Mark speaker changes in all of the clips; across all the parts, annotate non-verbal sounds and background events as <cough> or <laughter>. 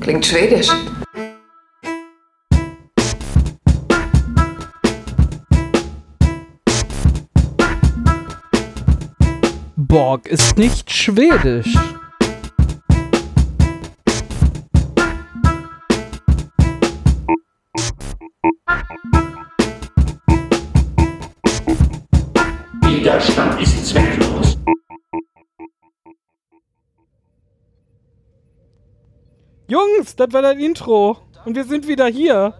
Speaker 1: Klingt schwedisch.
Speaker 2: Borg ist nicht schwedisch.
Speaker 3: Widerstand ist zwecklos.
Speaker 2: Jungs, das war das Intro. Und wir sind wieder hier.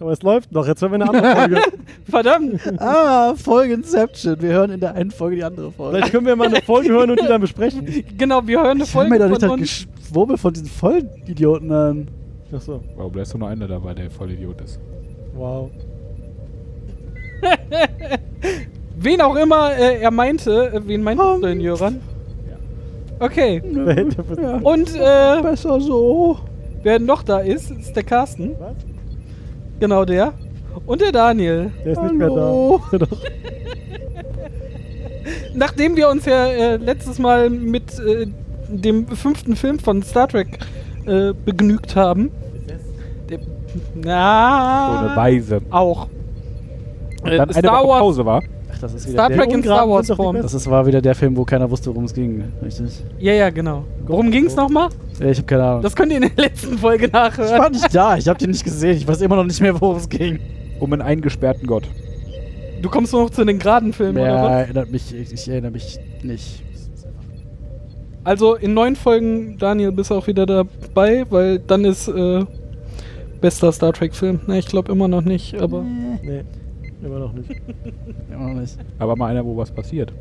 Speaker 4: Aber es läuft noch. Jetzt hören wir eine andere Folge.
Speaker 5: <laughs>
Speaker 2: Verdammt.
Speaker 5: Ah, Folgenception. Wir hören in der einen Folge die andere Folge.
Speaker 4: Vielleicht können wir mal eine Folge hören und die dann besprechen.
Speaker 2: Genau, wir hören eine
Speaker 5: Ich höre mir
Speaker 2: Folge
Speaker 5: doch nicht das
Speaker 2: von uns.
Speaker 5: Geschwurbel von diesen ähm? Vollidioten an.
Speaker 4: Achso,
Speaker 6: Warum da ist doch nur einer dabei, der voll Idiot ist.
Speaker 4: <laughs> wow.
Speaker 2: Wen auch immer äh, er meinte. Äh, wen meintest
Speaker 5: Ah.
Speaker 2: du denn, Jöran? Okay.
Speaker 4: Wer hätte das-
Speaker 2: Und äh,
Speaker 5: Besser so.
Speaker 2: wer noch da ist, ist der Carsten.
Speaker 4: Was?
Speaker 2: Genau der. Und der Daniel.
Speaker 4: Der ist nicht mehr
Speaker 5: Hallo.
Speaker 4: da. Doch.
Speaker 2: Nachdem wir uns ja äh, letztes Mal mit äh, dem fünften Film von Star Trek äh, begnügt haben. Der, na.
Speaker 5: Ah.
Speaker 6: So eine Weise. Und
Speaker 2: Auch. Äh,
Speaker 6: dann eine
Speaker 2: Star
Speaker 6: Woche
Speaker 2: Wars-
Speaker 6: Pause war.
Speaker 5: Ach, das ist
Speaker 2: Star
Speaker 5: wieder
Speaker 2: Trek
Speaker 5: der.
Speaker 2: in
Speaker 4: Ungraben
Speaker 2: Star Wars
Speaker 4: sind doch die
Speaker 2: Form.
Speaker 4: Besten.
Speaker 5: Das ist, war wieder der Film, wo keiner wusste, worum es ging. Richtig.
Speaker 2: Ja, ja, genau. Worum ging's nochmal?
Speaker 5: Ja, ich habe keine Ahnung.
Speaker 2: Das könnt ihr in der letzten Folge
Speaker 5: ich
Speaker 2: nachhören.
Speaker 5: war nicht da. Ich habe den nicht gesehen. Ich weiß immer noch nicht mehr, worum es ging.
Speaker 6: Um einen eingesperrten Gott.
Speaker 2: Du kommst nur noch zu den geraden Filmen,
Speaker 5: <laughs> Ja,
Speaker 2: oder was?
Speaker 5: erinnert mich. Ich, ich erinnere mich nicht.
Speaker 2: Also in neun Folgen, Daniel, bist du auch wieder dabei, weil dann ist äh, bester Star Trek-Film. Ne, ich glaube immer noch nicht, aber.
Speaker 4: Nee, immer noch nicht.
Speaker 5: Immer noch nicht.
Speaker 6: Aber mal einer, wo was passiert.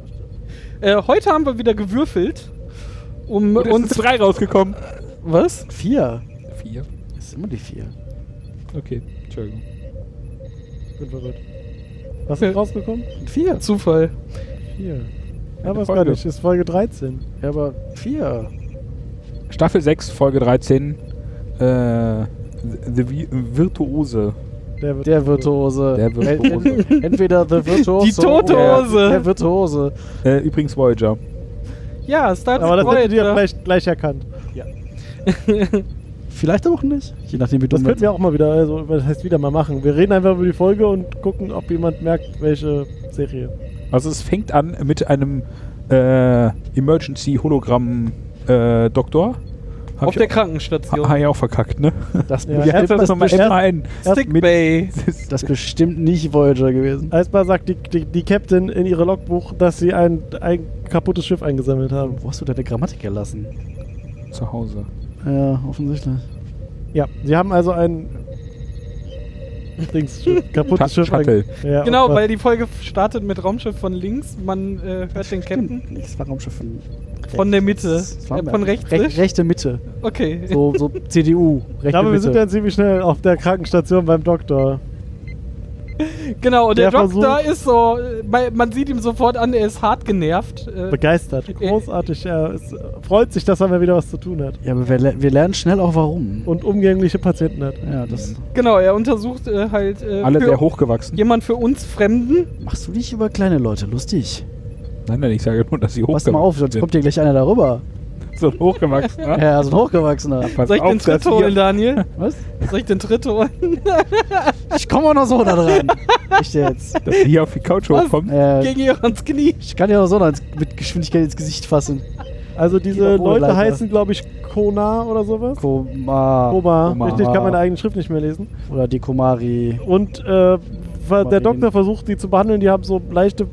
Speaker 2: Äh, heute haben wir wieder gewürfelt. Um
Speaker 6: Und uns
Speaker 2: uns.
Speaker 6: drei rausgekommen.
Speaker 2: Was?
Speaker 5: Vier.
Speaker 6: Vier.
Speaker 5: Das ist immer die vier.
Speaker 6: Okay, Entschuldigung.
Speaker 4: Bin verrückt. Was ist
Speaker 2: Ja.
Speaker 4: rausgekommen?
Speaker 5: Vier.
Speaker 2: Zufall.
Speaker 4: Vier.
Speaker 6: Eine
Speaker 4: Aber es gar
Speaker 6: Folge.
Speaker 4: nicht. Ist Folge 13.
Speaker 5: Ja, aber vier.
Speaker 6: Staffel 6, Folge 13. Äh, the Vi- Virtuose.
Speaker 4: Der wird.
Speaker 5: Der Virtuose. Äh,
Speaker 6: Der Virtuose.
Speaker 5: Entweder The Virtuose.
Speaker 2: Die tote
Speaker 5: oder
Speaker 2: Hose.
Speaker 5: Der Virtuose.
Speaker 6: äh, übrigens Voyager.
Speaker 2: Ja, Star Trek
Speaker 4: Aber das hättet ihr
Speaker 2: Voyager.
Speaker 4: vielleicht gleich erkannt.
Speaker 5: Vielleicht aber auch nicht. Je nachdem, wie du
Speaker 4: Das
Speaker 5: mit-
Speaker 4: könnten wir auch mal wieder, also was heißt wieder mal machen. Wir reden einfach über die Folge und gucken, ob jemand merkt, welche Serie.
Speaker 6: Also es fängt an mit einem äh, Emergency Hologramm äh, Doktor. Hab
Speaker 2: Auf
Speaker 6: ich
Speaker 2: der
Speaker 6: auch-
Speaker 2: Krankenstation.
Speaker 6: ha, ja auch verkackt, ne?
Speaker 5: <laughs> Das,
Speaker 4: Ja,
Speaker 6: Wie heißt
Speaker 4: erst-
Speaker 6: das nochmal?
Speaker 4: erst-
Speaker 6: MAN.
Speaker 2: Stick Bay.
Speaker 5: das bestimmt nicht Voyager gewesen.
Speaker 4: Erstmal sagt die, die, die Captain in ihrem Logbuch, dass sie ein, ein kaputtes Schiff eingesammelt haben.
Speaker 5: Wo hast du deine Grammatik gelassen?
Speaker 6: Zu Hause.
Speaker 5: Ja, offensichtlich.
Speaker 4: Ja, sie haben also ein Dings, Schiff, kaputtes
Speaker 6: Shu-
Speaker 4: Schiff. einge- Ja,
Speaker 2: <laughs> Genau,
Speaker 4: und-
Speaker 2: weil die Folge startet mit Raumschiff von links. Man äh, hört den Captain.
Speaker 5: Nichts Hm, war Raumschiff von,
Speaker 2: Von der Mitte.
Speaker 5: Das war
Speaker 2: Äh,
Speaker 5: mir-
Speaker 2: von rechts.
Speaker 5: Rech, rechte Mitte.
Speaker 2: Okay.
Speaker 5: So, so CDU. Rechte
Speaker 4: aber wir
Speaker 5: Mitte.
Speaker 4: sind dann ziemlich schnell auf der Krankenstation beim Doktor.
Speaker 2: <laughs> Genau, und der,
Speaker 4: Der
Speaker 2: Doktor
Speaker 4: Versuch-
Speaker 2: ist so, äh, man man sieht ihm sofort an, er ist hart genervt. Äh,
Speaker 4: Begeistert, großartig. Er ist, freut sich, dass er mal wieder was zu tun hat.
Speaker 5: Ja, aber wir, le- wir lernen schnell auch warum.
Speaker 4: Und umgängliche Patienten hat.
Speaker 5: ja, das
Speaker 2: genau, er untersucht äh, halt äh,
Speaker 6: Alle
Speaker 2: für
Speaker 6: sehr hochgewachsen.
Speaker 2: jemand für uns Fremden.
Speaker 5: machst du nicht über kleine Leute lustig.
Speaker 6: Nein, nein, ich sage nur, dass sie hochgewachsen
Speaker 5: Pass mal auf, sonst
Speaker 6: sind.
Speaker 5: kommt dir gleich einer darüber.
Speaker 6: So ein hochgewachsener.
Speaker 5: Ja, so ein Hochgewachsener.
Speaker 6: Pass
Speaker 2: Soll ich den
Speaker 6: auf, dass
Speaker 2: Tritt holen,
Speaker 6: ihr-
Speaker 5: <laughs>
Speaker 2: Daniel?
Speaker 5: Was?
Speaker 2: Soll ich den Tritt holen?
Speaker 5: Ich komme auch noch so da <laughs> dran. Echt jetzt.
Speaker 6: dass ihr hier auf die Couch hochkommt.
Speaker 5: Äh,
Speaker 2: Gegen ihr ans Knie.
Speaker 5: ich kann dir auch so noch ins- mit Geschwindigkeit ins Gesicht fassen.
Speaker 4: Also diese
Speaker 5: doch ohne
Speaker 4: Leute
Speaker 5: Leiter.
Speaker 4: heißen, glaube ich, Kona oder sowas.
Speaker 5: Koma.
Speaker 4: Koma.
Speaker 6: Koma.
Speaker 4: Richtig, kann meine eigene Schrift nicht mehr lesen.
Speaker 5: Oder die Komari.
Speaker 4: Und äh, ver- der
Speaker 5: Marien.
Speaker 4: Doktor versucht, die zu behandeln. Die haben so leichte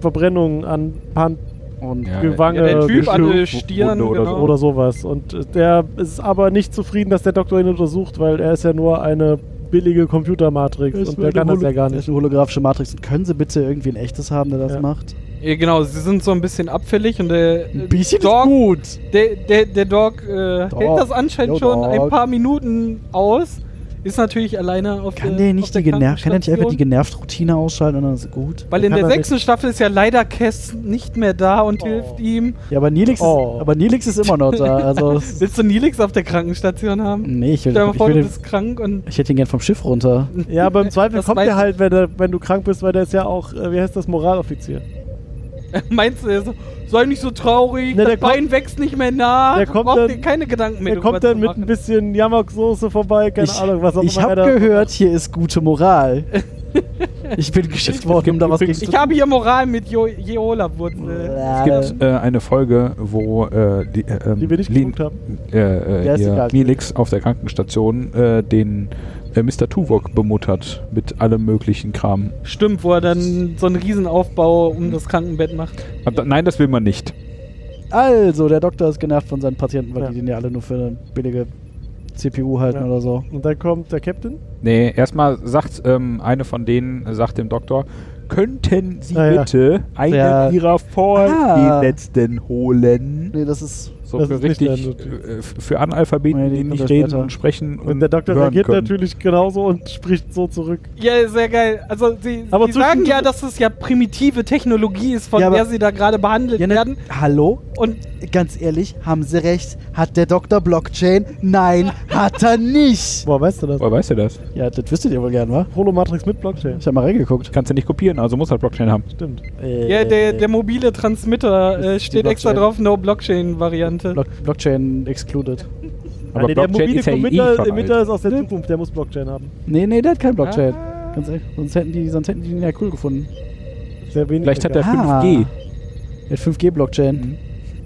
Speaker 4: Verbrennungen an Pan
Speaker 5: Und
Speaker 6: Ja,
Speaker 4: Gewange.
Speaker 2: Ja, der Typ an
Speaker 4: Geschirr-
Speaker 2: der Stirn,
Speaker 6: Wunde oder
Speaker 2: genau.
Speaker 6: so.
Speaker 4: oder sowas. Und äh, der ist aber nicht zufrieden, dass der Doktor ihn untersucht, weil er ist ja nur eine billige Computermatrix und der kann das ja gar
Speaker 5: Das ist
Speaker 4: nicht.
Speaker 5: eine holographische Matrix. Und können Sie bitte irgendwie ein echtes haben, der das
Speaker 4: Ja.
Speaker 5: macht?
Speaker 2: Ja, genau, sie sind so ein bisschen abfällig und der äh,
Speaker 5: Ein bisschen ist
Speaker 2: Dog,
Speaker 5: gut.
Speaker 2: der, der, der Dog, äh,
Speaker 5: Dog.
Speaker 2: hält das anscheinend
Speaker 5: Yo,
Speaker 2: schon
Speaker 5: Dog.
Speaker 2: ein paar Minuten aus. Ist natürlich alleine auf
Speaker 5: Kann
Speaker 2: der
Speaker 5: der
Speaker 2: auf
Speaker 5: nicht,
Speaker 2: der
Speaker 5: die genervt, kann der nicht einfach die
Speaker 2: Krankenstation.
Speaker 5: genervt Routine ausschalten und dann ist gut?
Speaker 2: Weil in
Speaker 4: Kann
Speaker 2: der
Speaker 4: er
Speaker 2: sechsten Staffel ist ja leider Cass nicht mehr da
Speaker 5: Oh.
Speaker 2: und hilft ihm.
Speaker 5: Ja, aber Nilix,
Speaker 4: Oh.
Speaker 5: ist, aber Nilix ist immer noch da.
Speaker 2: <laughs>
Speaker 5: Also, das-
Speaker 2: Willst du Nilix auf der Krankenstation haben?
Speaker 5: nee, ich, will,
Speaker 2: Stell dir mal
Speaker 5: ich,
Speaker 2: vor,
Speaker 5: will
Speaker 2: du
Speaker 5: den,
Speaker 2: bist krank und.
Speaker 5: ich hätte ihn gern vom Schiff runter.
Speaker 4: Ja, aber im Zweifel
Speaker 2: Das
Speaker 4: kommt
Speaker 2: weiß
Speaker 4: der
Speaker 2: ich.
Speaker 4: halt, wenn, er, wenn du krank bist, weil der ist ja auch, äh, wie heißt das, Moraloffizier.
Speaker 2: Meinst du, er so, sei nicht so traurig,
Speaker 4: Ne, der
Speaker 2: das Bein
Speaker 4: kommt-
Speaker 2: wächst nicht mehr nach,
Speaker 4: der
Speaker 2: du
Speaker 4: kommt
Speaker 2: brauchst
Speaker 4: dann-
Speaker 2: dir keine Gedanken mehr
Speaker 4: Er kommt
Speaker 2: drüber
Speaker 4: dann mit
Speaker 2: zu
Speaker 4: ein
Speaker 2: machen.
Speaker 4: bisschen Jamak-Soße vorbei, keine Ahnung, was auch
Speaker 5: ich
Speaker 4: immer.
Speaker 5: habe
Speaker 4: er da-
Speaker 5: gehört, hier ist gute
Speaker 2: <laughs>
Speaker 5: Moral. Ich bin geschickt worden, um da was gegen
Speaker 6: übrigens-
Speaker 5: zu
Speaker 2: Ich habe hier Moral mit Jo- Jeola-Wurzel.
Speaker 6: Es gibt äh, eine Folge, wo äh, die, äh, ähm,
Speaker 4: Die wir nicht
Speaker 6: Lin,
Speaker 4: geguckt haben.
Speaker 6: äh,
Speaker 5: Der
Speaker 6: äh,
Speaker 5: ist
Speaker 6: ihr
Speaker 5: egal.
Speaker 6: Nilix auf der Krankenstation äh, den äh, Mr. Tuvok bemuttert mit allem möglichen Kram.
Speaker 2: Stimmt, wo er dann so einen Riesenaufbau um das Krankenbett macht.
Speaker 6: Aber da- nein, das will man nicht.
Speaker 5: Also, der Doktor ist genervt von seinen Patienten, weil
Speaker 4: Ja.
Speaker 5: die den ja alle nur für eine billige CPU halten
Speaker 4: Ja.
Speaker 5: oder so.
Speaker 4: Und dann kommt der Captain.
Speaker 6: Nee, erstmal sagt ähm, eine von denen, äh, sagt dem Doktor, könnten Sie
Speaker 4: Ah, ja.
Speaker 6: bitte einen
Speaker 5: Ja.
Speaker 6: Ihrer
Speaker 5: Ah.
Speaker 6: Vorgesetzten holen?
Speaker 5: Nee, das ist.
Speaker 6: So
Speaker 4: Das
Speaker 6: für
Speaker 4: ist nicht
Speaker 6: richtig,
Speaker 4: der-
Speaker 6: äh, f- für Analphabeten,
Speaker 5: Nee, die
Speaker 6: die
Speaker 5: kommt
Speaker 6: nicht
Speaker 5: erst
Speaker 6: reden
Speaker 5: später.
Speaker 6: und sprechen und,
Speaker 4: Und der Doktor
Speaker 6: hören
Speaker 4: reagiert
Speaker 6: können.
Speaker 4: natürlich genauso und <laughs> spricht so zurück.
Speaker 2: Ja, sehr geil. Also sie,
Speaker 4: Aber
Speaker 2: sie sagen
Speaker 4: zwischen-
Speaker 2: ja, dass es ja primitive Technologie ist, von
Speaker 5: Ja, aber-
Speaker 2: der sie da gerade behandelt
Speaker 5: Ja, ne-
Speaker 2: werden.
Speaker 5: Hallo?
Speaker 2: Und
Speaker 5: Ganz ehrlich, haben Sie recht? Hat der Doktor Blockchain? Nein, hat er nicht.
Speaker 4: Boah, weißt du das?
Speaker 6: Woher weißt du das?
Speaker 5: Ja, das wüsstet ihr wohl gern, wa?
Speaker 4: Holomatrix mit Blockchain.
Speaker 5: Ich habe mal reingeguckt.
Speaker 6: Kannst du nicht kopieren, also muss halt Blockchain haben.
Speaker 4: Stimmt.
Speaker 2: ja, der, der mobile Transmitter
Speaker 5: Das
Speaker 2: äh,
Speaker 5: ist die
Speaker 2: steht extra
Speaker 5: Blockchain.
Speaker 2: drauf, no Blockchain-Variante.
Speaker 5: Block Blockchain excluded.
Speaker 6: Aber
Speaker 4: Ah, nee, der
Speaker 6: Blockchain
Speaker 4: mobile
Speaker 6: ist ja eh
Speaker 4: Committer
Speaker 6: schon
Speaker 4: Emitter
Speaker 6: alt.
Speaker 4: ist aus der Zukunft, der muss Blockchain haben.
Speaker 5: Nee, nee, der hat kein Blockchain.
Speaker 2: Ah.
Speaker 5: Ganz ehrlich, sonst hätten, die, sonst hätten die den ja cool gefunden.
Speaker 4: Sehr wenig
Speaker 6: Vielleicht hat er Mhm.
Speaker 4: egal.
Speaker 5: Ah.
Speaker 6: 5G.
Speaker 5: Der hat 5G-Blockchain.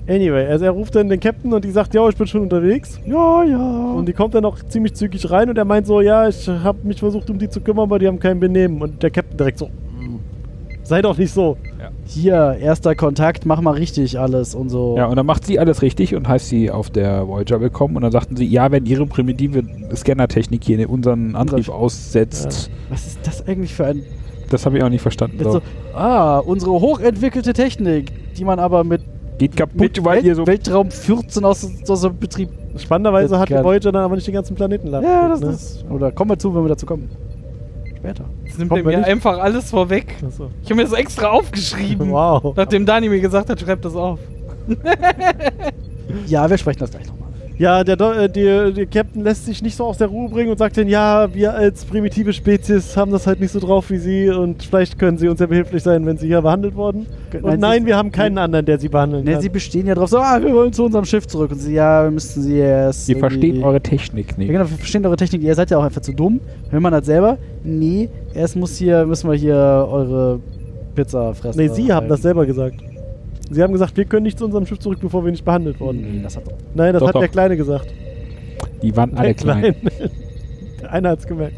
Speaker 4: Anyway, also er ruft dann den Captain und die sagt, ja, ich bin schon unterwegs.
Speaker 5: Ja, ja.
Speaker 4: Und die kommt dann auch ziemlich zügig rein und er meint so, ja, ich habe mich versucht, um die zu kümmern, aber die haben kein Benehmen. Und der Captain direkt so, "Mm, sei doch nicht so.
Speaker 5: Hier, erster Kontakt, mach mal richtig alles und so.
Speaker 6: Ja, und dann macht sie alles richtig und heißt sie auf der Voyager willkommen. Und dann sagten sie, ja, wenn ihre primitive Scannertechnik hier unseren Antrieb aussetzt,
Speaker 5: Was ist das eigentlich für ein.
Speaker 6: das habe ich auch nicht verstanden.
Speaker 5: So.
Speaker 6: So.
Speaker 5: Ah, unsere hochentwickelte Technik, die man aber mit,
Speaker 6: Geht kaputt,
Speaker 5: mit
Speaker 6: weil
Speaker 5: Welt
Speaker 6: ihr so.
Speaker 5: Weltraum 14 aus, aus dem Betrieb.
Speaker 4: Spannenderweise
Speaker 5: Das
Speaker 4: hat die
Speaker 5: kann-
Speaker 4: Voyager dann aber nicht den ganzen Planeten ne? lang.
Speaker 5: Ja, das ist. Oder kommen wir zu, wenn wir dazu kommen. Später.
Speaker 2: Jetzt nimmt
Speaker 4: kommt
Speaker 2: er
Speaker 4: man
Speaker 2: mir
Speaker 4: nicht.
Speaker 2: einfach alles vorweg.
Speaker 4: Achso.
Speaker 2: Ich habe mir das extra aufgeschrieben.
Speaker 4: <laughs> Wow.
Speaker 2: Nachdem Dani mir gesagt hat, schreib das auf.
Speaker 5: Ja, wir sprechen das gleich nochmal.
Speaker 4: Ja, der, Do- äh, der, der Captain lässt sich nicht so aus der Ruhe bringen und sagt dann, ja, wir als primitive Spezies haben das halt nicht so drauf wie sie und vielleicht können sie uns ja behilflich sein, wenn sie hier behandelt wurden.
Speaker 5: Nein,
Speaker 4: Und
Speaker 5: sie-
Speaker 4: nein, wir haben keinen anderen, der sie behandeln
Speaker 5: Ne,
Speaker 4: kann.
Speaker 5: sie bestehen ja drauf, so, ah, wir wollen zu unserem Schiff zurück. Und sie, ja, wir müssen sie erst.
Speaker 6: Ihr
Speaker 5: irgendwie-
Speaker 6: versteht eure Technik
Speaker 5: Ja,
Speaker 6: nicht.
Speaker 5: genau, wir verstehen eure Technik. Ihr seid ja auch einfach zu dumm. Wenn man das selber? Nee, erst muss hier, müssen wir hier eure Pizza fressen.
Speaker 4: nee, sie haben das
Speaker 5: selber.
Speaker 4: selber gesagt. Sie haben gesagt, wir können nicht zu unserem Schiff zurück, bevor wir nicht behandelt wurden.
Speaker 5: Nee, das hat Mhm. doch.
Speaker 4: Nein, das
Speaker 6: Doch,
Speaker 4: hat
Speaker 6: doch.
Speaker 4: der Kleine gesagt.
Speaker 6: Die waren alle
Speaker 4: der
Speaker 6: klein.
Speaker 4: Kleine. Einer hat's gemerkt.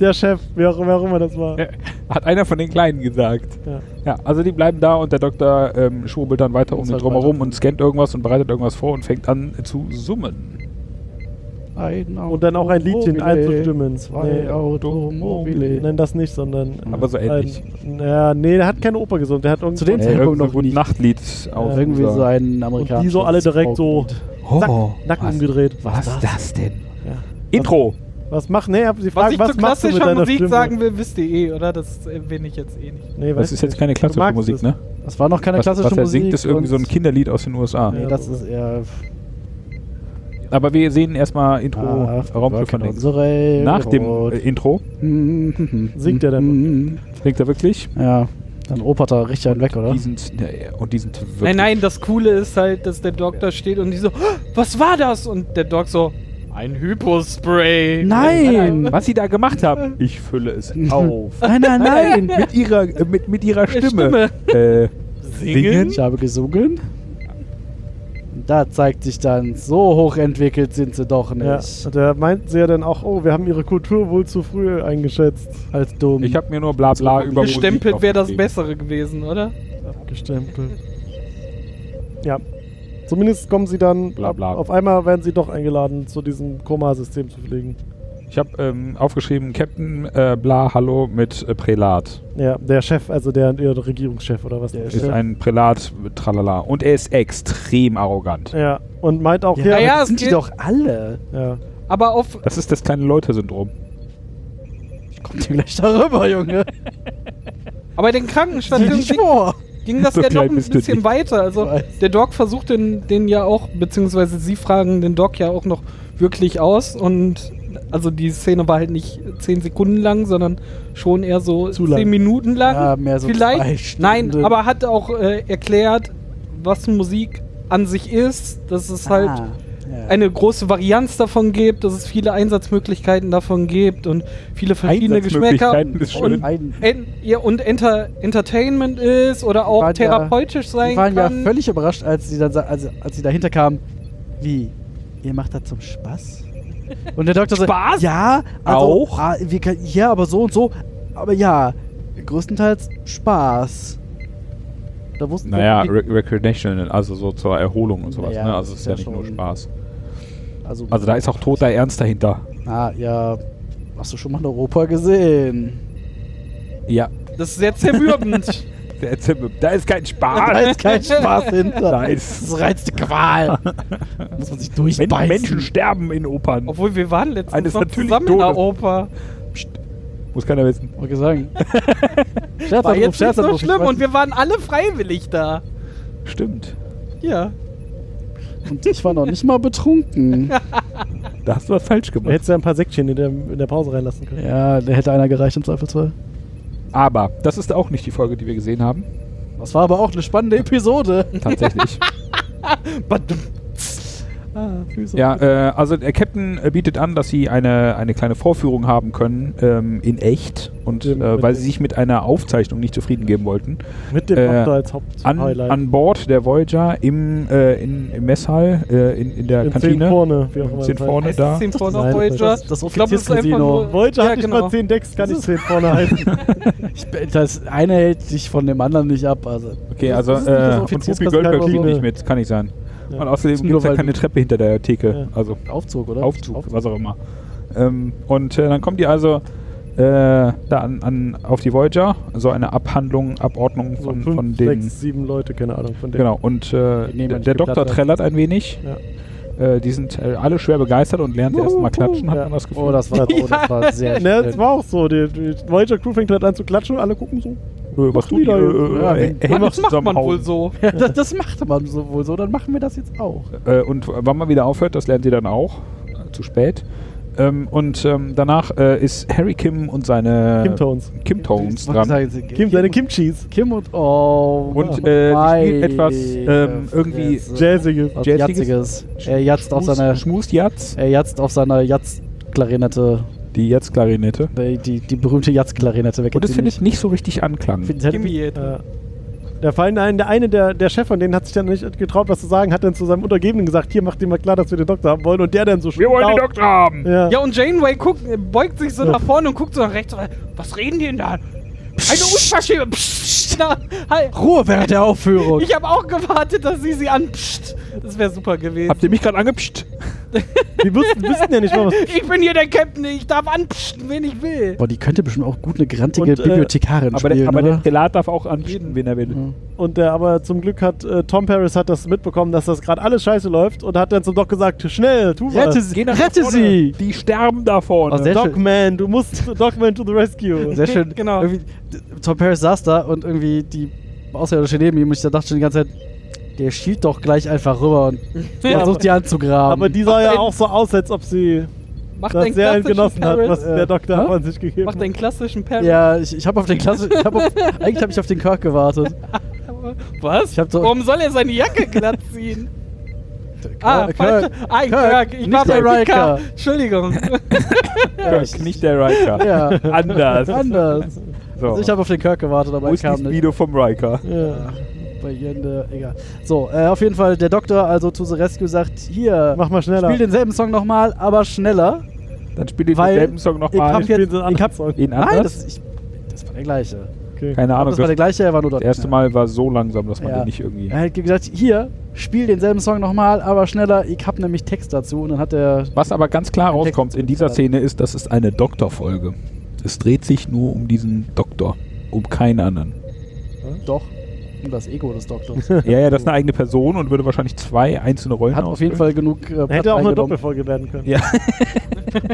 Speaker 4: der Chef, wer auch, wer auch immer das war.
Speaker 6: Ja, Hat einer von den Kleinen gesagt.
Speaker 4: Ja.
Speaker 6: Ja, also die bleiben da und der Doktor ähm, schwurbelt dann weiter um
Speaker 4: Muss
Speaker 6: den
Speaker 4: halt
Speaker 6: drumherum
Speaker 4: weiter.
Speaker 6: und scannt irgendwas und bereitet irgendwas vor und fängt an äh, zu summen.
Speaker 4: Und dann auch ein Liedchen einzustimmen. Nee.
Speaker 5: Automobile.
Speaker 4: Nein, das nicht, sondern.
Speaker 6: Aber so ähnlich.
Speaker 4: Ein, ja, nee, der hat keine Oper gesungen. Der hat irgendwie.
Speaker 5: Zu dem Zeitpunkt
Speaker 6: irgend so
Speaker 5: noch
Speaker 6: ein
Speaker 5: nicht.
Speaker 6: Nachtlied
Speaker 5: Auch
Speaker 6: aus.
Speaker 5: irgendwie so ein
Speaker 4: und
Speaker 5: amerikanisches.
Speaker 4: die so alle direkt so
Speaker 5: Folklied.
Speaker 4: Nack,
Speaker 5: Oh,
Speaker 4: Nacken umgedreht.
Speaker 6: was ist das denn?
Speaker 4: Ja.
Speaker 6: Intro.
Speaker 4: Was mach? Nee, hab- sie
Speaker 2: Was
Speaker 4: fragen,
Speaker 2: ich
Speaker 4: was,
Speaker 2: zu
Speaker 4: machst du mit
Speaker 2: klassischer
Speaker 4: deiner
Speaker 2: Musik
Speaker 4: Stimme?
Speaker 2: sagen will, wisst ihr eh, oder? Das erwähne ich jetzt eh nicht.
Speaker 4: Nee, weiß
Speaker 6: Das ist jetzt
Speaker 4: nicht.
Speaker 6: keine
Speaker 4: Du
Speaker 6: klassische
Speaker 4: magst
Speaker 6: Musik,
Speaker 4: es.
Speaker 6: ne?
Speaker 5: Das war noch keine
Speaker 6: Was,
Speaker 5: klassische
Speaker 6: was er
Speaker 5: Musik.
Speaker 6: singt, ist irgendwie so ein
Speaker 5: und-
Speaker 6: Kinderlied aus den USA.
Speaker 5: Nee, das ist eher.
Speaker 6: Aber wir sehen erstmal
Speaker 4: Oh,
Speaker 6: Intro
Speaker 5: Ah,
Speaker 6: Raumschiff von links.
Speaker 5: unsere
Speaker 6: Nach dem äh,
Speaker 5: Rot.
Speaker 6: Intro
Speaker 4: Singt er
Speaker 5: dann?
Speaker 6: singt er wirklich
Speaker 5: Mhm. Ja, dann opert er richtig einen weg, oder?
Speaker 6: diesen nee, und diesen wirklich.
Speaker 2: Nein, nein, das Coole ist halt, dass der Doc da steht und die so, "Oh, was war das? Und der Doc so, ein Hypospray.
Speaker 5: Nein!
Speaker 6: Was sie da gemacht
Speaker 5: <laughs>
Speaker 6: haben, ich fülle es auf.
Speaker 5: Nein, nein, nein!
Speaker 2: <laughs>
Speaker 6: mit ihrer äh, mit, mit ihrer Stimme.
Speaker 2: Stimme.
Speaker 6: Äh,
Speaker 2: Singen?
Speaker 5: Ich habe gesungen. Da zeigt sich dann, so hochentwickelt sind sie doch
Speaker 4: Ja,
Speaker 5: nicht.
Speaker 4: und der meint sie ja dann auch, oh, wir haben ihre Kultur wohl zu früh eingeschätzt.
Speaker 5: Als dumm.
Speaker 6: ich habe mir nur bla bla über Musik
Speaker 2: Gestempelt wäre das
Speaker 6: aufgeschrieben.
Speaker 2: Bessere gewesen, oder?
Speaker 4: Abgestempelt. Ja. Zumindest kommen sie dann,
Speaker 6: Bla, bla.
Speaker 4: auf einmal werden sie doch eingeladen, zu diesem Koma-System zu fliegen.
Speaker 6: Ich habe ähm, aufgeschrieben Captain äh, bla hallo mit äh, Prälat.
Speaker 4: Ja, der Chef, also der, der Regierungschef oder was
Speaker 5: Der
Speaker 6: Ist ein Prälat tralala und er ist extrem arrogant.
Speaker 4: Ja, und meint auch,
Speaker 5: ja,
Speaker 4: ja,
Speaker 2: ja,
Speaker 5: ja,
Speaker 2: es
Speaker 5: sind die
Speaker 2: geht-
Speaker 5: doch alle.
Speaker 4: ja.
Speaker 2: Aber auf,
Speaker 6: Das ist das kleine Leute Syndrom.
Speaker 5: Kommt ihr gleich darüber,
Speaker 2: <laughs>
Speaker 5: Junge.
Speaker 2: aber den
Speaker 5: Sieh
Speaker 2: Krankenstationen
Speaker 5: dich vor. <laughs>
Speaker 2: ging das
Speaker 6: So
Speaker 2: ja noch
Speaker 6: klein
Speaker 2: ein
Speaker 6: bist du
Speaker 2: bisschen
Speaker 6: nicht.
Speaker 2: weiter. Also
Speaker 5: Ich weiß.
Speaker 2: der Doc versucht den, den ja auch, beziehungsweise sie fragen den Doc ja auch noch wirklich aus und Also die Szene war halt nicht 10 Sekunden lang, sondern schon eher so
Speaker 5: Zu lang.
Speaker 2: 10 Minuten lang.
Speaker 5: Ja, mehr so zwei
Speaker 2: Vielleicht.
Speaker 5: Stunden.
Speaker 2: Nein, aber hat auch äh, erklärt, was Musik an sich ist, dass es halt
Speaker 5: Ah, ja.
Speaker 2: eine große Varianz davon gibt, dass es viele Einsatzmöglichkeiten davon gibt und viele verschiedene Geschmäcker
Speaker 6: Einsatzmöglichkeiten ist
Speaker 2: und,
Speaker 6: schön.
Speaker 5: Ein-
Speaker 2: en, ja, und Enter, Entertainment ist oder auch
Speaker 5: waren ja-
Speaker 2: therapeutisch sein
Speaker 5: Die waren
Speaker 2: kann.
Speaker 5: ja völlig überrascht, als sie dann sa- also, als sie dahinter kamen, wie ihr macht das zum Spaß? Und der Doktor sagt,
Speaker 2: Spaß?
Speaker 5: ja, also,
Speaker 6: Auch?
Speaker 5: Ah, wir kann, ja, aber so und so, aber ja, größtenteils Spaß. Da wussten wir-
Speaker 6: Naja, Re Recreational, also so zur Erholung und sowas.
Speaker 5: Naja,
Speaker 6: ne? Also es ist ja nicht
Speaker 5: schon-
Speaker 6: nur Spaß.
Speaker 5: also,
Speaker 6: Also da ist auch toter Ernst dahinter.
Speaker 5: ah, ja, hast du schon mal in Europa gesehen?
Speaker 6: Ja.
Speaker 2: das ist
Speaker 5: <laughs>
Speaker 2: sehr zermürbend.
Speaker 6: Da ist kein
Speaker 5: Da
Speaker 6: Spaß.
Speaker 5: ist kein Spaß hinter.
Speaker 6: Ah. Da ist-
Speaker 5: das reizte Qual. Muss man sich
Speaker 6: Men
Speaker 5: durchbeißen.
Speaker 6: Menschen sterben in Opern.
Speaker 2: Obwohl wir waren letztens
Speaker 6: Eines
Speaker 2: noch
Speaker 6: natürlich
Speaker 2: zusammen in der
Speaker 6: Todes.
Speaker 2: Oper.
Speaker 6: Muss keiner wissen.
Speaker 5: Wollte ich sagen.
Speaker 2: War
Speaker 5: Scherzanruf,
Speaker 2: jetzt nicht so
Speaker 5: Scherzanruf. ich
Speaker 2: schlimm
Speaker 5: weiß
Speaker 2: und wir waren alle freiwillig da.
Speaker 6: Stimmt.
Speaker 2: Ja.
Speaker 5: Und ich war noch nicht mal betrunken.
Speaker 6: Da hast du was falsch
Speaker 4: Da
Speaker 6: gemacht.
Speaker 4: hättest du ja ein paar Säckchen in der, in der Pause reinlassen können.
Speaker 5: ja, da hätte einer gereicht im Zweifelsfall.
Speaker 6: Aber das ist auch nicht die Folge, die wir gesehen haben.
Speaker 5: Das war aber auch eine spannende Episode.
Speaker 6: <laughs>
Speaker 4: <laughs>
Speaker 6: Tatsächlich.
Speaker 5: Ah, Füße.
Speaker 6: ja, äh, also der Captain äh, bietet an, dass sie eine, eine kleine Vorführung haben können ähm, in echt. Und
Speaker 4: Stimmt,
Speaker 6: äh, weil
Speaker 4: mit-
Speaker 6: sie sich mit einer Aufzeichnung nicht zufrieden geben wollten,
Speaker 4: Mit dem
Speaker 6: Äh,
Speaker 4: Doktor als Haupt-Highlight.
Speaker 6: an, an Bord der Voyager im, äh, in, im Messsaal, äh, in, in der
Speaker 4: In zehn
Speaker 6: Kantine.
Speaker 4: vorne, wie auch immer.
Speaker 6: Im Zehn
Speaker 4: das heißt.
Speaker 6: vorne
Speaker 2: Heißt
Speaker 6: da.
Speaker 2: es 10 vorne auf
Speaker 4: Nein,
Speaker 2: Voyager?
Speaker 5: das- das
Speaker 2: ich glaube, das ist einfach
Speaker 5: Offizierscasino.
Speaker 2: nur...
Speaker 4: Wollte
Speaker 2: ja, genau.
Speaker 4: hatte ich mal 10 Decks, kann ich 10 vorne halten.
Speaker 5: Ich bin- Das eine hält dich von dem anderen nicht ab. Also.
Speaker 6: Okay, also
Speaker 4: Das ist nicht
Speaker 6: äh,
Speaker 4: das
Speaker 6: und Whoopi
Speaker 4: Offizierspersonal
Speaker 6: Goldberg
Speaker 4: oder so. äh,
Speaker 6: fliegt nicht mit, kann nicht sein.
Speaker 4: Ja.
Speaker 6: Und außerdem
Speaker 5: Nur
Speaker 6: gibt es ja
Speaker 5: weil
Speaker 6: keine
Speaker 5: du-
Speaker 6: Treppe hinter der Theke.
Speaker 4: Ja.
Speaker 6: Also
Speaker 5: Ne? Aufzug, oder?
Speaker 6: Aufzug, was auch immer. Ähm, und äh, dann kommt die also äh, da an, an, auf die Voyager, so eine Abhandlung, Abordnung
Speaker 4: So
Speaker 6: von,
Speaker 4: fünf,
Speaker 6: von den.
Speaker 4: sechs, sieben Leute, keine Ahnung. Von
Speaker 6: Genau, und äh,
Speaker 5: Die nehmen
Speaker 6: der,
Speaker 5: nicht
Speaker 6: der
Speaker 5: geplattert.
Speaker 6: Doktor trällert ein wenig.
Speaker 4: Ja.
Speaker 6: Äh, die sind äh, alle schwer begeistert und lernt erstmal klatschen, hat
Speaker 4: Ja.
Speaker 6: man das Gefühl.
Speaker 5: Oh, das war, oh, das war sehr
Speaker 4: Ne,
Speaker 5: schnell.
Speaker 4: das war auch so. Die, die Voyager Crew fängt halt an zu klatschen und alle gucken so.
Speaker 6: Äh, was
Speaker 4: machen
Speaker 6: tun
Speaker 4: die
Speaker 6: die?
Speaker 4: da jetzt?
Speaker 6: Äh, äh,
Speaker 5: Ja,
Speaker 6: äh,
Speaker 5: wenn-
Speaker 6: Hände
Speaker 2: Das macht man
Speaker 6: zusammenhauen.
Speaker 2: wohl so.
Speaker 5: Ja, das, das macht man so wohl so, dann machen wir das jetzt auch.
Speaker 6: Äh, und wann man wieder aufhört, das lernt ihr dann auch. Äh, zu spät. Ähm, und ähm, danach äh, ist Harry Kim und seine
Speaker 4: Kim Tones.
Speaker 6: Kim Tones
Speaker 5: Ich wollte
Speaker 6: dran.
Speaker 5: sagen, sie-
Speaker 4: Kim, seine Kimchis.
Speaker 5: Kim und oh.
Speaker 6: Und äh, sie spielt etwas ähm, irgendwie
Speaker 4: Jazzige.
Speaker 5: was
Speaker 6: Jazziges.
Speaker 5: Jazziges. Er jatzt auf seiner
Speaker 6: Schmust Jatz.
Speaker 5: er jatzt auf seiner Jazz-Klarinette,
Speaker 6: Die Jatz-Klarinette.
Speaker 5: die, die, die berühmte Jazz-Klarinette. Wer
Speaker 6: Und
Speaker 5: kennt
Speaker 6: es
Speaker 5: sie
Speaker 6: findet nicht so richtig Anklang.
Speaker 5: Findet- hätte-
Speaker 2: Kimi
Speaker 4: Ja. äh, Der Fall, ein, der eine, der, der Chef von denen hat sich dann nicht getraut, was zu sagen, hat dann zu seinem Untergebenen gesagt: Hier, macht dir mal klar, dass wir den Doktor haben wollen. Und der dann so
Speaker 6: Wir wollen den
Speaker 4: laut-
Speaker 6: Doktor haben!
Speaker 4: Ja.
Speaker 2: Ja, und Janeway guckt, äh, beugt sich so
Speaker 4: Ja.
Speaker 2: nach vorne und guckt so nach rechts. äh, Was reden die denn da? Eine Unverschämte. Psst. Na, hi.
Speaker 5: Ruhe während der Aufführung.
Speaker 2: Ich habe auch gewartet, dass sie sie anpscht. Das wäre super gewesen.
Speaker 6: Habt ihr mich gerade angepscht?
Speaker 4: Die wüssten, wüssten ja nicht mal, was.
Speaker 2: Ich bin hier der Captain, ich darf anpschen, wen ich will.
Speaker 5: Boah, die könnte bestimmt auch gut eine grantige
Speaker 4: Und, äh,
Speaker 5: Bibliothekarin
Speaker 6: Aber,
Speaker 5: spielen,
Speaker 6: der, aber
Speaker 5: oder? Mhm.
Speaker 6: der Gelat darf auch anpschen, wen er will.
Speaker 4: Und der, aber zum Glück hat äh, Tom Paris hat das mitbekommen, dass das gerade alles scheiße läuft und hat dann zum Doc gesagt: Schnell,
Speaker 6: äh,
Speaker 4: tu was.
Speaker 5: Rette sie! Rette sie!
Speaker 6: Die sterben da vorne.
Speaker 5: Oh, sehr schön.
Speaker 4: Dogman, du musst Dogman to the rescue.
Speaker 5: Sehr schön.
Speaker 2: Genau.
Speaker 5: Irgendwie, d- Tom Paris saß da und irgendwie die Außerirdische neben ihm und ich dachte schon die ganze Zeit, der schielt doch gleich einfach rüber und versucht die anzugraben.
Speaker 4: Aber die sah ja
Speaker 2: ein-
Speaker 4: auch so aus, als ob sie
Speaker 2: Macht
Speaker 4: das sehr genossen hat, was
Speaker 5: Paris.
Speaker 4: der Doktor
Speaker 5: Ja.
Speaker 4: von sich gegeben
Speaker 2: Macht
Speaker 4: hat.
Speaker 2: einen klassischen Parry.
Speaker 5: ja, ich, ich habe auf den Klasse, ich hab auf, eigentlich habe ich auf den Kirk gewartet.
Speaker 2: Was?
Speaker 5: Ich hab so-
Speaker 2: Warum soll er seine Jacke glatt ziehen?
Speaker 5: <laughs>
Speaker 2: ah,
Speaker 5: Kirk,
Speaker 2: falsch. Ah, ein Kirk. Ich
Speaker 5: nicht
Speaker 2: war bei
Speaker 5: der
Speaker 2: Riker.
Speaker 5: Riker. <laughs>
Speaker 2: Entschuldigung.
Speaker 5: Ja,
Speaker 6: Kirk, nicht der
Speaker 5: <laughs>
Speaker 6: Riker.
Speaker 5: Ja,
Speaker 6: Anders.
Speaker 5: anders.
Speaker 6: So.
Speaker 5: Also ich habe auf den Kirk gewartet, aber
Speaker 6: Wo
Speaker 5: er
Speaker 6: ist
Speaker 5: kam
Speaker 6: das
Speaker 5: nicht.
Speaker 6: Video vom Riker?
Speaker 4: Ja.
Speaker 5: Bei Jende, egal. So, äh, auf jeden Fall, der Doktor, also To the Rescue, sagt: Hier,
Speaker 4: Mach mal schneller.
Speaker 5: spiel denselben Song nochmal, aber schneller.
Speaker 6: Dann spiele ich
Speaker 5: Weil
Speaker 6: denselben Song
Speaker 5: ich
Speaker 6: nochmal.
Speaker 5: hab jetzt-
Speaker 4: Spielen sie einen
Speaker 5: ich hab-
Speaker 4: anderen Song.
Speaker 6: Ihn
Speaker 5: Nein,
Speaker 6: anders?
Speaker 5: das, ich, das war der gleiche.
Speaker 4: Okay.
Speaker 6: Keine Ahnung.
Speaker 5: das war der
Speaker 6: Das,
Speaker 5: gleiche, er war nur dort.
Speaker 6: das Ah, erste Mal war so langsam, dass man
Speaker 5: Ja.
Speaker 6: den nicht irgendwie.
Speaker 5: Er hat gesagt, hier, spiel denselben Song nochmal, aber schneller, ich hab nämlich Text dazu. Und dann hat er.
Speaker 6: Was aber ganz klar rauskommt in dieser Szene ist, das ist eine Doktorfolge. Es dreht sich nur um diesen Doktor, um keinen anderen.
Speaker 5: Doch, um das Ego des Doktors.
Speaker 6: Ja, ja, das ist eine eigene Person und würde wahrscheinlich zwei einzelne Rollen
Speaker 5: hat auf jeden
Speaker 6: ausfüllen.
Speaker 5: Fall genug. Äh, Platz
Speaker 4: Hätte auch eine
Speaker 5: eingenommen.
Speaker 4: Doppelfolge werden können.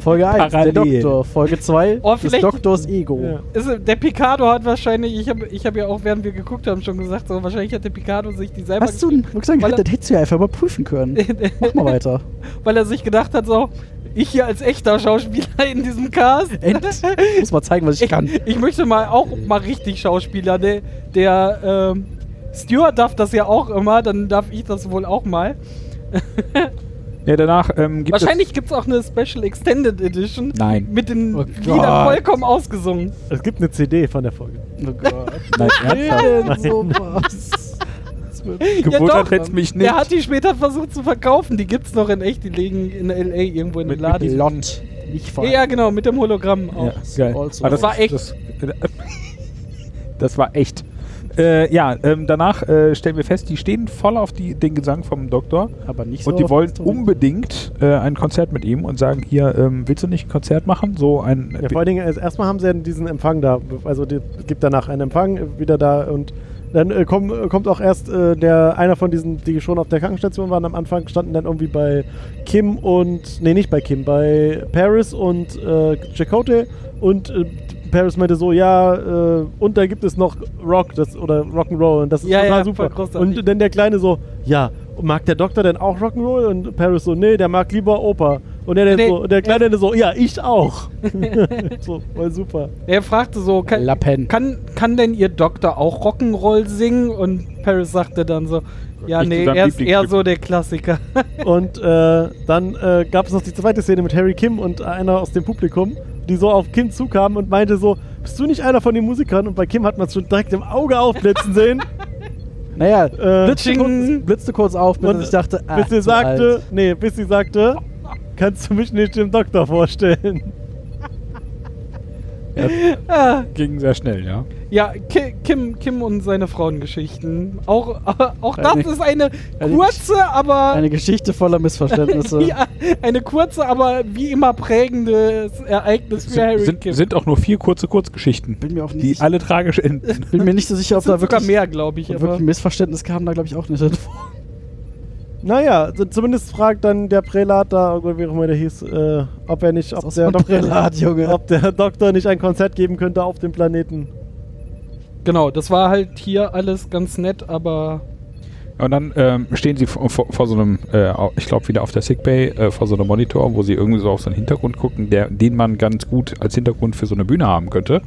Speaker 5: Folge 1, der
Speaker 6: Parallel.
Speaker 5: Doktor. Folge 2,
Speaker 2: Oh,
Speaker 5: des
Speaker 2: vielleicht-
Speaker 5: Doktors Ego.
Speaker 4: Ja.
Speaker 2: Ist, der Picardo hat wahrscheinlich, ich habe ich hab ja auch, während wir geguckt haben, schon gesagt, so, wahrscheinlich hat der Picardo sich die selber
Speaker 5: Hast du, muss ich sagen,
Speaker 2: Weil er-
Speaker 5: das hättest du ja einfach mal prüfen können. Mach mal weiter.
Speaker 2: weil er sich gedacht hat, so, Ich hier als echter Schauspieler in diesem Cast.
Speaker 5: End. Muss mal zeigen, was ich
Speaker 2: Ich,
Speaker 5: kann.
Speaker 2: ich möchte mal auch mal richtig Schauspieler. Der, der ähm, Stuart darf das ja auch immer, dann darf ich das wohl auch mal.
Speaker 6: Ja, danach ähm, gibt
Speaker 2: Wahrscheinlich gibt es auch eine Special Extended Edition.
Speaker 6: Nein.
Speaker 2: Mit den
Speaker 5: Oh
Speaker 2: Liedern
Speaker 5: Gott.
Speaker 2: vollkommen ausgesungen.
Speaker 4: Es gibt eine CD von der Folge.
Speaker 5: Oh Gott.
Speaker 6: es... Nein, ernsthaft.
Speaker 5: <laughs>
Speaker 2: Ja,
Speaker 6: Gewundert
Speaker 2: doch.
Speaker 6: hätt's mich nicht.
Speaker 2: Der hat die später versucht zu verkaufen. Die gibt's noch in echt. Die liegen in L.A. irgendwo in dem
Speaker 6: Mit- mit
Speaker 2: Laden.
Speaker 5: Lot. Nicht
Speaker 2: ja,
Speaker 5: vor.
Speaker 2: ja, genau, mit dem Hologramm auch.
Speaker 6: Ja, geil.
Speaker 5: Also-
Speaker 6: Ah,
Speaker 2: Das war echt.
Speaker 6: Das, das war echt. Äh, ja, ähm, danach äh, stellen wir fest, die stehen voll auf die, den Gesang vom Doktor
Speaker 5: Aber nicht so. Oh,
Speaker 6: und die
Speaker 5: auf
Speaker 6: wollen
Speaker 5: das Instrument.
Speaker 6: unbedingt äh, ein Konzert mit ihm und sagen hier, ähm, willst du nicht ein Konzert machen? So ein äh,
Speaker 4: Ja, vor allen Dingen, also erstmal haben sie ja diesen Empfang da. Also die, es gibt danach einen Empfang äh, wieder da und dann äh, komm, äh, kommt auch erst äh, der einer von diesen, die schon auf der Krankenstation waren am Anfang, standen dann irgendwie bei Kim und nee nicht bei Kim, bei Paris und äh, Chakotay und äh, Paris meinte so ja äh, und da gibt es noch Rock das oder Rock'n'Roll und das ist
Speaker 2: Ja,
Speaker 4: total
Speaker 2: ja, voll
Speaker 4: super
Speaker 2: großartig.
Speaker 4: und dann der kleine so ja mag der Doktor denn auch Rock'n'Roll und Paris so nee der mag lieber Oper und er
Speaker 2: Nee,
Speaker 4: dann so, und der kleine dann so ja ich auch
Speaker 5: <laughs>
Speaker 4: <laughs> so, voll super.
Speaker 2: Er fragte so, kann,
Speaker 5: Lappen.
Speaker 2: kann, kann denn ihr Doktor auch Rock'n'Roll singen? Und Paris sagte dann so, ja,
Speaker 6: Ich
Speaker 2: nee,
Speaker 6: zusammen
Speaker 2: er ist eher
Speaker 6: Lieblingstyp.
Speaker 2: so der Klassiker.
Speaker 4: Und äh, dann äh, gab es noch die zweite Szene mit Harry Kim und einer aus dem Publikum, die so auf Kim zukamen und meinte so, bist du nicht einer von den Musikern? Und bei Kim hat man es schon direkt im Auge aufblitzen sehen.
Speaker 5: Naja, blitzte,
Speaker 2: Ching.
Speaker 5: kurz, blitzte kurz auf, <laughs> bis
Speaker 4: Und
Speaker 5: ich dachte, ah,
Speaker 4: bis sie
Speaker 5: zu
Speaker 4: sagte,
Speaker 5: alt.
Speaker 4: nee, bis sie sagte, kannst du mich nicht dem Doktor vorstellen?
Speaker 2: Ah,
Speaker 6: ging sehr schnell, ja.
Speaker 2: ja, Ki- Kim, Kim und seine Frauengeschichten. Auch, <laughs> auch das
Speaker 5: Eine-
Speaker 2: ist eine
Speaker 5: eine-
Speaker 2: kurze, aber
Speaker 5: Eine Geschichte voller Missverständnisse.
Speaker 2: <laughs> ja, eine kurze, aber wie immer prägendes Ereignis für Harry
Speaker 6: Sind,
Speaker 2: Kim.
Speaker 6: sind auch nur vier kurze Kurzgeschichten,
Speaker 5: Bin mir auch
Speaker 6: die
Speaker 5: nicht,
Speaker 6: alle tragisch enden.
Speaker 5: bin mir nicht so sicher, ob
Speaker 2: Es sind
Speaker 5: da
Speaker 2: sogar
Speaker 5: wirklich,
Speaker 2: mehr, glaube ich.
Speaker 5: ob
Speaker 2: Aber
Speaker 5: wirklich ein Missverständnis kam, da glaube ich auch nicht drin vor.
Speaker 4: Naja, also zumindest fragt dann der Prälat da, oder wie auch immer der hieß, äh, ob er nicht, ob
Speaker 5: ist
Speaker 4: der,
Speaker 5: auch so ein Prälat, Junge.
Speaker 4: ob der Doktor nicht ein Konzert geben könnte auf dem Planeten.
Speaker 2: genau, das war halt hier alles ganz nett, aber
Speaker 6: Und dann ähm, stehen sie vor, vor, vor so einem, äh, au- ich glaube wieder auf der Sickbay, äh, vor so einem Monitor, wo sie irgendwie so auf so einen Hintergrund gucken, der, den man ganz gut als Hintergrund für so eine Bühne haben könnte.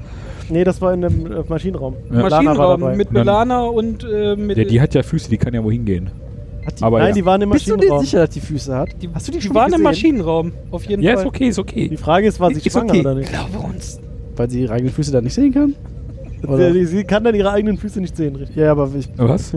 Speaker 4: Nee, das war in einem äh, Maschinenraum.
Speaker 6: Ja.
Speaker 4: Lana war dabei.
Speaker 2: Maschinenraum mit
Speaker 6: Und dann-
Speaker 2: Melana und äh, mit.
Speaker 6: Ja, die hat ja Füße, die kann ja wohin gehen.
Speaker 5: Hat die,
Speaker 6: Aber
Speaker 4: Nein,
Speaker 6: ja.
Speaker 4: die waren im
Speaker 5: bist du dir
Speaker 4: Maschinenraum.
Speaker 5: sicher, dass die Füße hat?
Speaker 2: die,
Speaker 5: Hast du die,
Speaker 2: die
Speaker 5: schon
Speaker 2: waren
Speaker 5: gesehen?
Speaker 2: im Maschinenraum,
Speaker 5: <laughs>
Speaker 2: auf jeden
Speaker 6: Ja,
Speaker 2: Fall.
Speaker 6: ist okay, ist okay.
Speaker 4: Die Frage ist, war sie
Speaker 6: Ist
Speaker 4: schwanger
Speaker 6: okay.
Speaker 4: oder nicht?
Speaker 2: Glaube uns.
Speaker 5: Weil sie ihre eigenen Füße da nicht sehen kann? Oder?
Speaker 4: Sie, Also, sie kann dann ihre eigenen Füße nicht sehen, richtig?
Speaker 5: Ja, aber ich,
Speaker 6: Was?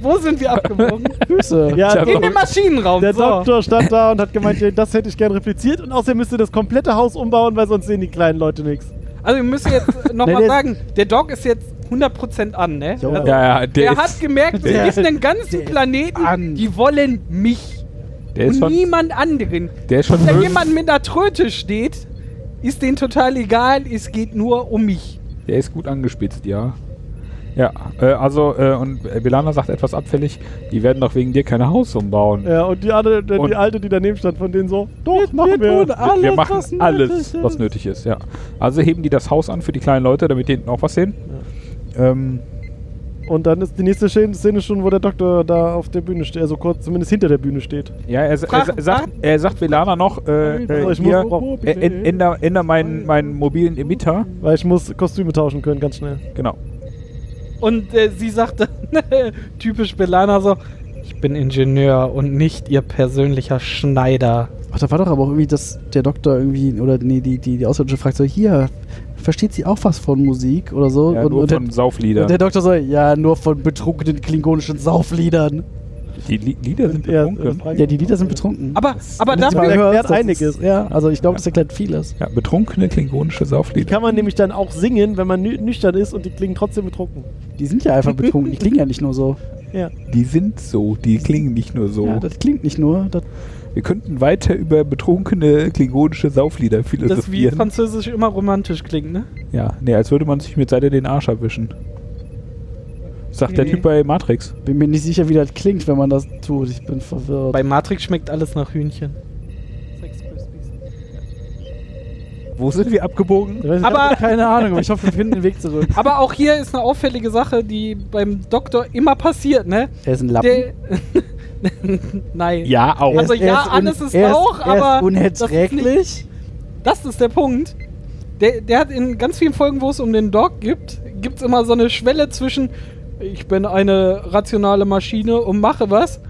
Speaker 2: Wo sind wir abgebogen?
Speaker 5: Füße.
Speaker 4: <laughs> Ja,
Speaker 6: Tja,
Speaker 2: In
Speaker 4: der,
Speaker 2: den Maschinenraum.
Speaker 4: der
Speaker 2: genau. so.
Speaker 4: Doktor stand da und hat gemeint, ja, das hätte ich gern repliziert und außerdem müsste das komplette Haus umbauen, weil sonst sehen die kleinen Leute nichts.
Speaker 2: Also wir müssen jetzt
Speaker 5: Nee,
Speaker 2: nochmal
Speaker 5: der-
Speaker 2: sagen, der Dog ist jetzt 100% an, ne?
Speaker 5: Jo.
Speaker 2: Also,
Speaker 6: Ja, ja, der,
Speaker 2: der
Speaker 6: ist,
Speaker 2: hat gemerkt, es
Speaker 5: der-
Speaker 2: gibt einen ganzen
Speaker 5: der ist
Speaker 2: Planeten,
Speaker 5: an.
Speaker 2: die wollen mich
Speaker 6: der ist
Speaker 2: und
Speaker 6: schon,
Speaker 2: niemand anderen.
Speaker 6: der ist schon
Speaker 2: Wenn da
Speaker 6: böse.
Speaker 2: jemand mit einer Tröte steht, ist denen total egal, es geht nur um mich.
Speaker 6: Der ist gut angespitzt, ja. Ja, äh, also, äh, und Belana sagt etwas abfällig, die werden doch wegen dir kein Haus umbauen.
Speaker 4: Ja, und die, andere, der,
Speaker 6: Und-
Speaker 4: die alte, die daneben stand, von denen so, doch, machen
Speaker 5: wir
Speaker 4: wir.
Speaker 5: tun alles,
Speaker 6: wir machen
Speaker 5: was nötig
Speaker 6: alles,
Speaker 5: ist.
Speaker 6: was nötig ist, ja. Also heben die das Haus an für die kleinen Leute, damit die hinten auch was sehen. Ähm,
Speaker 4: Und dann ist die nächste Szene Szene schon, wo der Doktor da auf der Bühne steht, also kurz zumindest hinter der Bühne steht.
Speaker 6: ja, er, er,
Speaker 2: Frag-
Speaker 6: er, sagt, er sagt Velana noch, äh,
Speaker 4: Also
Speaker 6: äh,
Speaker 4: ich muss-
Speaker 6: hier, äh, ä- änder, änder meinen, meinen mobilen Emitter.
Speaker 4: Weil ich muss Kostüme tauschen können, ganz schnell.
Speaker 6: Genau.
Speaker 2: Und äh, sie sagte, <laughs> typisch Belana so, ich bin Ingenieur und nicht ihr persönlicher Schneider.
Speaker 5: Ach, da war doch aber auch irgendwie, dass der Doktor irgendwie, oder nee, die, die, die Ausländische fragt so, hier, versteht sie auch was von Musik oder so?
Speaker 6: Ja,
Speaker 5: und,
Speaker 6: nur
Speaker 5: und,
Speaker 6: von
Speaker 5: der,
Speaker 6: Saufliedern.
Speaker 5: und der Doktor so, ja, nur von betrunkenen klingonischen Saufliedern.
Speaker 6: Die Li- Lieder sind
Speaker 4: Er-
Speaker 6: betrunken.
Speaker 4: fragt-
Speaker 5: Ja, die Lieder sind betrunken.
Speaker 2: Aber, aber
Speaker 5: Wenn du
Speaker 2: das
Speaker 5: sie
Speaker 4: darf-
Speaker 5: mal
Speaker 4: erklärt
Speaker 5: hörst, das
Speaker 4: einiges.
Speaker 5: Ist, ja, also ich glaube, es erklärt vieles.
Speaker 6: Ja, betrunkene klingonische
Speaker 4: Die
Speaker 6: Sauflieder.
Speaker 4: kann man nämlich dann auch singen, wenn man nü nüchtern ist und die klingen trotzdem betrunken.
Speaker 5: Die sind ja einfach betrunken, die klingen ja nicht nur so.
Speaker 4: Ja.
Speaker 6: Die sind so, die klingen nicht nur so.
Speaker 5: Ja, das klingt nicht nur. Das,
Speaker 6: Wir könnten weiter über betrunkene klingonische Sauflieder
Speaker 2: Das ist wie
Speaker 6: philosophieren.
Speaker 2: Französisch immer romantisch klingt, ne?
Speaker 6: ja, nee, als würde man sich mit Seite den Arsch abwischen. Sagt der
Speaker 2: Nee.
Speaker 6: Typ bei Matrix.
Speaker 5: bin mir nicht sicher, wie das klingt, wenn man das tut. Ich bin verwirrt.
Speaker 2: Bei Matrix schmeckt alles nach Hühnchen.
Speaker 6: Wo sind wir abgebogen?
Speaker 4: Ich weiß nicht,
Speaker 2: Aber,
Speaker 5: keine Ahnung, aber ich hoffe, wir finden den Weg zurück.
Speaker 2: <laughs> aber auch hier ist eine auffällige Sache, die beim Doktor immer passiert, ne?
Speaker 5: Er ist ein Lappen.
Speaker 2: Der, <laughs> Nein.
Speaker 6: Ja, auch.
Speaker 2: Er Also ja,
Speaker 5: un-
Speaker 2: alles ist
Speaker 5: er
Speaker 2: auch,
Speaker 5: er
Speaker 2: aber
Speaker 5: Ist
Speaker 2: das ist
Speaker 5: unerträglich.
Speaker 2: Das ist der Punkt. Der, der hat in ganz vielen Folgen, wo es um den Dog gibt, gibt es immer so eine Schwelle zwischen ich bin eine rationale Maschine und mache was.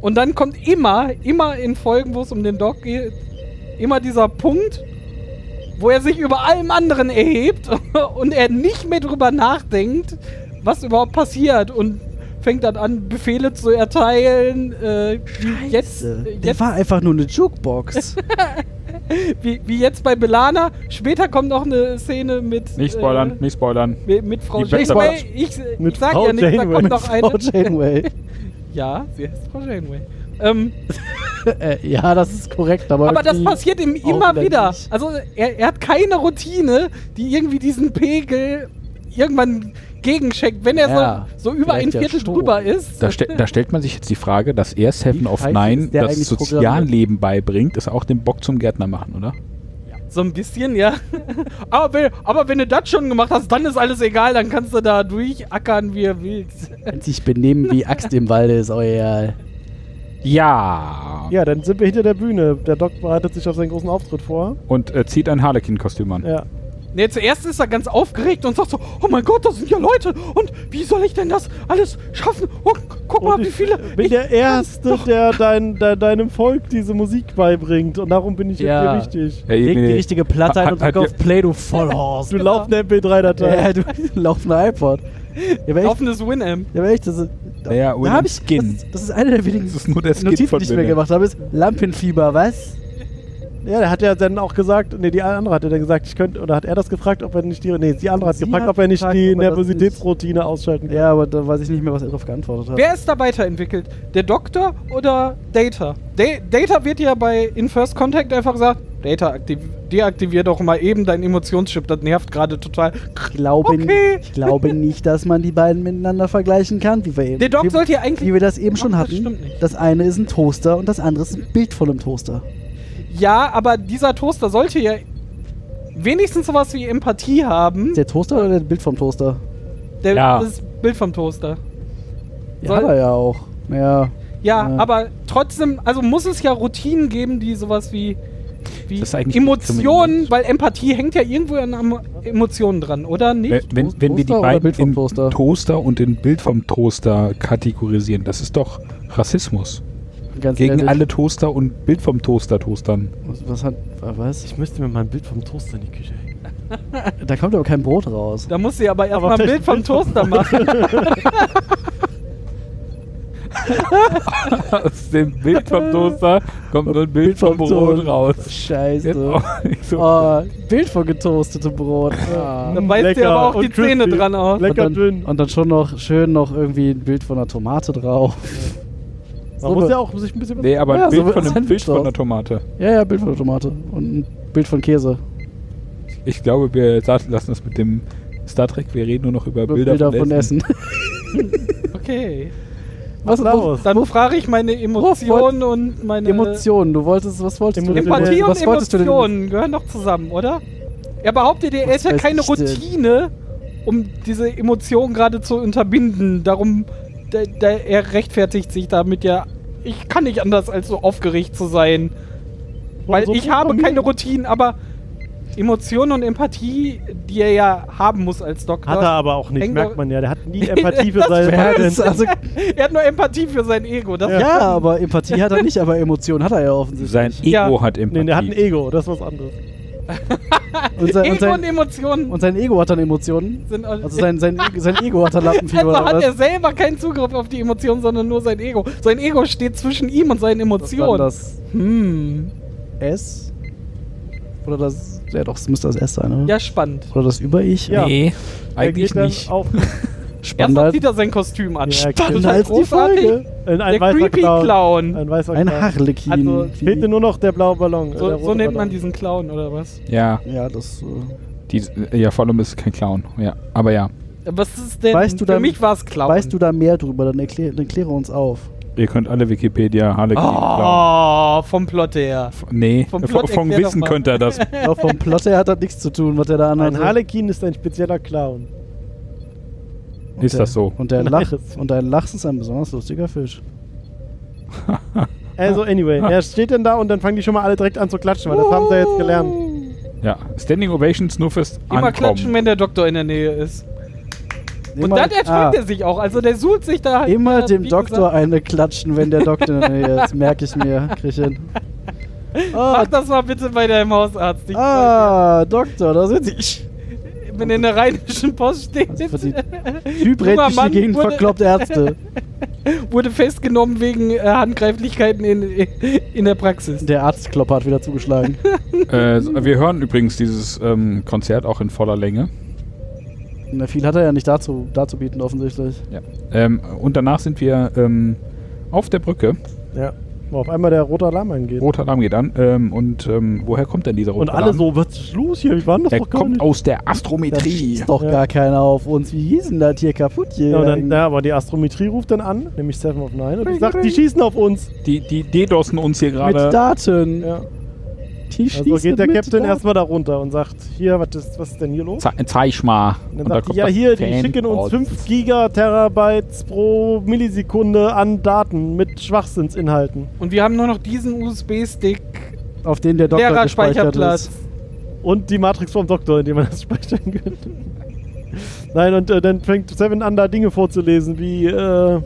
Speaker 2: Und dann kommt immer, immer in Folgen, wo es um den Dog geht, immer dieser Punkt, wo er sich über allem anderen erhebt <laughs> und er nicht mehr drüber nachdenkt, was überhaupt passiert und fängt dann an, Befehle zu erteilen. Äh, wie jetzt,
Speaker 5: Der
Speaker 2: jetzt
Speaker 5: war einfach nur eine
Speaker 2: <laughs>
Speaker 5: Jukebox.
Speaker 2: wie, wie jetzt bei Belana. Später kommt noch eine Szene mit.
Speaker 5: äh,
Speaker 6: Nicht spoilern, nicht spoilern.
Speaker 2: Äh, mit, mit Frau
Speaker 6: Die Bachelor-
Speaker 2: Janeway. Ich, äh, ich
Speaker 4: Mit
Speaker 2: sag
Speaker 4: Frau
Speaker 2: ja nichts, da
Speaker 4: Janeway.
Speaker 2: kommt noch eine.
Speaker 5: Frau Janeway.
Speaker 2: Ja, sie heißt Frau Janeway. Ähm,
Speaker 5: <laughs> äh, ja, das ist korrekt, aber.
Speaker 2: aber das
Speaker 5: irgendwie
Speaker 2: passiert ihm
Speaker 5: auch
Speaker 2: immer
Speaker 5: wieder
Speaker 2: wieder.
Speaker 5: nicht.
Speaker 2: Also er, er hat keine Routine, die irgendwie diesen Pegel irgendwann gegencheckt, wenn er
Speaker 5: Ja,
Speaker 2: so, so über
Speaker 5: vielleicht
Speaker 2: ein
Speaker 5: der
Speaker 2: Viertel
Speaker 5: Strom.
Speaker 2: drüber ist.
Speaker 6: Da, ste da stellt man sich jetzt die Frage, dass er Seven
Speaker 5: Wie
Speaker 6: of
Speaker 5: scheiße
Speaker 6: Nine
Speaker 5: ist der
Speaker 6: das
Speaker 5: eigentlich
Speaker 6: Sozialleben beibringt, ist auch den Bock zum Gärtner machen, oder?
Speaker 2: So ein bisschen, ja. <laughs> aber, wenn, aber wenn du das schon gemacht hast, dann ist alles egal, dann kannst du da durchackern, wie er willst.
Speaker 5: Wenn sich benehmen wie Axt im Walde, ist euer egal.
Speaker 6: Ja.
Speaker 4: Ja, dann sind wir hinter der Bühne. Der Doc bereitet sich auf seinen großen Auftritt vor.
Speaker 6: Und äh, zieht ein Harlequin-Kostüm an.
Speaker 4: Ja.
Speaker 2: Nee, zuerst ist er ganz aufgeregt und sagt so, oh mein Gott, das sind ja Leute und wie soll ich denn das alles schaffen? Und guck mal,
Speaker 4: Und
Speaker 2: wie viele.
Speaker 4: Ich bin der Erste, der dein, de, deinem Volk diese Musik beibringt. Und darum bin ich
Speaker 5: Ja.
Speaker 4: jetzt hier wichtig.
Speaker 6: Äh,
Speaker 5: Leg
Speaker 6: nee,
Speaker 5: die
Speaker 6: nee.
Speaker 5: richtige Platte
Speaker 6: Hat-
Speaker 5: ein und
Speaker 6: hat-
Speaker 5: drück auf Play, du Vollhorst.
Speaker 4: Du laufende MP3-Datei.
Speaker 5: <laughs> Ja, du <laughs> laufender iPod. Ja, aber echt,
Speaker 2: laufendes Winamp.
Speaker 5: ja, aber echt das ist, da,
Speaker 6: Ja,
Speaker 5: da
Speaker 6: Wilhelm
Speaker 5: hab ich,
Speaker 6: Skin.
Speaker 5: Das, das ist eine der wenigen
Speaker 6: Das ist nur der Skin
Speaker 5: Notizen,
Speaker 6: von
Speaker 5: die ich mir
Speaker 6: Wilhelm.
Speaker 5: gemacht habe, ist Lampenfieber, was?
Speaker 4: Ja, der hat ja dann auch gesagt, nee, die andere hat ja dann gesagt, ich könnte, oder hat er das gefragt, ob er nicht die, nee, die andere hat
Speaker 5: Sie
Speaker 4: gefragt,
Speaker 5: hat
Speaker 4: ob er nicht
Speaker 5: gefragt,
Speaker 4: die
Speaker 5: ob er das
Speaker 4: Nervositätsroutine ausschalten kann.
Speaker 5: Ja, aber da weiß ich nicht mehr, was er darauf geantwortet hat.
Speaker 2: Wer ist da weiterentwickelt? Der Doktor oder Data? Da- Data wird ja bei In First Contact einfach gesagt, Data, aktiv deaktivier doch mal eben deinen Emotionschip, das nervt gerade total.
Speaker 5: Ich glaube, n-
Speaker 2: Okay.
Speaker 5: ich glaube nicht, dass man die beiden miteinander vergleichen kann, wie wir eben.
Speaker 2: Der Doc
Speaker 5: wie,
Speaker 2: sollte ja eigentlich-
Speaker 5: Wie wir das eben
Speaker 2: Ach,
Speaker 5: schon
Speaker 2: das
Speaker 5: hatten.
Speaker 2: stimmt nicht.
Speaker 5: das eine ist ein Toaster und das andere ist ein Bild von einem Toaster.
Speaker 2: Ja, aber dieser Toaster sollte ja wenigstens sowas wie Empathie haben.
Speaker 5: Ist der Toaster oder das Bild vom Toaster?
Speaker 2: Der,
Speaker 6: Ja.
Speaker 2: Das Bild vom Toaster.
Speaker 5: Ja,
Speaker 2: Soll-
Speaker 5: hat er ja auch. Ja.
Speaker 2: Ja,
Speaker 5: Ja.
Speaker 2: aber trotzdem, also muss es ja Routinen geben, die sowas wie, wie
Speaker 6: Das ist eigentlich
Speaker 2: Emotionen,
Speaker 6: diskriminierend.
Speaker 2: weil Empathie hängt ja irgendwo an Am- Emotionen dran, oder
Speaker 6: Wenn,
Speaker 2: nicht?
Speaker 6: wenn, wenn wir die
Speaker 5: Toaster oder
Speaker 6: beiden
Speaker 5: Bild vom
Speaker 6: in
Speaker 5: Toaster?
Speaker 6: Toaster? und in Bild vom Toaster kategorisieren, das ist doch Rassismus.
Speaker 5: Ganz
Speaker 6: Gegen
Speaker 5: ehrlich.
Speaker 6: alle Toaster und Bild vom Toaster toastern.
Speaker 5: Was, was hat. Was?
Speaker 4: Ich müsste mir mal ein Bild vom Toaster in die Küche hängen.
Speaker 5: Da kommt aber kein Brot raus.
Speaker 2: Da muss sie aber
Speaker 4: Aber
Speaker 2: erstmal ein
Speaker 4: vielleicht
Speaker 2: Bild vom
Speaker 4: Bild vom
Speaker 2: Toaster machen. <laughs>
Speaker 6: Aus dem Bild vom Toaster kommt nur ein Bild vom Brot raus.
Speaker 5: Scheiße.
Speaker 6: Jetzt auch nicht so.
Speaker 5: Oh, Bild von getoastetem Brot. Ah.
Speaker 2: Da beißt dir aber auch die
Speaker 4: und crispy.
Speaker 2: Zähne dran aus.
Speaker 4: Lecker
Speaker 5: und dann,
Speaker 4: dünn.
Speaker 5: und dann schon noch schön noch irgendwie ein Bild von einer Tomate drauf.
Speaker 4: Man muss ja auch sich ein bisschen...
Speaker 6: Nee, aber ein
Speaker 5: Ja, so
Speaker 6: Bild,
Speaker 5: wird
Speaker 6: von, einem
Speaker 5: Sandwich
Speaker 6: Bild von
Speaker 5: draus.
Speaker 6: einer Tomate.
Speaker 5: Ja, ja, Bild von der Tomate. Und ein Bild von Käse.
Speaker 6: Ich glaube, wir lassen es mit dem Star Trek. Wir reden nur noch über Bilder, von, Essen.
Speaker 5: <laughs>
Speaker 2: Okay.
Speaker 5: Was
Speaker 4: Applaus.
Speaker 5: Dann
Speaker 2: Dann frage ich meine Emotionen und meine.
Speaker 5: Emotionen. Du wolltest, was wolltest du
Speaker 2: Empathie
Speaker 5: denn?
Speaker 2: und
Speaker 5: Was wolltest du denn?
Speaker 2: Emotionen gehören doch zusammen, oder? Er behauptet, er
Speaker 5: Was
Speaker 2: hätte
Speaker 5: weiß
Speaker 2: keine
Speaker 5: ich denn?
Speaker 2: Routine, um diese Emotionen gerade zu unterbinden. Darum, da, da, er rechtfertigt sich damit ja. Ich kann nicht anders, als so aufgeregt zu sein. Weil
Speaker 4: so
Speaker 2: ich habe
Speaker 4: programmiert.
Speaker 2: keine Routinen, aber Emotionen und Empathie, die er ja haben muss als Doktor.
Speaker 4: Hat er aber auch nicht,
Speaker 2: Hängt
Speaker 4: merkt
Speaker 2: doch-
Speaker 4: man ja.
Speaker 2: <laughs>
Speaker 4: Der hat nie Empathie für
Speaker 2: Das
Speaker 4: seine...
Speaker 5: Ja, das,
Speaker 4: Patienten.
Speaker 5: also,
Speaker 2: er hat nur Empathie für sein Ego.
Speaker 5: <laughs>
Speaker 2: Das
Speaker 5: ja, aber Empathie hat er nicht, aber Emotionen hat er ja offensichtlich.
Speaker 6: Sein Ego
Speaker 2: Ja.
Speaker 6: hat Empathie.
Speaker 4: Nee, der hat ein Ego, das ist was anderes.
Speaker 5: und, sein,
Speaker 2: Ego
Speaker 5: und,
Speaker 2: und,
Speaker 5: sein,
Speaker 2: Emotionen
Speaker 5: und sein Ego hat dann Emotionen.
Speaker 2: sind.
Speaker 5: Also sein,
Speaker 2: <laughs>
Speaker 5: sein, sein Ego hat dann Lappenfieber.
Speaker 2: Also
Speaker 5: oder
Speaker 2: hat
Speaker 5: was?
Speaker 2: er selber keinen Zugriff auf die Emotionen, sondern nur sein Ego. Sein Ego steht zwischen ihm und seinen
Speaker 5: Was war denn
Speaker 2: Emotionen.
Speaker 5: das
Speaker 2: Hm.
Speaker 5: S? Oder das. Ja, doch, es müsste das S sein, oder?
Speaker 2: Ja, spannend.
Speaker 5: Oder das Über-Ich?
Speaker 4: Ja.
Speaker 6: Nee,
Speaker 4: Der
Speaker 6: eigentlich
Speaker 4: geht dann
Speaker 6: nicht.
Speaker 4: Auf,
Speaker 5: Spannend.
Speaker 2: Erstmal
Speaker 5: halt.
Speaker 2: zieht er sein Kostüm an.
Speaker 4: Ja,
Speaker 2: Total
Speaker 5: spannender als genau. die
Speaker 2: großartig.
Speaker 5: Folge.
Speaker 4: ein, ein
Speaker 2: Der
Speaker 4: weißer
Speaker 2: Creepy
Speaker 4: Clown.
Speaker 2: Clown.
Speaker 4: Ein weißer
Speaker 5: Ein
Speaker 4: Clown.
Speaker 5: Harlekin.
Speaker 2: Also,
Speaker 5: Wie-
Speaker 4: Fehlt dir nur noch der blaue Ballon. äh, der
Speaker 2: So, so
Speaker 4: rote
Speaker 2: nennt man
Speaker 4: Ballon.
Speaker 2: diesen Clown, oder was?
Speaker 6: Ja,
Speaker 5: Ja, das. Äh,
Speaker 6: die, ja, vor allem ist es kein Clown. Ja, aber ja.
Speaker 2: Was ist denn?
Speaker 5: Weißt du
Speaker 2: Für
Speaker 5: dann-
Speaker 2: mich war es Clown.
Speaker 5: weißt du da mehr drüber? Dann erklär, dann kläre uns
Speaker 2: <laughs>
Speaker 5: auf.
Speaker 6: Ihr könnt alle Wikipedia Harlequin Clown.
Speaker 2: Oh, vom Plot her.
Speaker 6: Nee,
Speaker 2: Vom
Speaker 6: vom,
Speaker 2: Plot
Speaker 6: vom
Speaker 2: erklär
Speaker 6: Wissen
Speaker 2: doch mal.
Speaker 6: könnt
Speaker 2: <laughs>
Speaker 6: ihr das.
Speaker 5: Auch vom Plot her hat das nichts zu tun, was der da anhat.
Speaker 6: Also-
Speaker 4: Ein Harlekin ist ein spezieller Clown.
Speaker 5: Und
Speaker 6: Ist
Speaker 5: der-
Speaker 6: das so?
Speaker 5: Und ein
Speaker 4: Nein,
Speaker 5: Lach,
Speaker 2: <laughs>
Speaker 4: das-
Speaker 5: und ein Lachs ist ein besonders lustiger Fisch.
Speaker 4: Also,
Speaker 6: Ah. <laughs>
Speaker 4: anyway, er steht denn da und dann fangen die schon mal alle direkt an zu klatschen, weil das haben sie ja jetzt gelernt.
Speaker 6: Ja, Standing Ovations nur fürs
Speaker 2: Immer klatschen,
Speaker 6: Ankommen.
Speaker 2: wenn der Doktor in der Nähe ist. Und
Speaker 5: Immer-
Speaker 2: dann erschreckt
Speaker 5: ah.
Speaker 2: er sich auch. Also der sucht sich da halt.
Speaker 5: Immer
Speaker 2: äh,
Speaker 5: dem
Speaker 2: wie
Speaker 5: Doktor
Speaker 2: gesagt,
Speaker 5: eine klatschen, wenn der Doktor in der Nähe ist. Merke ich mir, krieg ich hin. Ah,
Speaker 2: Mach das mal bitte bei deinem Hausarzt. Ich
Speaker 5: ah Doktor, da sind sie.
Speaker 2: Wenn er in der rheinischen Post steht,
Speaker 5: Also für die Typ rennt
Speaker 2: Junger
Speaker 5: durch die
Speaker 2: Mann
Speaker 5: Gegend,
Speaker 2: wurde-
Speaker 5: verkloppt Ärzte.
Speaker 2: wurde festgenommen wegen äh, Handgreiflichkeiten in, in der Praxis.
Speaker 5: Der Arztklopper hat wieder zugeschlagen.
Speaker 6: Äh, so, wir hören übrigens dieses ähm, Konzert auch in voller Länge.
Speaker 5: Na, viel hat er ja nicht dazu, dazu bieten, offensichtlich.
Speaker 6: Ähm, und danach sind wir ähm, auf der Brücke.
Speaker 4: Ja. Wo auf einmal der rote Alarm eingeht.
Speaker 6: Roter Alarm geht an. Ähm, und ähm, woher kommt denn dieser rote
Speaker 4: und alle
Speaker 6: Alarm?
Speaker 4: so, was ist los hier? Wir waren das
Speaker 6: Er
Speaker 4: doch gar
Speaker 6: kommt
Speaker 4: nicht.
Speaker 6: aus der
Speaker 5: Da
Speaker 6: Astrometrie.
Speaker 5: schießt doch
Speaker 4: Ja.
Speaker 5: gar keiner auf uns. Wie hieß denn das hier kaputt hier?
Speaker 4: Ja, und dann,
Speaker 5: eigentlich?
Speaker 4: ja, aber die Astrometrie ruft dann an, nämlich Seven of Nine, und die sagt, die schießen auf uns.
Speaker 6: Die, die DDoSen uns hier
Speaker 5: mit
Speaker 6: gerade.
Speaker 5: Daten.
Speaker 4: Ja.
Speaker 5: Die
Speaker 4: Also
Speaker 5: schießen
Speaker 4: geht der
Speaker 5: mit
Speaker 4: Captain
Speaker 5: Daten.
Speaker 4: erstmal da runter und sagt, hier, was ist, was ist denn hier los?
Speaker 6: Ze zeig mal.
Speaker 4: Und dann
Speaker 6: Und da
Speaker 4: sagt die,
Speaker 6: kommt
Speaker 4: ja
Speaker 6: das
Speaker 4: hier, die
Speaker 6: Fan-
Speaker 4: schicken
Speaker 6: Oh,
Speaker 4: uns 5 Gigaterabytes pro Millisekunde an Daten mit Schwachsinnsinhalten.
Speaker 2: Und wir haben nur noch diesen USB-Stick
Speaker 5: auf den der Doktor gespeichert
Speaker 2: Lehrerspeicherplatz.
Speaker 5: ist.
Speaker 4: Und die Matrix vom Doktor, in die man das <laughs> speichern könnte. Nein, und äh, dann fängt Seven an, da Dinge vorzulesen, wie, äh,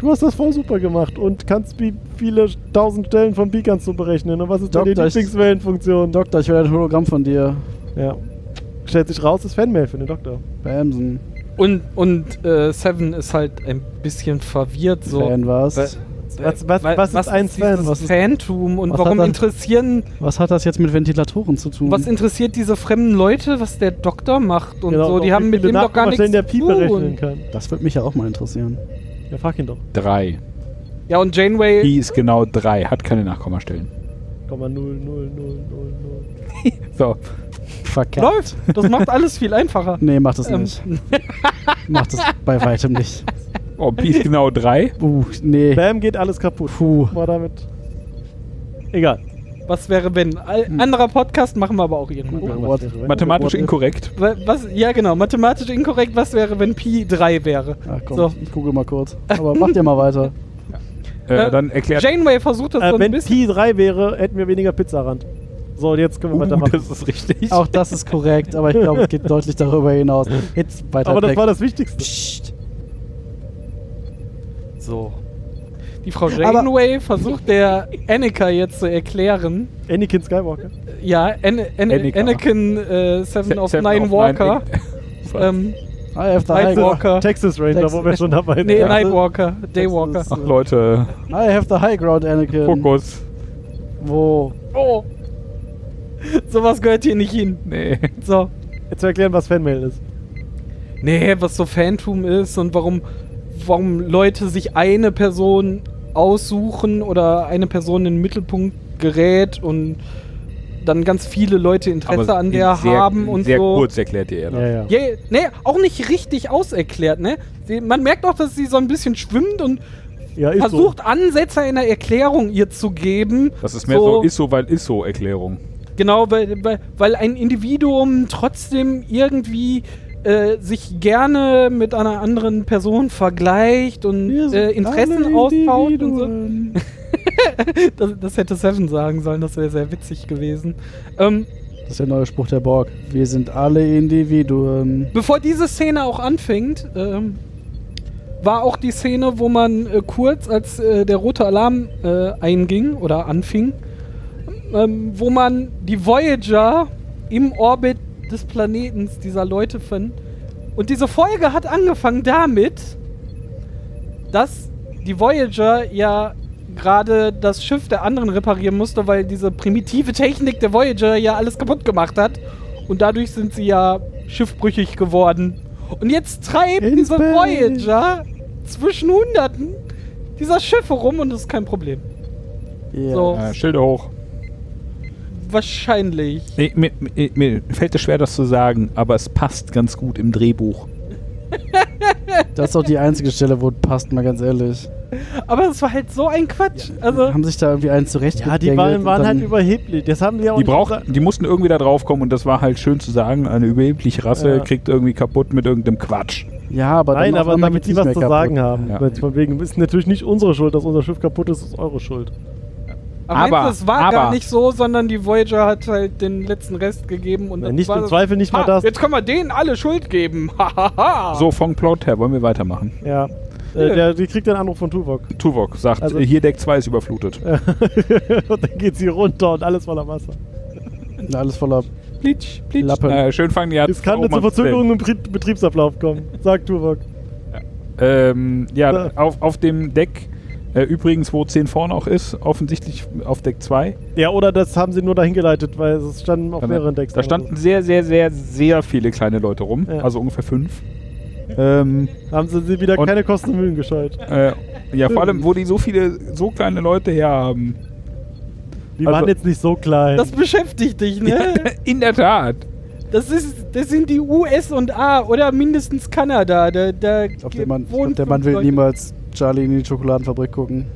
Speaker 4: du hast das voll super gemacht und kannst wie viele tausend Stellen von Pi kannst du berechnen und was ist deine
Speaker 5: Doktor, ich-
Speaker 4: Lieblingswellenfunktion?
Speaker 5: Doktor, ich will ein Hologramm von dir.
Speaker 4: Ja. Stellt sich raus, ist Fanmail für den Doktor.
Speaker 5: Bamsen.
Speaker 2: Und, und äh, Seven ist halt ein bisschen verwirrt. So.
Speaker 5: Fan war's.
Speaker 2: Weil-
Speaker 4: Was- was-
Speaker 2: weil-
Speaker 4: was ist ein Fan?
Speaker 2: dieses
Speaker 4: Was ist-
Speaker 2: Fantum und
Speaker 5: was hat
Speaker 2: warum
Speaker 5: dann-
Speaker 2: interessieren,
Speaker 5: Was hat das jetzt mit Ventilatoren zu tun?
Speaker 2: was interessiert diese fremden Leute, was der Doktor macht und so.
Speaker 4: und
Speaker 2: Die
Speaker 4: auch
Speaker 2: haben
Speaker 4: wie
Speaker 2: mit
Speaker 4: viele
Speaker 2: dem doch gar nichts zu
Speaker 4: Nachkommastellen der Pi
Speaker 2: tun.
Speaker 4: berechnen kann.
Speaker 5: das würde mich ja auch mal interessieren.
Speaker 4: Ja, frag ihn doch.
Speaker 6: Drei.
Speaker 2: Ja, und Janeway,
Speaker 6: Die ist genau drei. Hat keine Nachkommastellen.
Speaker 4: 0,00000.
Speaker 6: So.
Speaker 5: Verkehrt.
Speaker 2: läuft. Das macht alles viel einfacher.
Speaker 5: Nee, mach das <laughs>
Speaker 2: Ähm.
Speaker 5: nicht. mach das bei weitem nicht.
Speaker 6: Oh, Pi ist genau drei.
Speaker 5: Uh, nee.
Speaker 4: Bam, geht alles kaputt.
Speaker 5: Puh.
Speaker 4: Mal damit. Egal.
Speaker 2: Was wäre wenn? All-
Speaker 4: Hm.
Speaker 2: Anderer Podcast machen wir aber auch irgendwann.
Speaker 5: What?
Speaker 6: Mathematisch inkorrekt.
Speaker 2: Wa- Was, ja, genau. Mathematisch inkorrekt. Was wäre, wenn Pi 3 wäre?
Speaker 5: Ach komm,
Speaker 2: So.
Speaker 5: ich google mal kurz. Aber mach dir mal <laughs> weiter.
Speaker 6: Äh,
Speaker 2: Äh,
Speaker 6: dann erklärt
Speaker 2: Janeway versucht das so
Speaker 4: Äh,
Speaker 2: ein
Speaker 4: wenn
Speaker 2: bisschen.
Speaker 4: Pi 3 wäre, hätten wir weniger Pizzarand. So, und jetzt können wir
Speaker 6: Uh,
Speaker 4: weitermachen.
Speaker 6: das ist richtig.
Speaker 5: Auch das ist korrekt, aber ich glaube, es geht deutlich darüber hinaus. Jetzt weiter
Speaker 4: Aber das
Speaker 5: weg.
Speaker 4: war das Wichtigste.
Speaker 5: Psst.
Speaker 2: So. Die Frau Janeway versucht der Annika jetzt zu erklären.
Speaker 4: Anakin Skywalker.
Speaker 2: Ja, An An
Speaker 6: Annika.
Speaker 2: Anakin äh, Seven
Speaker 6: Se-
Speaker 2: of
Speaker 6: Seven
Speaker 2: Nine
Speaker 6: of <laughs>
Speaker 2: Walker.
Speaker 6: Nine-
Speaker 2: ähm,
Speaker 5: Ah, after
Speaker 2: Nein,
Speaker 5: high ground.
Speaker 2: Walker.
Speaker 4: Texas Ranger,
Speaker 5: Texas-
Speaker 4: wo wir schon dabei
Speaker 2: nee,
Speaker 4: sind.
Speaker 2: Nightwalker.
Speaker 5: Das
Speaker 2: Daywalker.
Speaker 6: Ach Leute,
Speaker 5: I have the high ground, Anakin.
Speaker 6: Fokus.
Speaker 5: Wo?
Speaker 2: Oh. Sowas gehört hier nicht hin.
Speaker 6: Nee.
Speaker 2: So.
Speaker 4: Jetzt zu erklären, was Fanmail ist.
Speaker 2: Nee, was so Phantom ist und warum, warum Leute sich eine Person aussuchen oder eine Person in den Mittelpunkt gerät und dann ganz viele Leute Interesse an der
Speaker 6: sehr,
Speaker 2: haben und
Speaker 6: sehr
Speaker 2: so.
Speaker 6: kurz erklärt ihr das.
Speaker 4: ja.
Speaker 2: Ja, ja, nee, auch nicht richtig auserklärt, ne? Sie, man merkt auch, dass sie so ein bisschen schwimmt und
Speaker 4: Ja, ist
Speaker 2: versucht, Ansätze einer Erklärung ihr zu geben.
Speaker 6: Das ist mehr so, ist so, weil ist so Erklärung.
Speaker 2: Genau, weil, weil, weil ein Individuum trotzdem irgendwie äh, sich gerne mit einer anderen Person vergleicht und äh, Interessen austauscht und so. Das, das hätte Seven sagen sollen, das wäre sehr witzig gewesen. Ähm,
Speaker 5: Das ist der neue Spruch der Borg. Wir sind alle Individuen.
Speaker 2: bevor diese Szene auch anfängt, ähm, war auch die Szene, wo man äh, kurz, als äh, der rote Alarm äh, einging oder anfing, ähm, wo man die Voyager im Orbit des Planeten dieser Leute fand. Und diese Folge hat angefangen damit, dass die Voyager ja gerade das Schiff der anderen reparieren musste, weil diese primitive Technik der Voyager ja alles kaputt gemacht hat. Und dadurch sind sie ja schiffbrüchig geworden. Und jetzt treibt
Speaker 4: In
Speaker 2: diese
Speaker 4: Space.
Speaker 2: Voyager zwischen Hunderten dieser Schiffe rum und das ist kein Problem.
Speaker 5: Ja.
Speaker 2: So.
Speaker 6: Äh, Schilde hoch.
Speaker 2: Wahrscheinlich.
Speaker 6: Nee, mir, mir, mir fällt es schwer, das zu sagen, aber es passt ganz gut im Drehbuch.
Speaker 5: Das ist auch die einzige Stelle, wo es passt, mal ganz ehrlich.
Speaker 2: Aber es war halt so ein Quatsch. Also,
Speaker 5: Haben sich da irgendwie einen zurecht
Speaker 4: Ja, die waren, waren halt überheblich. Das haben die auch
Speaker 6: Die,
Speaker 4: nicht
Speaker 6: braucht,
Speaker 4: gesagt.
Speaker 6: die mussten irgendwie da drauf kommen und das war halt schön zu sagen, eine überhebliche Rasse
Speaker 4: Ja.
Speaker 6: kriegt irgendwie kaputt mit irgendeinem Quatsch.
Speaker 5: Ja, aber
Speaker 4: Nein,
Speaker 5: dann auf
Speaker 4: aber
Speaker 5: einmal
Speaker 4: damit
Speaker 5: geht's
Speaker 4: die
Speaker 5: nicht
Speaker 4: was
Speaker 5: mehr
Speaker 4: zu
Speaker 5: kaputt.
Speaker 4: sagen haben.
Speaker 6: Ja.
Speaker 4: Weil Von wegen, ist natürlich nicht unsere Schuld, dass unser Schiff kaputt ist, ist eure Schuld.
Speaker 2: Aber,
Speaker 6: Aber-
Speaker 2: meinst du, es war gar
Speaker 6: aber-
Speaker 2: nicht so, sondern die Voyager hat halt den letzten Rest gegeben und
Speaker 4: Wenn
Speaker 2: dann
Speaker 4: nicht
Speaker 2: war
Speaker 4: im
Speaker 2: das-
Speaker 4: Zweifel nicht mal
Speaker 2: Ha,
Speaker 4: das.
Speaker 2: Jetzt können wir denen alle Schuld geben. <laughs> Hahaha.
Speaker 6: So, vom Plot her wollen wir weitermachen.
Speaker 4: Ja. Äh, der, die kriegt den Anruf von Tuvok. <laughs>
Speaker 6: Tuvok sagt,
Speaker 4: Also-
Speaker 6: äh, hier Deck 2 ist überflutet.
Speaker 4: und dann geht sie runter und alles voller Wasser.
Speaker 5: Na, Alles voller
Speaker 6: Blitsch, blitsch.
Speaker 5: Lappen.
Speaker 6: Äh, schön fangen die an.
Speaker 4: Es kann zu Verzögerungen im Betrieb- Betriebsablauf kommen, sagt Tuvok.
Speaker 6: Ähm, ja,
Speaker 4: Ja.
Speaker 6: auf, auf dem Deck, äh, übrigens, wo 10 vorne auch ist, offensichtlich auf Deck 2.
Speaker 4: Ja, oder das haben sie nur dahin geleitet, weil es standen auf mehreren Decks.
Speaker 6: Da standen sehr, sehr, sehr, sehr viele kleine Leute rum.
Speaker 4: Ja.
Speaker 6: Also ungefähr fünf. ähm,
Speaker 4: Haben sie sie wieder
Speaker 6: Und-
Speaker 4: keine Kosten und Mühen gescheut.
Speaker 6: äh, ja, vor allem, wo die so viele, so kleine Leute her haben.
Speaker 4: Die
Speaker 6: Also-
Speaker 4: waren jetzt nicht so klein.
Speaker 2: Das beschäftigt dich, ne?
Speaker 6: <laughs> In der Tat.
Speaker 2: Das, ist, das sind die US und A oder mindestens Kanada. Da, da
Speaker 5: Ich glaube, der Mann, ich glaub,
Speaker 2: wohnen
Speaker 5: der Mann
Speaker 2: fünf
Speaker 5: will
Speaker 2: Leute.
Speaker 5: niemals Charlie in die Schokoladenfabrik gucken.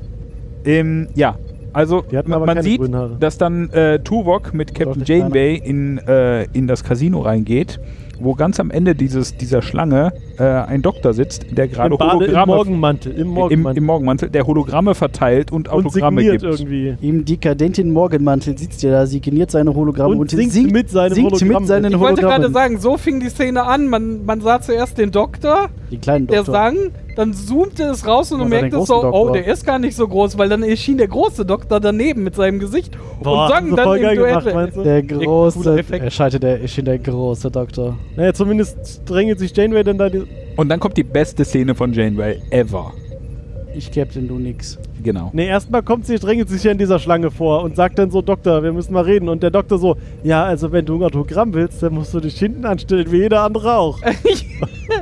Speaker 6: Ähm, ja, also
Speaker 4: Die hatten
Speaker 6: ma-
Speaker 4: aber
Speaker 6: man
Speaker 4: keine
Speaker 6: sieht,
Speaker 4: grünen Haare.
Speaker 6: dass dann äh, Tuvok mit Captain
Speaker 5: nicht kleiner.
Speaker 6: Janeway in, äh, in das Casino reingeht, wo ganz am Ende dieses, dieser Schlange äh, ein Doktor sitzt, der gerade
Speaker 4: Im, Bade, im
Speaker 6: Hologramme,
Speaker 4: Morgenmantel. Im
Speaker 6: im,
Speaker 4: Morgenmantel.
Speaker 6: im Morgenmantel, der Hologramme verteilt und
Speaker 4: und
Speaker 6: Autogramme
Speaker 4: signiert
Speaker 6: gibt.
Speaker 4: irgendwie.
Speaker 5: Im dekadenten Morgenmantel sitzt er da, signiert seine Hologramme
Speaker 4: Und singt mit seinen
Speaker 5: singt
Speaker 4: Hologrammen.
Speaker 5: mit seinen
Speaker 4: Ich
Speaker 2: Ich wollte gerade
Speaker 5: Hologrammen.
Speaker 2: sagen, so fing die Szene an. Man, man sah zuerst den Doktor,
Speaker 5: die kleinen
Speaker 2: der
Speaker 5: Doktor.
Speaker 2: sang, dann zoomte es raus und du
Speaker 5: Man sah den
Speaker 2: merktest so,
Speaker 5: großen
Speaker 2: oh,
Speaker 5: Doktor.
Speaker 2: der ist gar nicht so groß, weil dann erschien der große Doktor daneben mit seinem Gesicht
Speaker 4: Boah,
Speaker 2: und
Speaker 4: haben
Speaker 2: sang
Speaker 4: sie
Speaker 2: dann
Speaker 4: voll
Speaker 2: im
Speaker 4: geil
Speaker 2: Duett.
Speaker 4: gemacht, meinst du?
Speaker 5: der
Speaker 2: cooler
Speaker 5: große,
Speaker 2: Effekt.
Speaker 5: er scheitert, der ist der große Doktor.
Speaker 4: Naja, zumindest drängelt sich Janeway dann da die.
Speaker 6: Und dann kommt die beste Szene von Janeway ever.
Speaker 5: Ich Captain, du nix.
Speaker 6: Genau.
Speaker 4: Nee, erstmal kommt sie, drängelt sich ja in dieser Schlange vor und sagt dann so, Doktor, wir müssen mal reden. Und der Doktor so, ja, also wenn du ein Autogramm willst, dann musst du dich hinten anstellen, wie jeder
Speaker 2: <laughs>
Speaker 4: andere auch.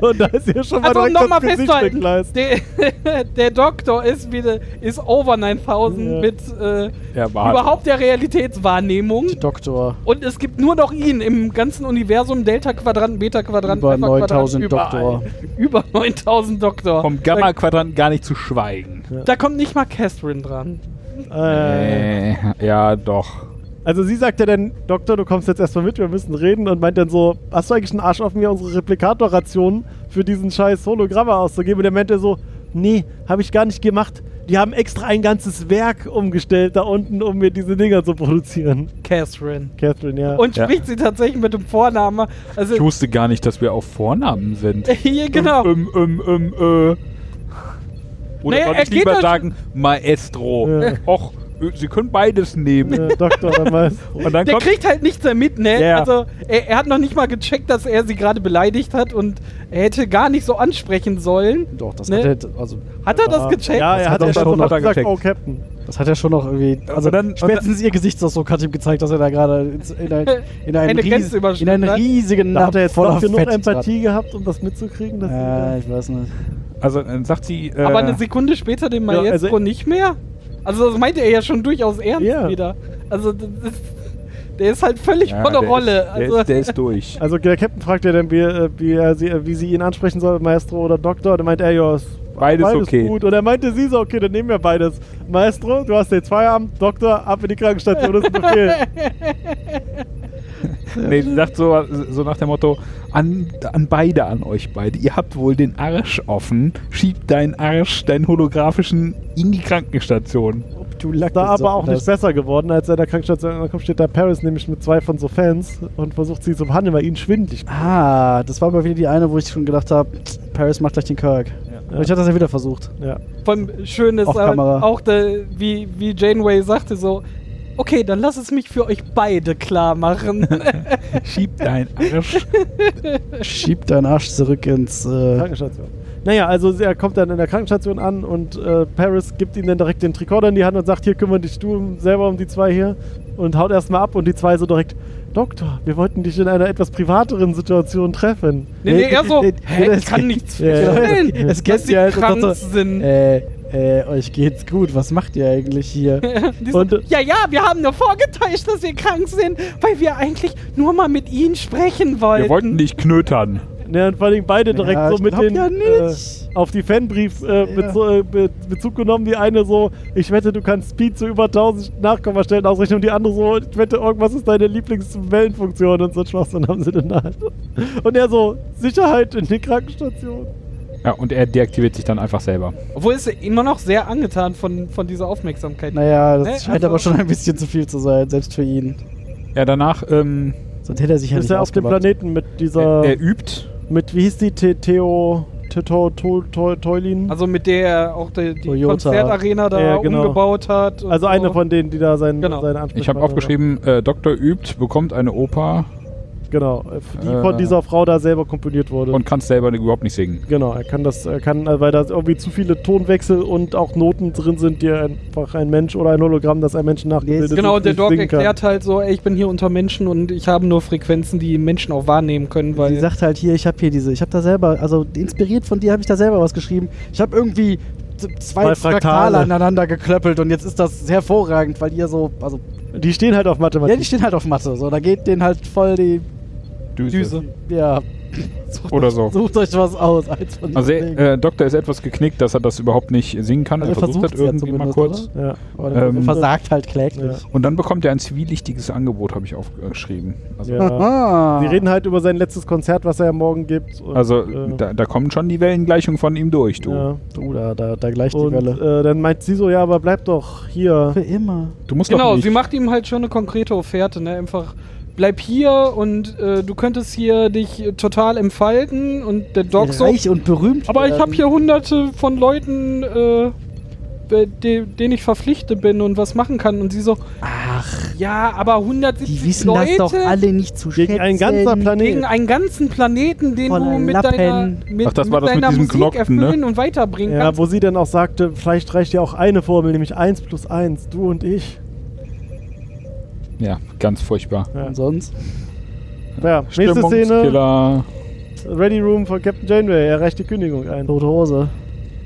Speaker 4: und da ist ja schon mal
Speaker 2: Also um
Speaker 4: direkt
Speaker 2: nochmal
Speaker 4: das Gesicht
Speaker 2: festzuhalten,
Speaker 4: wegleist.
Speaker 2: der, <laughs> der Doktor ist wieder ist over 9000
Speaker 4: Ja.
Speaker 2: mit äh,
Speaker 6: Er war-
Speaker 2: überhaupt der Realitätswahrnehmung
Speaker 5: Doktor.
Speaker 2: und es gibt nur noch ihn im ganzen Universum Delta Quadranten, Beta Quadranten,
Speaker 5: Über
Speaker 2: Alpha Quadranten,
Speaker 5: 9000
Speaker 2: überall.
Speaker 5: Doktor.
Speaker 2: <laughs> Über 9000 Doktor.
Speaker 6: Vom Gamma-Quadranten gar nicht zu schweigen.
Speaker 2: da, da kommt nicht mal Catherine dran.
Speaker 4: Äh,
Speaker 6: Äh, ja, doch.
Speaker 4: Also sie sagt ja dann, Doktor, du kommst jetzt erstmal mit, wir müssen reden und meint dann so, hast du eigentlich einen Arsch auf mir, unsere Replikator-Ration für diesen scheiß Hologramme auszugeben? Und der meinte so, nee, habe ich gar nicht gemacht. Die haben extra ein ganzes Werk umgestellt da unten, um mir diese Dinger zu produzieren.
Speaker 2: Catherine.
Speaker 4: Catherine, ja.
Speaker 2: Und
Speaker 6: Ja.
Speaker 2: spricht sie tatsächlich mit dem Vornamen. Also,
Speaker 6: Ich wusste gar nicht, dass wir auf Vornamen sind.
Speaker 2: <laughs> hier, genau.
Speaker 6: Ähm, ähm, ähm, äh. Oder
Speaker 2: Naja,
Speaker 6: soll
Speaker 2: er
Speaker 6: ich
Speaker 2: geht
Speaker 6: lieber
Speaker 2: halt-
Speaker 6: sagen, Maestro?
Speaker 4: Ja.
Speaker 6: Och, äh, Sie können beides nehmen.
Speaker 4: <laughs> äh, Doktor, dann weiß.
Speaker 6: Und dann
Speaker 2: Der
Speaker 6: kommt,
Speaker 2: kriegt halt nichts mehr mit, ne?
Speaker 6: Ja.
Speaker 2: Also, er, er hat noch nicht mal gecheckt, dass er sie gerade beleidigt hat und er hätte gar nicht so ansprechen sollen.
Speaker 5: Doch, das
Speaker 2: Ne?
Speaker 5: hat er, also,
Speaker 2: Hat er das gecheckt?
Speaker 4: Ja, er
Speaker 5: Das
Speaker 4: hat
Speaker 5: hat
Speaker 4: ja
Speaker 5: er
Speaker 4: dann
Speaker 5: schon
Speaker 4: sofort
Speaker 6: hat er
Speaker 4: gesagt,
Speaker 6: gecheckt.
Speaker 4: oh, Captain.
Speaker 5: das hat er schon noch irgendwie. Also
Speaker 6: Und dann-
Speaker 5: dann, spätendst ihr Gesichtsausdruck hat ihm gezeigt, dass er da gerade ins- in,
Speaker 2: <laughs>
Speaker 5: ein, in, einen
Speaker 2: Eine
Speaker 5: ries-
Speaker 2: Grenze
Speaker 5: in
Speaker 2: überschritten
Speaker 5: einen
Speaker 2: hat.
Speaker 5: riesigen
Speaker 4: Da hat er
Speaker 5: Napf
Speaker 4: jetzt noch
Speaker 5: voller Äh,
Speaker 4: genug
Speaker 5: Fett
Speaker 4: Empathie gehabt, um das mitzukriegen? Dass
Speaker 5: dran.
Speaker 4: sie
Speaker 5: Ja,
Speaker 4: da-
Speaker 5: ich weiß nicht.
Speaker 6: also dann sagt sie, äh,
Speaker 2: Aber eine Sekunde später den
Speaker 4: Ja,
Speaker 2: Maestro
Speaker 4: also-
Speaker 2: nicht mehr? Also, das meinte er ja schon durchaus ernst
Speaker 4: Ja.
Speaker 2: wieder. Also, das ist, der ist halt völlig
Speaker 6: ja,
Speaker 2: voller
Speaker 6: der
Speaker 2: Rolle.
Speaker 6: Ist, der,
Speaker 2: also,
Speaker 6: ist, der ist durch.
Speaker 4: also der Captain fragt ja dann, wie, äh, wie, er sie, äh, wie sie ihn ansprechen soll, Maestro oder Doktor. Und dann meint er, ja, ist
Speaker 6: Beides, okay.
Speaker 4: gut. Und er meinte sie so, okay, dann nehmen wir beides. Maestro, du hast jetzt Feierabend, Doktor, ab in die Krankenstation, das ist ein Befehl.
Speaker 6: Nee, sie sagt so, so nach dem Motto, an, an beide, an euch beide. Ihr habt wohl den Arsch offen. Schiebt deinen Arsch, deinen holographischen, in die Krankenstation.
Speaker 5: Du Lack,
Speaker 4: da
Speaker 5: das-
Speaker 4: aber auch nicht
Speaker 5: das-
Speaker 4: besser geworden, als er in der Krankenstation ankommt, steht da Paris nämlich mit zwei von so Fans und versucht sie zu behandeln, weil ihnen schwindelig
Speaker 5: Ah, das war mal wieder die eine, wo ich schon gedacht habe, Paris macht gleich den Kirk. Aber ich hatte das ja wieder versucht.
Speaker 4: ja.
Speaker 2: Von schön ist
Speaker 5: Auf
Speaker 2: halt
Speaker 5: Kamera.
Speaker 2: auch, de, wie, wie Janeway sagte, so, okay, dann lass es mich für euch beide klar machen.
Speaker 6: Schiebt deinen Arsch.
Speaker 5: Schieb deinen Arsch zurück ins. Äh,
Speaker 4: Krankenstation. Naja, also er kommt dann in der Krankenstation an und äh, Paris gibt ihm dann direkt den Tricorder in die Hand und sagt, hier kümmern dich du um- selber um die zwei hier und haut erstmal ab und die zwei so direkt, Doktor, wir wollten dich in einer etwas privateren Situation treffen.
Speaker 2: nee, nee, er so,
Speaker 5: nee,
Speaker 2: hä,
Speaker 5: nee,
Speaker 2: ich
Speaker 5: das-
Speaker 2: kann nichts
Speaker 4: ja, ja.
Speaker 2: verstehen.
Speaker 5: es
Speaker 2: dass
Speaker 5: geht
Speaker 2: sie
Speaker 5: ja halt
Speaker 2: krank
Speaker 5: so-
Speaker 2: sind.
Speaker 5: äh, äh, euch geht's gut. Was macht ihr eigentlich hier?
Speaker 2: <laughs> Die so,
Speaker 4: Und, äh,
Speaker 2: ja, ja, wir haben nur vorgetäuscht, dass wir krank sind, weil wir eigentlich nur mal mit ihnen sprechen wollten.
Speaker 6: Wir wollten dich knötern.
Speaker 4: Ja, und vor allem beide direkt
Speaker 5: Ja,
Speaker 4: so
Speaker 5: ich
Speaker 4: mit
Speaker 5: glaub
Speaker 4: den
Speaker 5: ja
Speaker 4: äh,
Speaker 5: nicht.
Speaker 4: auf die Fanbriefs äh, mit
Speaker 5: Ja.
Speaker 4: so, äh, mit Bezug genommen. Die eine so, ich wette, du kannst Speed zu über 1000 Nachkommastellen ausrechnen und die andere so, ich wette, irgendwas ist deine Lieblingswellenfunktion und so ein Schwachsinn haben sie denn da. halt. Und er so, Sicherheit in den Krankenstationen.
Speaker 6: Ja, und er deaktiviert sich dann einfach selber.
Speaker 2: Obwohl ist er immer noch sehr angetan von, von dieser Aufmerksamkeit.
Speaker 5: Naja, das
Speaker 2: Nee,
Speaker 5: scheint
Speaker 2: also-
Speaker 5: aber schon ein bisschen zu viel zu sein, selbst für ihn.
Speaker 6: Ja, danach, ähm,
Speaker 5: Sonst hätte er sich ja
Speaker 4: ist
Speaker 5: nicht
Speaker 4: er auf dem
Speaker 5: ausgemacht.
Speaker 4: Planeten mit
Speaker 6: er,
Speaker 4: dieser,
Speaker 6: er übt.
Speaker 4: mit, wie hieß die, Te- Theo, Teto, Tol- Tol- Teulin?
Speaker 2: Also mit der er auch die, die
Speaker 5: Toyota.
Speaker 2: Konzertarena da
Speaker 4: Ja, genau.
Speaker 2: umgebaut hat. und
Speaker 4: Also eine
Speaker 2: so.
Speaker 4: von denen, die da sein,
Speaker 2: Genau.
Speaker 4: seine Ansprechpartner
Speaker 6: Ich habe aufgeschrieben, äh, Doktor übt, bekommt eine Oper
Speaker 4: Genau, die
Speaker 6: Äh.
Speaker 4: von dieser Frau da selber komponiert wurde.
Speaker 6: und kann selber überhaupt nicht singen.
Speaker 4: Genau, er kann das, er kann, äh, weil da irgendwie zu viele Tonwechsel und auch Noten drin sind, die einfach ein Mensch oder ein Hologramm, das ein Mensch nachgebildet
Speaker 5: Nee,
Speaker 4: ist,
Speaker 2: Genau, und der
Speaker 4: nicht
Speaker 2: Dog
Speaker 4: singen kann.
Speaker 2: erklärt halt so, ey, ich bin hier unter Menschen und ich habe nur Frequenzen, die Menschen auch wahrnehmen können, weil
Speaker 5: Sie sagt halt hier, ich habe hier diese, ich habe da selber, also inspiriert von dir habe ich da selber was geschrieben. Ich habe irgendwie z-
Speaker 4: Zwei
Speaker 5: zwei
Speaker 4: Fraktale.
Speaker 5: Fraktale aneinander geklöppelt und jetzt ist das hervorragend, weil ihr so, also
Speaker 4: Die stehen halt auf
Speaker 5: ja, die
Speaker 4: Mathematik.
Speaker 5: stehen halt auf Mathe, so da geht denen halt voll die,
Speaker 6: Düse.
Speaker 2: Düse.
Speaker 5: ja,
Speaker 6: Oder so.
Speaker 5: sucht euch was aus. Als von
Speaker 6: Also,
Speaker 5: diesen Dingen.
Speaker 6: äh, Doktor ist etwas geknickt, dass er das überhaupt nicht singen kann. Er
Speaker 5: Also
Speaker 6: versucht das
Speaker 5: versucht's ja
Speaker 6: irgendwie mal
Speaker 5: zumindest,
Speaker 6: kurz.
Speaker 5: oder?
Speaker 4: Ja.
Speaker 5: Aber Oh, der
Speaker 6: ähm,
Speaker 5: versagt halt kläglich.
Speaker 6: Und dann bekommt er ein zwielichtiges Angebot, habe ich aufgeschrieben. Also,
Speaker 4: Ja.
Speaker 5: <laughs> Ah.
Speaker 4: Die reden halt über sein letztes Konzert, was er ja morgen gibt. Und,
Speaker 6: also
Speaker 4: äh,
Speaker 6: da, da kommen schon die Wellengleichungen von ihm durch, du.
Speaker 4: ja.
Speaker 5: Oh, da, da, da gleicht die
Speaker 4: Und
Speaker 5: Welle.
Speaker 4: äh, dann meint sie so, ja, aber bleib doch
Speaker 5: <laughs>
Speaker 4: hier.
Speaker 5: Für immer.
Speaker 6: Du musst
Speaker 2: Genau,
Speaker 6: doch nicht.
Speaker 2: sie macht ihm halt schon eine konkrete Offerte, ne? Einfach bleib hier und äh, du könntest hier dich äh, total entfalten und der Dog so.
Speaker 5: Reich und berühmt.
Speaker 2: Aber ich
Speaker 5: werden.
Speaker 2: habe hier hunderte von Leuten, äh, be- de, denen ich verpflichtet bin und was machen kann. Und sie so,
Speaker 5: Ach,
Speaker 2: ja, aber 170
Speaker 5: die wissen
Speaker 2: Leute
Speaker 5: das doch alle nicht zu schätzen.
Speaker 4: Gegen einen ganzen
Speaker 2: gegen
Speaker 4: Planeten.
Speaker 2: einen ganzen Planeten, den
Speaker 5: Voller
Speaker 2: du mit
Speaker 5: Lappen.
Speaker 2: deiner, mit,
Speaker 6: Ach, das war
Speaker 2: mit
Speaker 6: das mit
Speaker 2: deiner
Speaker 6: diesem
Speaker 2: Musik
Speaker 6: Glocken, ne?
Speaker 2: erfüllen und weiterbringen
Speaker 4: Ja,
Speaker 2: kannst.
Speaker 4: wo sie dann auch sagte, vielleicht reicht ja auch eine Formel, nämlich 1 plus 1, du und ich.
Speaker 6: Ja, ganz furchtbar.
Speaker 4: Ja.
Speaker 5: Und sonst?
Speaker 4: Ja, nächste Szene,
Speaker 6: Stimmungskiller.
Speaker 4: Ready Room von Captain Janeway, er reicht die Kündigung ein.
Speaker 5: Tote Hose.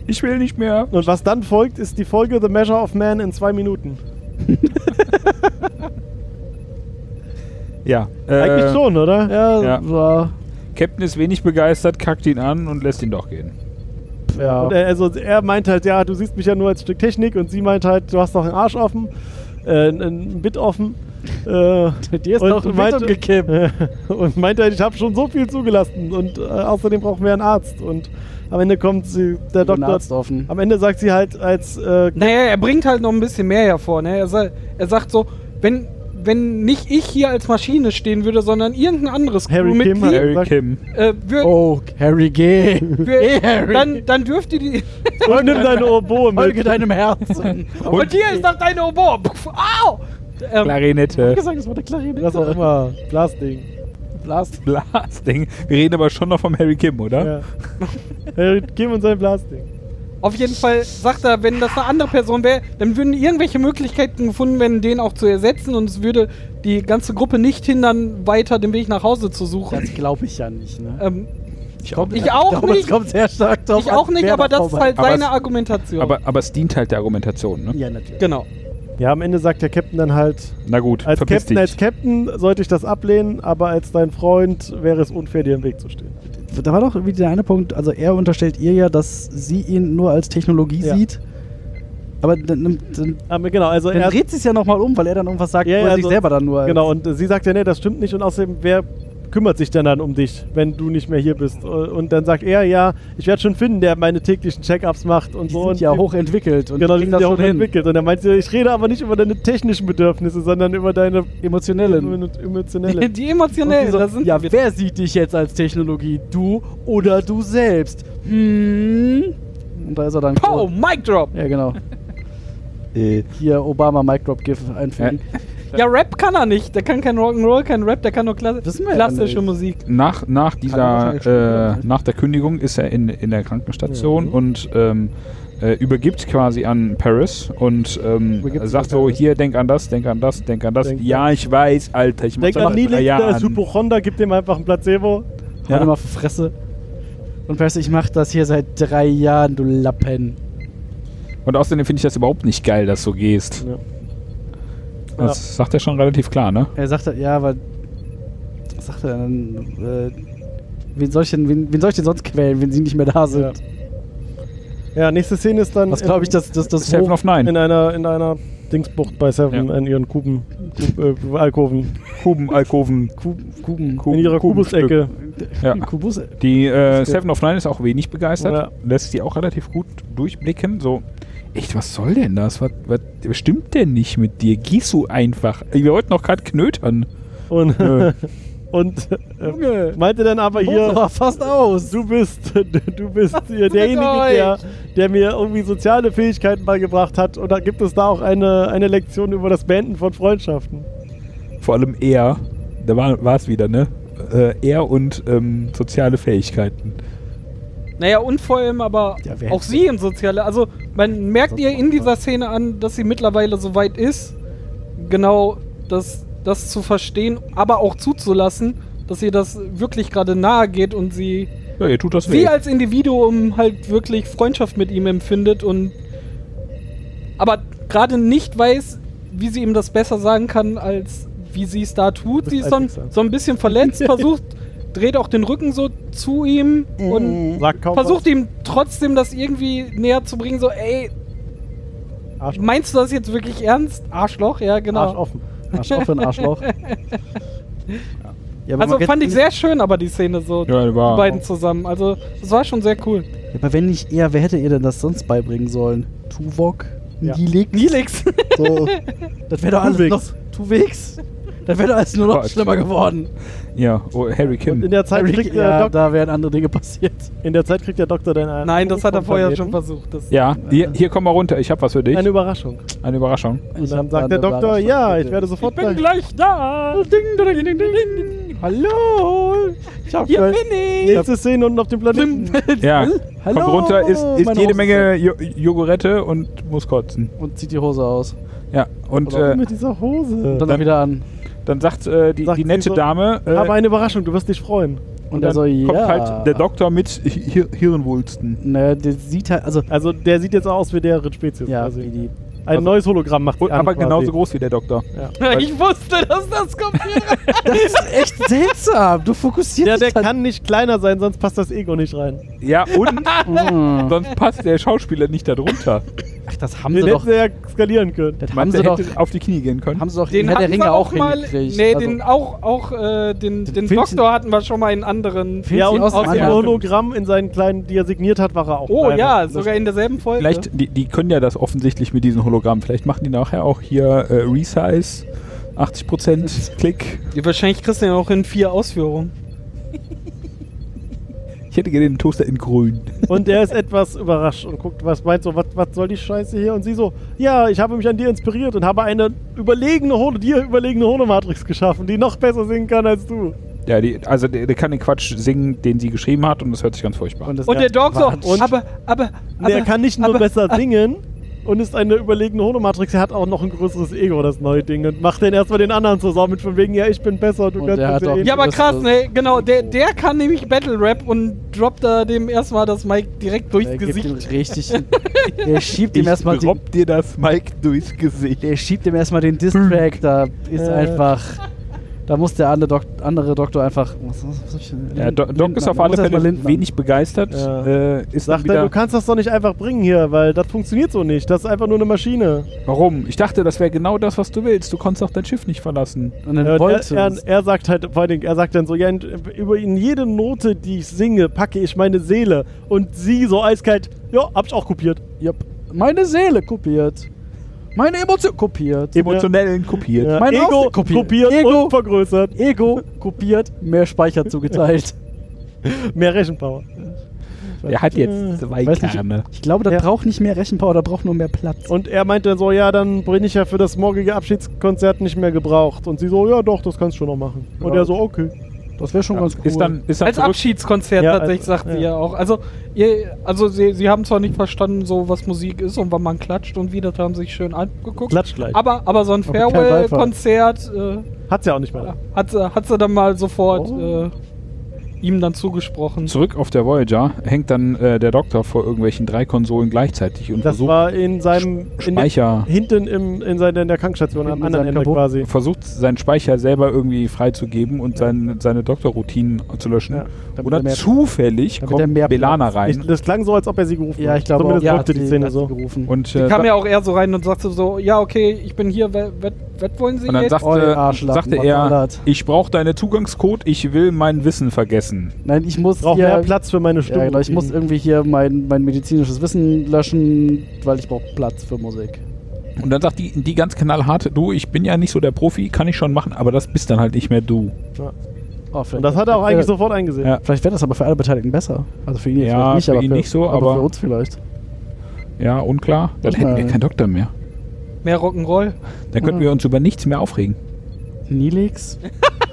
Speaker 6: Ich will nicht mehr.
Speaker 4: Und was dann folgt, ist die Folge The Measure of Man in zwei Minuten.
Speaker 6: Ja.
Speaker 4: Eigentlich
Speaker 6: äh,
Speaker 4: schon, oder?
Speaker 5: Ja,
Speaker 6: Ja.
Speaker 5: war.
Speaker 6: Captain ist wenig begeistert, kackt ihn an und lässt ihn doch gehen.
Speaker 5: Ja.
Speaker 4: Und er, also er meint halt, ja, du siehst mich ja nur als Stück Technik und sie meint halt, du hast noch einen Arsch offen, äh, einen- einen Bit offen.
Speaker 5: <laughs>
Speaker 4: Äh,
Speaker 5: Dir ist noch ein Bit umgekippt.
Speaker 4: <laughs> und meint halt, ich habe schon so viel zugelassen und äh, außerdem brauchen wir einen Arzt. Und am Ende kommt sie, der
Speaker 5: Doktor
Speaker 4: Doktor,
Speaker 5: Arzt offen.
Speaker 4: am Ende sagt sie halt als, äh,
Speaker 5: <laughs>
Speaker 2: Naja, er bringt halt noch ein bisschen mehr hervor. Ne? Er, sa er sagt so, wenn, wenn nicht ich hier als Maschine stehen würde, sondern irgendein anderes
Speaker 4: Harry
Speaker 2: Crewmitglied,
Speaker 4: Kim, Harry-
Speaker 6: Eric
Speaker 4: Sag-
Speaker 6: Kim.
Speaker 2: äh, wür,
Speaker 5: Oh, Harry, geh.
Speaker 2: wür,
Speaker 5: Geh, <laughs> Harry.
Speaker 2: Dann, dann dürft ihr die... <laughs>
Speaker 4: und nimm deine Oboe
Speaker 5: Folge
Speaker 4: mit.
Speaker 5: deinem Herzen.
Speaker 2: Und, hier ist noch deine Oboe. Puff, au! Ähm, <laughs>
Speaker 6: Klarinette. <laughs>
Speaker 5: gesagt, das war der Klarinette.
Speaker 4: Was auch immer, Blasting.
Speaker 5: Blast.
Speaker 6: Blasting. Wir reden aber schon noch vom Harry Kim, oder?
Speaker 4: Ja. Harry Kim und sein Blasting.
Speaker 2: auf jeden Fall sagt er, wenn das eine andere Person wäre, dann würden irgendwelche Möglichkeiten gefunden werden, den auch zu ersetzen und es würde die ganze Gruppe nicht hindern, weiter den Weg nach Hause zu
Speaker 5: <laughs>
Speaker 2: suchen.
Speaker 5: Das glaube ich ja nicht,
Speaker 4: Äh,
Speaker 5: ne? äh,
Speaker 2: Ähm,
Speaker 6: Ich auch
Speaker 2: ich auch
Speaker 5: glaube, es
Speaker 2: nicht,
Speaker 5: kommt sehr stark drauf
Speaker 2: ich auch
Speaker 5: an,
Speaker 2: nicht,
Speaker 5: wer
Speaker 2: aber
Speaker 5: da
Speaker 2: das ist
Speaker 5: vorbei-
Speaker 2: halt
Speaker 6: Aber
Speaker 2: seine
Speaker 6: es-
Speaker 2: Argumentation.
Speaker 6: Aber, aber es dient halt der Argumentation, ne?
Speaker 5: Ja, natürlich.
Speaker 2: genau.
Speaker 4: Ja, am Ende sagt der Captain dann halt,
Speaker 6: Na gut,
Speaker 4: als
Speaker 6: verpiss
Speaker 4: Captain,
Speaker 6: dich.
Speaker 4: als Captain sollte ich das ablehnen, aber als dein Freund wäre es unfair, dir im Weg zu stehen.
Speaker 5: Da war doch irgendwie der eine Punkt, also er unterstellt ihr ja, dass sie ihn nur als Technologie
Speaker 4: Ja.
Speaker 5: sieht. Aber dann, dann, dann,
Speaker 4: Aber genau, also
Speaker 5: dann
Speaker 4: er
Speaker 5: dreht sie es ja nochmal um, weil er dann irgendwas sagt, wo
Speaker 4: Ja,
Speaker 5: er
Speaker 4: ja,
Speaker 5: sich
Speaker 4: also-
Speaker 5: selber dann nur. als-
Speaker 4: genau und äh, sie sagt ja, nee, das stimmt nicht und außerdem wer kümmert sich denn dann um dich, wenn du nicht mehr hier bist? Äh, Und dann sagt er, ja, ich werde schon finden, der meine täglichen Check-ups macht und
Speaker 5: Die
Speaker 4: so
Speaker 5: sind
Speaker 4: und
Speaker 5: ja
Speaker 4: die-
Speaker 5: hochentwickelt und
Speaker 4: Genau, die
Speaker 5: kriegen
Speaker 4: sind
Speaker 5: das
Speaker 4: ja
Speaker 5: schon hin.
Speaker 4: hochentwickelt. Und er meint, sie, ich rede aber nicht über deine technischen Bedürfnisse, sondern über deine
Speaker 5: Emotionellen. <laughs>
Speaker 4: emotionelle.
Speaker 2: Die emotionellen,
Speaker 5: Und die
Speaker 2: da
Speaker 5: so,
Speaker 2: sind
Speaker 5: ja,
Speaker 2: wir.
Speaker 5: wer sieht dich jetzt als Technologie? Du oder du selbst? Hm. Und da ist er dann.
Speaker 2: Pow, Mm, oh, Mic Drop.
Speaker 5: Ja,
Speaker 2: <laughs>
Speaker 5: genau. Äh, Hier Obama Mic Drop GIF einfügen.
Speaker 2: Ja, Rap kann er nicht. Der kann kein Rock'n'Roll, kein Rap, der kann nur kla
Speaker 5: Wissen wir ja
Speaker 2: klassische
Speaker 5: nicht.
Speaker 2: Musik.
Speaker 6: nach, nach
Speaker 5: wahrscheinlich schon
Speaker 6: dieser,
Speaker 5: wieder
Speaker 6: äh,
Speaker 5: sein.
Speaker 6: nach der Kündigung ist er in, in der Krankenstation und ähm, äh, übergibt quasi an Paris und ähm,
Speaker 5: Übergibt
Speaker 6: sagt
Speaker 5: an
Speaker 6: so,
Speaker 5: Paris.
Speaker 6: hier, denk an das, denk an das, denk an das.
Speaker 4: Denk
Speaker 6: ja, ich weiß, Alter, ich
Speaker 4: Denk
Speaker 6: mach's seit
Speaker 4: an
Speaker 6: drei
Speaker 4: Nilix, der ist
Speaker 6: Jahren.
Speaker 4: Hypochonder, gib dem einfach ein Placebo.
Speaker 5: Hau dir mal auf die Fresse. Und weißt du, ich mach das hier seit drei Jahren, du Lappen.
Speaker 6: Und außerdem finde ich das überhaupt nicht geil, dass du gehst.
Speaker 4: Ja.
Speaker 6: Das sagt er schon relativ klar, ne?
Speaker 5: Er sagt, ja, weil. Was sagt er denn? Äh, Wen soll ich denn, wen, wen soll ich denn sonst quälen, wenn sie nicht mehr da sind?
Speaker 4: Ja, nächste Szene ist dann.
Speaker 5: Was
Speaker 4: in-
Speaker 5: glaube ich, dass das, das
Speaker 6: Seven of Nine.
Speaker 4: In einer, in einer Dingsbucht bei Seven,
Speaker 6: Ja.
Speaker 4: in ihren Kuben. Kub, äh, Alkoven.
Speaker 6: Kuben, Alkoven,
Speaker 5: Kuben.
Speaker 6: Kuben.
Speaker 4: in ihrer
Speaker 6: Kubenstück.
Speaker 4: Kubusecke.
Speaker 6: Ja.
Speaker 5: Kubus.
Speaker 6: Die äh, Seven of Nine ist auch wenig begeistert.
Speaker 4: Ja.
Speaker 6: Lässt die auch relativ gut durchblicken. So, echt, was soll denn das? Was, was stimmt denn nicht mit dir? Gehst du einfach. Wir wollten doch gerade knötern.
Speaker 4: Und,
Speaker 6: Nö.
Speaker 4: <laughs> und äh, meinte dann aber
Speaker 5: Hier
Speaker 4: hier.
Speaker 5: war fast aus.
Speaker 4: Du bist, <laughs> du bist hier
Speaker 2: mit
Speaker 4: derjenige,
Speaker 2: euch?
Speaker 4: der, der mir irgendwie soziale Fähigkeiten beigebracht hat. Und da gibt es da auch eine, eine Lektion über das Beenden von Freundschaften.
Speaker 6: Vor allem er, da war es wieder, ne? Äh, er und ähm, soziale Fähigkeiten.
Speaker 2: Naja, und vor allem aber
Speaker 5: Ja, wer
Speaker 2: auch
Speaker 5: hätte-
Speaker 2: sie in soziale. Also, man merkt ihr in
Speaker 5: halt.
Speaker 2: dieser Szene an, dass sie mittlerweile so weit ist, genau das, das zu verstehen, aber auch zuzulassen, dass ihr das wirklich gerade nahe geht und sie,
Speaker 6: Ja, ihr tut das weh.
Speaker 2: sie als Individuum halt wirklich Freundschaft mit ihm empfindet und aber gerade nicht weiß, wie sie ihm das besser sagen kann, als wie sie es da tut. Sie
Speaker 4: bist
Speaker 2: ist so ein,
Speaker 4: Alpixer.
Speaker 2: so ein bisschen
Speaker 5: <laughs>
Speaker 2: verletzt, versucht, dreht auch den Rücken so zu ihm
Speaker 5: Mhm.
Speaker 2: und
Speaker 4: Sagt kaum
Speaker 2: versucht ihm trotzdem das irgendwie näher zu bringen, so, ey,
Speaker 4: was. Arsch,
Speaker 2: meinst du das jetzt wirklich ernst? Arschloch, ja, genau.
Speaker 4: Arsch offen.
Speaker 5: Arschloch für ein
Speaker 2: <laughs>
Speaker 5: Arschloch. Ja, aber
Speaker 2: Also
Speaker 5: man
Speaker 2: fand
Speaker 5: kennt-
Speaker 2: ich sehr schön, aber die Szene so,
Speaker 6: Ja, die war-
Speaker 2: die beiden zusammen. Also, das war schon sehr cool.
Speaker 5: Ja, aber wenn nicht er, wer hätte ihr denn das sonst beibringen sollen? Tuvok?
Speaker 4: Ja.
Speaker 5: Nilix?
Speaker 2: Nilix.
Speaker 5: So. Das wäre doch alles
Speaker 4: Tuvix.
Speaker 5: noch. Tuvix? Das wäre doch alles nur noch
Speaker 6: Quatsch.
Speaker 5: schlimmer geworden.
Speaker 6: ja, oh, Harry
Speaker 4: Und in
Speaker 6: Kim.
Speaker 4: der Zeit äh,
Speaker 5: Rick,
Speaker 4: kriegt
Speaker 5: ja,
Speaker 4: der Dok
Speaker 5: da wären andere Dinge passiert.
Speaker 4: in der Zeit kriegt der Doktor dann einen
Speaker 2: Nein, das
Speaker 4: Anruf
Speaker 2: hat er
Speaker 4: vom
Speaker 2: vorher
Speaker 4: Planeten.
Speaker 2: schon versucht. Das
Speaker 6: Ja, hier, hier komm mal runter. Ich hab was für dich.
Speaker 4: Eine
Speaker 6: Eine,
Speaker 4: Überraschung.
Speaker 6: Überraschung.
Speaker 4: Und dann sagt der Doktor, ja, ich werde sofort
Speaker 2: ich bin
Speaker 4: gleich-
Speaker 2: gleich da. Ding, ding, ding, ding, ding.
Speaker 5: Hallo! Ich hab
Speaker 2: Hier
Speaker 5: gehört-
Speaker 2: bin ich.
Speaker 4: Nächste Szene unten auf dem Planeten. <laughs>
Speaker 6: Ja,
Speaker 5: Hallo,
Speaker 6: kommt runter, isst, isst
Speaker 5: meine
Speaker 6: jede
Speaker 5: Hose.
Speaker 6: Menge jo Jogurette und muss kotzen.
Speaker 5: Und zieht die Hose aus.
Speaker 6: Ja, und
Speaker 5: Aber
Speaker 6: äh,
Speaker 4: Mit dieser Hose.
Speaker 5: Und dann,
Speaker 6: Dann-
Speaker 5: wieder an.
Speaker 6: dann sagt äh, die,
Speaker 4: Sagt
Speaker 6: die
Speaker 4: sie
Speaker 6: nette
Speaker 4: so,
Speaker 6: Dame,
Speaker 4: Ich habe
Speaker 6: äh,
Speaker 4: eine Überraschung, du wirst dich freuen.
Speaker 5: Und,
Speaker 6: dann
Speaker 5: er so,
Speaker 6: kommt
Speaker 5: ja.
Speaker 6: halt der Doktor mit Hir Hirnwulsten.
Speaker 5: Ne, der sieht halt, also,
Speaker 4: Also der sieht jetzt auch aus wie deren Spezies.
Speaker 5: ja,
Speaker 4: quasi.
Speaker 5: wie die.
Speaker 4: Ein neues Hologramm macht die
Speaker 6: Und,
Speaker 4: an,
Speaker 6: aber
Speaker 4: quasi.
Speaker 6: genauso groß wie der Doktor.
Speaker 2: Ich wusste, dass das kommt.
Speaker 5: Das ist echt <laughs> seltsam. Du fokussierst
Speaker 4: Ja, der
Speaker 5: dich halt
Speaker 4: kann nicht kleiner sein, sonst passt das Ego nicht rein.
Speaker 6: Ja,
Speaker 5: <laughs>
Speaker 6: und
Speaker 5: kann.
Speaker 6: sonst passt der Schauspieler nicht darunter.
Speaker 5: Ach, das Mm. haben
Speaker 4: Den
Speaker 5: sie
Speaker 4: hätten
Speaker 5: doch.
Speaker 4: sie ja skalieren können.
Speaker 5: Das haben
Speaker 6: Meinst
Speaker 5: sie
Speaker 6: du,
Speaker 5: doch.
Speaker 6: hätte auf die Knie gehen können?
Speaker 5: Haben sie doch in
Speaker 2: <laughs> Den
Speaker 5: Herr der
Speaker 2: hatten
Speaker 5: Ringe
Speaker 2: wir
Speaker 5: auch
Speaker 2: auch mal.
Speaker 5: hingekriegt.
Speaker 2: Nee,
Speaker 5: also,
Speaker 2: den auch, auch äh, den, den
Speaker 5: Filmchen-
Speaker 2: Doktor hatten wir schon mal in anderen.
Speaker 5: Filmchen
Speaker 4: Ja, und
Speaker 5: aus Ah,
Speaker 4: aus
Speaker 5: dem
Speaker 4: dem
Speaker 5: anderen.
Speaker 4: Hologramm in seinen kleinen, die er signiert hat, war er auch.
Speaker 2: Oh
Speaker 4: kleiner.
Speaker 2: ja,
Speaker 4: Das-
Speaker 2: sogar in derselben Folge.
Speaker 6: Vielleicht, die, die können ja das offensichtlich mit diesem Hologramm. Vielleicht machen die nachher auch hier äh, Resize, 80% Klick.
Speaker 2: Ja, wahrscheinlich kriegst du ja auch in vier Ausführungen.
Speaker 6: Ich hätte gerne den Toaster in grün.
Speaker 4: Und er ist etwas überrascht und guckt, was meint so, was, was soll die Scheiße hier? Und sie so, ja, ich habe mich an dir inspiriert und habe eine überlegene Holo, dir überlegene Holomatrix geschaffen, die noch besser singen kann als du.
Speaker 6: Ja, die, also der, der kann den Quatsch singen, den sie geschrieben hat und das hört sich ganz furchtbar an.
Speaker 5: das
Speaker 2: Und der Dog so,
Speaker 5: Quatsch.
Speaker 2: aber, aber,
Speaker 4: Und
Speaker 2: aber.
Speaker 4: er kann nicht
Speaker 2: <laughs>
Speaker 4: nur
Speaker 2: aber-
Speaker 4: besser singen und ist eine überlegene Holomatrix, er hat auch noch ein größeres Ego, das neue Ding, und macht den erstmal den anderen zusammen mit von wegen, ja, ich bin besser, du
Speaker 5: Und
Speaker 4: kannst
Speaker 5: der
Speaker 4: das
Speaker 5: hat
Speaker 4: ja
Speaker 5: auch-
Speaker 4: eh
Speaker 2: Ja, aber
Speaker 5: Das-
Speaker 2: krass,
Speaker 5: das-
Speaker 2: ne? Genau, der, der kann nämlich Battle Rap und droppt da dem erstmal das Mike direkt durchs
Speaker 5: Der gibt ihm
Speaker 2: Gesicht.
Speaker 5: richtig. Der schiebt ihm erstmal den.
Speaker 6: dropp dir das Mike durchs Gesicht.
Speaker 5: Der schiebt ihm erstmal den Distrack. Da ist
Speaker 4: Äh.
Speaker 5: einfach. Da muss der andere, Dok andere Doktor einfach. Was, was, was hab ich denn?
Speaker 6: Ja, Do- Doc
Speaker 5: Lindner.
Speaker 6: ist auf
Speaker 5: Da
Speaker 6: alle
Speaker 5: muss erstmal
Speaker 6: Fälle
Speaker 5: Lindner.
Speaker 6: wenig begeistert.
Speaker 4: Ja.
Speaker 6: Äh, ist dann
Speaker 4: Sagt er,
Speaker 6: wieder,
Speaker 4: du kannst das doch nicht einfach bringen hier, weil das funktioniert so nicht. Das ist einfach nur eine Maschine.
Speaker 6: warum? Ich dachte, das wäre genau das, was du willst. Du konntest auch dein Schiff nicht verlassen.
Speaker 5: Und dann
Speaker 4: Ja, und
Speaker 5: wollte.
Speaker 4: er, er,
Speaker 5: es.
Speaker 4: er sagt halt, vor allen Dingen, er sagt dann so, ja, und über in jede Note, die ich singe, packe ich meine Seele. Und sie so eiskalt, ja, hab ich auch kopiert.
Speaker 5: Jupp. Meine Seele kopiert. Meine Emotion kopiert.
Speaker 6: Emotionellen kopiert.
Speaker 4: Ja,
Speaker 5: Meine
Speaker 4: Ego
Speaker 5: Aussehen kopiert.
Speaker 4: kopiert,
Speaker 5: Ego.
Speaker 4: und vergrößert.
Speaker 5: Ego kopiert, mehr Speicher zugeteilt.
Speaker 4: Mehr Rechenpower.
Speaker 6: Er hat jetzt zwei
Speaker 5: Weiß nicht,
Speaker 6: Kerne.
Speaker 5: ich glaube, das
Speaker 4: Ja.
Speaker 5: braucht nicht mehr Rechenpower, da braucht nur mehr Platz.
Speaker 4: Und er meint dann so, ja, dann bin ich ja für das morgige Abschiedskonzert nicht mehr gebraucht. Und sie so, ja doch, das kannst du schon noch machen. Und
Speaker 5: Ja.
Speaker 4: er so, okay.
Speaker 5: das wäre schon ganz cool.
Speaker 6: Ist dann, ist dann
Speaker 2: Als
Speaker 6: zurück,
Speaker 2: Abschiedskonzert
Speaker 4: Ja,
Speaker 2: tatsächlich,
Speaker 4: als-
Speaker 2: sagt
Speaker 4: ja.
Speaker 2: sie ja auch. Also, ihr, also sie, sie haben zwar nicht verstanden, so was Musik ist und wann man klatscht und wie, das haben sie sich schön angeguckt.
Speaker 4: Klatsch gleich.
Speaker 2: Aber, aber so ein
Speaker 5: Aber kein
Speaker 2: Farewell-Konzert äh,
Speaker 4: Hat's ja auch nicht mehr.
Speaker 2: hat, sie- hat sie dann mal sofort
Speaker 4: Oh.
Speaker 2: äh, ihm dann zugesprochen.
Speaker 6: Zurück auf der Voyager hängt dann äh, der Doktor vor irgendwelchen drei Konsolen gleichzeitig und
Speaker 4: Das
Speaker 6: versucht,
Speaker 4: war in seinem in dem,
Speaker 6: Speicher,
Speaker 4: hinten im, in, seiner, in der Krankenstation am
Speaker 5: In
Speaker 4: anderen
Speaker 5: seinem
Speaker 4: Ende
Speaker 5: Kabot.
Speaker 4: quasi.
Speaker 6: versucht seinen Speicher selber irgendwie freizugeben und sein, seine Doktorroutinen zu löschen.
Speaker 4: Ja,
Speaker 5: damit er
Speaker 6: Oder
Speaker 5: mehr-
Speaker 6: zufällig
Speaker 5: damit er
Speaker 6: kommt
Speaker 5: mehr
Speaker 6: Belana
Speaker 4: Ich,
Speaker 6: rein.
Speaker 4: das klang so, als ob er sie gerufen
Speaker 5: Ja,
Speaker 4: hat.
Speaker 5: ich glaube, auch,
Speaker 4: Zumindest
Speaker 5: ja,
Speaker 4: wirkte die
Speaker 5: hat
Speaker 4: Szene
Speaker 5: hat
Speaker 4: so.
Speaker 5: gerufen.
Speaker 6: Und,
Speaker 2: Die
Speaker 6: äh,
Speaker 2: kam
Speaker 6: da-
Speaker 2: ja auch eher so rein und sagte so, ja, okay, ich bin hier, was wollen Sie
Speaker 6: und dann
Speaker 2: jetzt?
Speaker 5: Oh, den
Speaker 6: sagte,
Speaker 5: Arschlappen,
Speaker 6: sagte
Speaker 5: was soll
Speaker 6: er,
Speaker 5: das?
Speaker 6: ich brauche deine Zugangscode, ich will mein Wissen vergessen.
Speaker 5: Nein, ich muss
Speaker 4: Braucht
Speaker 5: hier,
Speaker 4: mehr Platz für meine Stimme.
Speaker 5: Ja, genau, ich muss irgendwie hier mein, mein medizinisches Wissen löschen, weil ich brauche Platz für Musik.
Speaker 6: Und dann sagt die, die ganz knallhart, du, ich bin ja nicht so der Profi, kann ich schon machen, aber das bist dann halt nicht mehr du.
Speaker 5: Oh, vielleicht-
Speaker 4: Und das hat er auch eigentlich
Speaker 5: äh,
Speaker 4: sofort eingesehen.
Speaker 6: Ja.
Speaker 5: Vielleicht wäre das aber für alle Beteiligten besser. Also für ihn jetzt
Speaker 6: Ja,
Speaker 5: vielleicht nicht,
Speaker 6: für
Speaker 5: aber
Speaker 6: ihn
Speaker 5: für,
Speaker 6: nicht so,
Speaker 5: aber
Speaker 6: aber-
Speaker 5: für uns vielleicht.
Speaker 6: Ja, unklar. Dann
Speaker 5: Ich
Speaker 6: hätten wir
Speaker 5: meine-
Speaker 6: keinen Doktor mehr.
Speaker 2: Mehr Rock'n'Roll.
Speaker 6: Dann
Speaker 5: Ja.
Speaker 6: könnten wir uns über nichts mehr aufregen.
Speaker 5: Nilix?
Speaker 2: <laughs>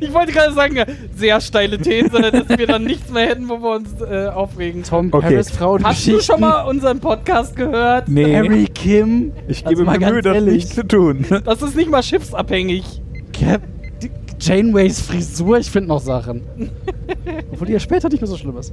Speaker 2: Ich wollte gerade sagen, sehr steile Thesen, sondern dass wir dann nichts mehr hätten, wo wir uns äh, aufregen.
Speaker 5: Tom
Speaker 6: Okay.
Speaker 5: Paris Frauen
Speaker 2: Hast du schon mal unseren Podcast gehört?
Speaker 6: Nee,
Speaker 5: Harry Kim?
Speaker 6: ich
Speaker 5: Also
Speaker 6: gebe
Speaker 5: mal
Speaker 6: mir
Speaker 5: ganz
Speaker 6: Mühe, das
Speaker 5: ehrlich.
Speaker 6: nicht zu tun.
Speaker 2: Das ist nicht mal schiffsabhängig.
Speaker 5: Cap die- Janeways Frisur, ich finde noch
Speaker 4: <laughs>
Speaker 5: Sachen. Obwohl die ja später nicht mehr so schlimm ist.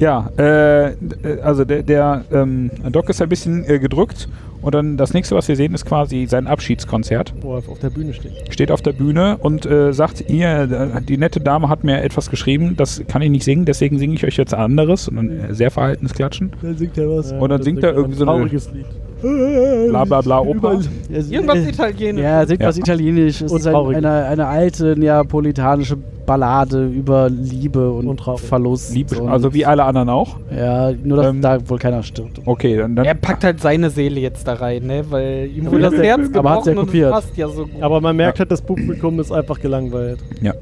Speaker 6: Ja, äh, d- also der, der ähm, Doc ist ein bisschen äh, gedrückt und dann das nächste, was wir sehen, ist quasi sein Abschiedskonzert.
Speaker 4: Wo er auf der Bühne steht.
Speaker 6: Steht auf der Bühne und äh, sagt, hier, äh, die nette Dame hat mir etwas geschrieben, das kann ich nicht singen, deswegen singe ich euch jetzt anderes und dann äh, sehr verhaltenes Klatschen.
Speaker 5: Dann singt er was.
Speaker 6: Und dann singt er irgendwie so
Speaker 4: ein
Speaker 6: eine-
Speaker 4: trauriges Lied.
Speaker 6: Bla bla bla Opa.
Speaker 2: Irgendwas halt Italienisches.
Speaker 5: Ja, er singt
Speaker 6: Ja.
Speaker 5: was Italienisch. Es
Speaker 4: Und
Speaker 5: ist ein,
Speaker 4: traurig.
Speaker 5: eine, eine alte neapolitanische Ballade über Liebe und,
Speaker 4: Und traurig.
Speaker 5: Verlust.
Speaker 6: Lieb,
Speaker 5: und,
Speaker 6: also wie alle anderen auch.
Speaker 5: Ja, nur dass
Speaker 6: Ähm,
Speaker 5: da wohl keiner stirbt.
Speaker 6: Okay, dann,
Speaker 2: Er
Speaker 6: dann
Speaker 2: packt halt seine Seele jetzt da rein, ne? Weil ihm
Speaker 4: Aber
Speaker 2: wurde
Speaker 4: hat
Speaker 2: das
Speaker 4: er-
Speaker 2: Herz gebrochen
Speaker 5: aber hat's ja
Speaker 2: und
Speaker 5: kopiert.
Speaker 2: es passt ja so gut.
Speaker 4: Aber man merkt halt, das Publikum ist einfach gelangweilt.
Speaker 6: ja.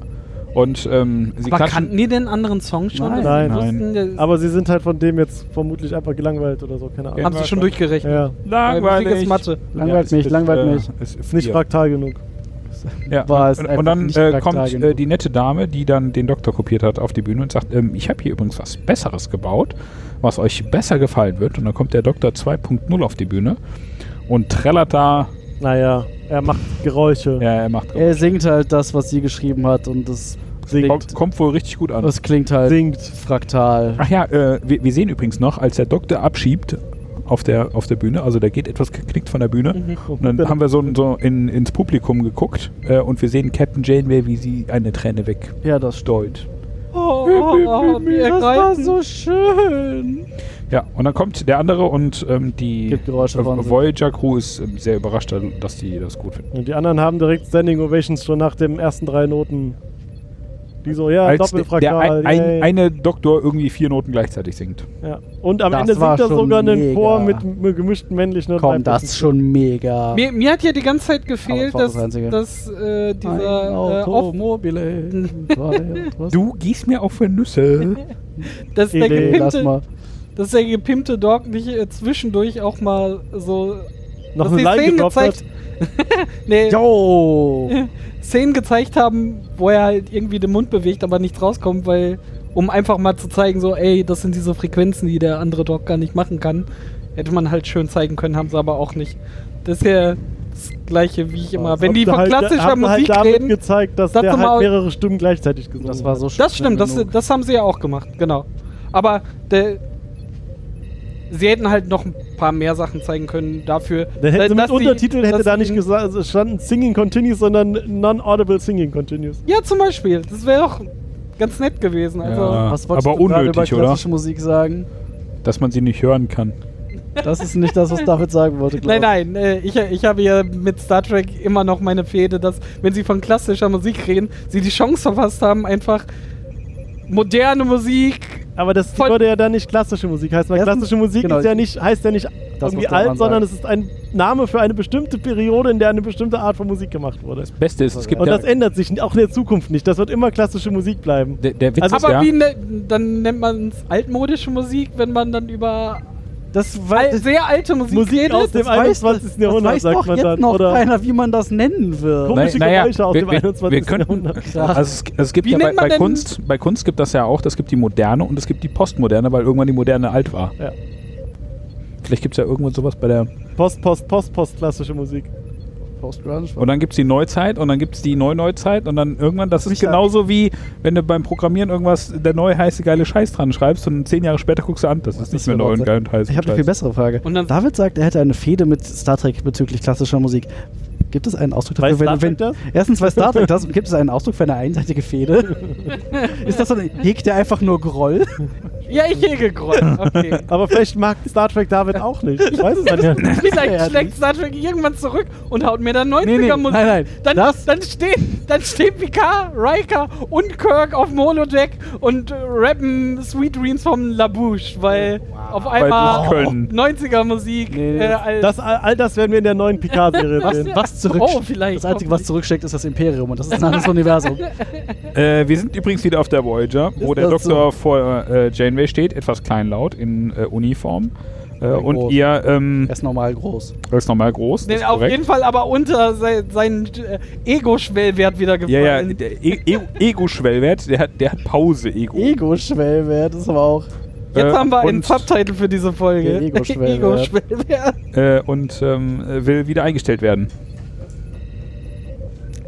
Speaker 6: Und ähm, sie
Speaker 2: Aber
Speaker 6: klatschen.
Speaker 2: kannten die den anderen Song schon?
Speaker 5: Nein.
Speaker 2: Dass sie
Speaker 4: Nein.
Speaker 2: wussten, der-
Speaker 4: Aber sie sind halt von dem jetzt vermutlich einfach gelangweilt oder so, keine Ahnung.
Speaker 2: haben sie schon durchgerechnet.
Speaker 4: Ja,
Speaker 2: Weil Musik ist Mathe.
Speaker 5: Langweilt mich, langweilt
Speaker 6: äh,
Speaker 5: mich.
Speaker 4: ist nicht fraktal genug.
Speaker 6: Ja,
Speaker 5: War es
Speaker 6: und,
Speaker 5: einfach
Speaker 6: und dann
Speaker 5: nicht
Speaker 6: äh,
Speaker 5: praktikabel
Speaker 6: kommt
Speaker 5: genug.
Speaker 6: äh, die nette Dame, die dann den Doktor kopiert hat, auf die Bühne und sagt, ähm, ich habe hier übrigens was Besseres gebaut, was euch besser gefallen wird. Und dann kommt der Doktor 2.0 auf die Bühne und trällert da.
Speaker 4: Naja, er macht Geräusche.
Speaker 6: Ja, er macht
Speaker 5: Er singt halt das, was sie geschrieben hat und das
Speaker 6: kommt,
Speaker 5: klingt,
Speaker 6: kommt wohl richtig gut an.
Speaker 5: das klingt halt
Speaker 4: Singt.
Speaker 5: fraktal.
Speaker 6: Ach ja, äh, wir, wir sehen übrigens noch, als der Doktor abschiebt auf der, auf der Bühne, also der geht etwas geknickt von der Bühne.
Speaker 5: Mhm.
Speaker 6: Und dann haben wir so, so in, ins Publikum geguckt äh, und wir sehen Captain Janeway, wie sie eine Träne wegdeut.
Speaker 5: Ja, das stimmt.
Speaker 2: Oh, oh, oh, wir ergreifen.
Speaker 5: schön.
Speaker 6: Ja, und dann kommt der andere und ähm, die
Speaker 5: Gibt Geräusche,
Speaker 6: äh,
Speaker 5: Wahnsinn.
Speaker 6: Voyager-Crew ist ähm, sehr überrascht, dass die das gut finden.
Speaker 4: Und die anderen haben direkt Standing Ovations schon nach den ersten drei Noten. Die so, ja,
Speaker 6: Als der, der
Speaker 4: doppelfraktal.
Speaker 6: ein, ein,
Speaker 4: yay.
Speaker 6: eine Doktor irgendwie vier Noten gleichzeitig singt.
Speaker 4: ja. Und am
Speaker 5: Das
Speaker 4: Ende
Speaker 5: war
Speaker 4: singt er
Speaker 5: schon
Speaker 4: sogar einen
Speaker 5: mega.
Speaker 4: Chor mit m- gemischten männlichen und
Speaker 5: Komm,
Speaker 4: weiblichen
Speaker 5: das ist schon mega.
Speaker 2: Mir, mir hat ja die ganze Zeit gefehlt,
Speaker 5: Aber das
Speaker 2: dass,
Speaker 5: war das Einzige.
Speaker 2: dass äh,
Speaker 5: Ein
Speaker 2: dieser äh, auf,
Speaker 5: Automobile.
Speaker 6: Du gießt mir auf für
Speaker 4: <laughs>
Speaker 6: Nüsse.
Speaker 2: dass der
Speaker 4: Idee,
Speaker 5: Lass
Speaker 2: gepimpte,
Speaker 5: mal.
Speaker 2: dass der gepimpte Dog nicht äh, zwischendurch auch mal so
Speaker 4: Noch
Speaker 2: dass
Speaker 4: eine
Speaker 2: die
Speaker 4: Line
Speaker 2: Szenen
Speaker 4: gedroppt hat.
Speaker 2: <laughs> nee,
Speaker 5: Yo!
Speaker 2: Szenen gezeigt haben, wo er halt irgendwie den Mund bewegt, aber nicht rauskommt, weil um einfach mal zu zeigen, so ey, das sind diese Frequenzen, die der andere Dog gar nicht machen kann, hätte man halt schön zeigen können, haben sie aber auch nicht. Das ist ja das gleiche, wie ich immer.
Speaker 4: Als
Speaker 2: Wenn
Speaker 4: ob
Speaker 2: die
Speaker 4: sie
Speaker 2: von
Speaker 4: halt,
Speaker 2: klassischer
Speaker 4: haben sie
Speaker 2: Musik
Speaker 4: halt damit
Speaker 2: reden,
Speaker 4: gezeigt, dass
Speaker 2: Sag
Speaker 4: der
Speaker 2: doch mal-
Speaker 4: halt mehrere Stimmen gleichzeitig gesungen
Speaker 5: Das war so
Speaker 2: Das stimmt, das,
Speaker 5: genug.
Speaker 2: das haben sie ja auch gemacht, genau. Aber der, sie hätten halt noch ein paar mehr Sachen zeigen können dafür.
Speaker 4: Dann hätte mit
Speaker 2: dass die-
Speaker 4: Untertitel hätte
Speaker 2: dass
Speaker 4: da
Speaker 2: die-
Speaker 4: nicht gesa- gestanden Singing Continues, sondern Non-Audible Singing Continues.
Speaker 2: Ja, zum Beispiel. Das wäre auch ganz nett gewesen. Also,
Speaker 6: Ja.
Speaker 5: Was wolltest
Speaker 6: Ah, Aber
Speaker 5: du gerade
Speaker 6: unnötig,
Speaker 5: über
Speaker 6: oder?
Speaker 5: klassische Musik sagen?
Speaker 6: dass man sie nicht hören kann.
Speaker 5: Das ist nicht das, was David sagen wollte, glaub
Speaker 2: Nein, nein, äh, ich, ich habe ja mit Star Trek immer noch meine Fehde, dass, wenn sie von klassischer Musik reden, sie die Chance verpasst haben, einfach moderne Musik
Speaker 4: Aber das
Speaker 2: Voll-
Speaker 4: würde ja dann nicht klassische Musik heißen, weil
Speaker 5: Erstens-
Speaker 4: klassische Musik
Speaker 5: genau.
Speaker 4: ist ja nicht, heißt ja nicht irgendwie
Speaker 5: wollte ich
Speaker 4: alt,
Speaker 5: daran
Speaker 4: sondern
Speaker 5: sagen.
Speaker 4: es ist ein Name für eine bestimmte Periode, in der eine bestimmte Art von Musik gemacht wurde.
Speaker 6: Beste ist, es gibt
Speaker 4: Und
Speaker 6: ja,
Speaker 4: das ändert sich auch in der Zukunft nicht. Das wird immer klassische Musik bleiben.
Speaker 6: der, der Witz
Speaker 4: Also-
Speaker 6: ist
Speaker 2: Aber
Speaker 6: ja,
Speaker 2: wie ne, dann nennt man es altmodische Musik, wenn man dann über
Speaker 5: Das
Speaker 2: al
Speaker 5: weiß
Speaker 2: sehr alte Musik,
Speaker 4: Musik
Speaker 2: redet?
Speaker 4: aus dem
Speaker 5: das weiß-
Speaker 4: 21.
Speaker 5: das
Speaker 4: Jahrhundert,
Speaker 5: weiß doch
Speaker 4: sagt man
Speaker 5: jetzt
Speaker 4: dann.
Speaker 5: noch
Speaker 4: Oder
Speaker 5: keiner, wie man das nennen wird.
Speaker 4: Nein. komische
Speaker 6: na ja,
Speaker 4: Geräusche aus
Speaker 6: wir,
Speaker 4: dem
Speaker 6: wir-
Speaker 4: 21.
Speaker 6: Wir könnten,
Speaker 4: Jahrhundert.
Speaker 5: Krass.
Speaker 6: also es, es gibt
Speaker 2: Wie
Speaker 6: ja bei,
Speaker 2: nennt man
Speaker 6: bei
Speaker 2: denn-
Speaker 6: Kunst, bei Kunst gibt das ja auch, das gibt die moderne und es gibt die postmoderne, weil irgendwann die moderne alt war.
Speaker 4: Ja.
Speaker 6: Vielleicht gibt es ja irgendwo sowas bei der
Speaker 4: Post, Post, Post, Post klassische Musik.
Speaker 5: Post-Grunge.
Speaker 6: Und dann gibt es die Neuzeit und dann gibt es die Neuneuzeit und dann irgendwann, das ist
Speaker 4: Mich da-
Speaker 6: genauso wie, wenn du beim Programmieren irgendwas der neu heiße geile Scheiß dran schreibst und zehn Jahre später guckst du an, das ist nicht
Speaker 5: ist
Speaker 6: mehr
Speaker 5: für
Speaker 6: neu und
Speaker 5: Leute?
Speaker 6: geil und heiß.
Speaker 5: Ich habe eine viel bessere Frage.
Speaker 2: Und dann-
Speaker 5: David sagt, er hätte eine Fehde mit Star Trek bezüglich klassischer Musik. Gibt es einen Ausdruck
Speaker 4: Weiß
Speaker 5: dafür,
Speaker 4: Star
Speaker 5: wenn,
Speaker 4: Trek
Speaker 5: wenn
Speaker 4: das?
Speaker 5: erstens weil Star Trek das und gibt es einen Ausdruck für eine einseitige
Speaker 4: <laughs>
Speaker 5: Fehde? ist das so ein hegt der einfach nur Groll?
Speaker 2: Ja, ich hege Groll. Okay.
Speaker 4: Aber vielleicht mag Star Trek David auch nicht. Ich weiß es nicht.
Speaker 2: Vielleicht schlägt Star Trek irgendwann zurück und haut mir dann 90er Musik.
Speaker 5: nein, nein,
Speaker 2: Dann,
Speaker 5: das-
Speaker 2: dann, stehen, dann stehen Picard, Riker und Kirk auf dem Holodeck und äh, rappen Sweet Dreams vom Labouche, weil auf einmal
Speaker 6: nicht können.
Speaker 2: 90er Musik.
Speaker 5: Nee,
Speaker 2: äh, als-
Speaker 4: Das, all all das werden wir in der neuen Picard-Serie
Speaker 2: Was
Speaker 4: sehen.
Speaker 2: denn?
Speaker 5: Was zurück?
Speaker 2: Oh, vielleicht.
Speaker 5: Das einzige, was zurücksteckt, ist das Imperium und das ist ein anderes Universum.
Speaker 6: Äh, wir sind übrigens wieder auf der Voyager, wo
Speaker 5: Ist
Speaker 6: der
Speaker 5: das so?
Speaker 6: Doktor vor äh, Janeway steht, etwas kleinlaut in äh, Uniform. Äh,
Speaker 5: Sehr
Speaker 6: und
Speaker 5: groß.
Speaker 6: ihr, ähm,
Speaker 5: Er ist normal groß.
Speaker 6: das ist nochmal groß.
Speaker 2: Nee,
Speaker 6: ist
Speaker 2: auf
Speaker 6: korrekt.
Speaker 2: jeden Fall aber unter se seinen äh, Ego-Schwellwert wieder gefallen.
Speaker 6: Ja, ja, der e E- Ego-Schwellwert, der hat, der hat Pause-Ego.
Speaker 5: Ego-Schwellwert ist aber auch.
Speaker 2: Jetzt haben wir einen
Speaker 6: Äh, und-
Speaker 2: Subtitle für diese Folge.
Speaker 5: Der Ego-Schwellwert.
Speaker 2: <laughs> Ego-Schwellwert.
Speaker 6: Äh, und ähm, äh, will wieder eingestellt werden.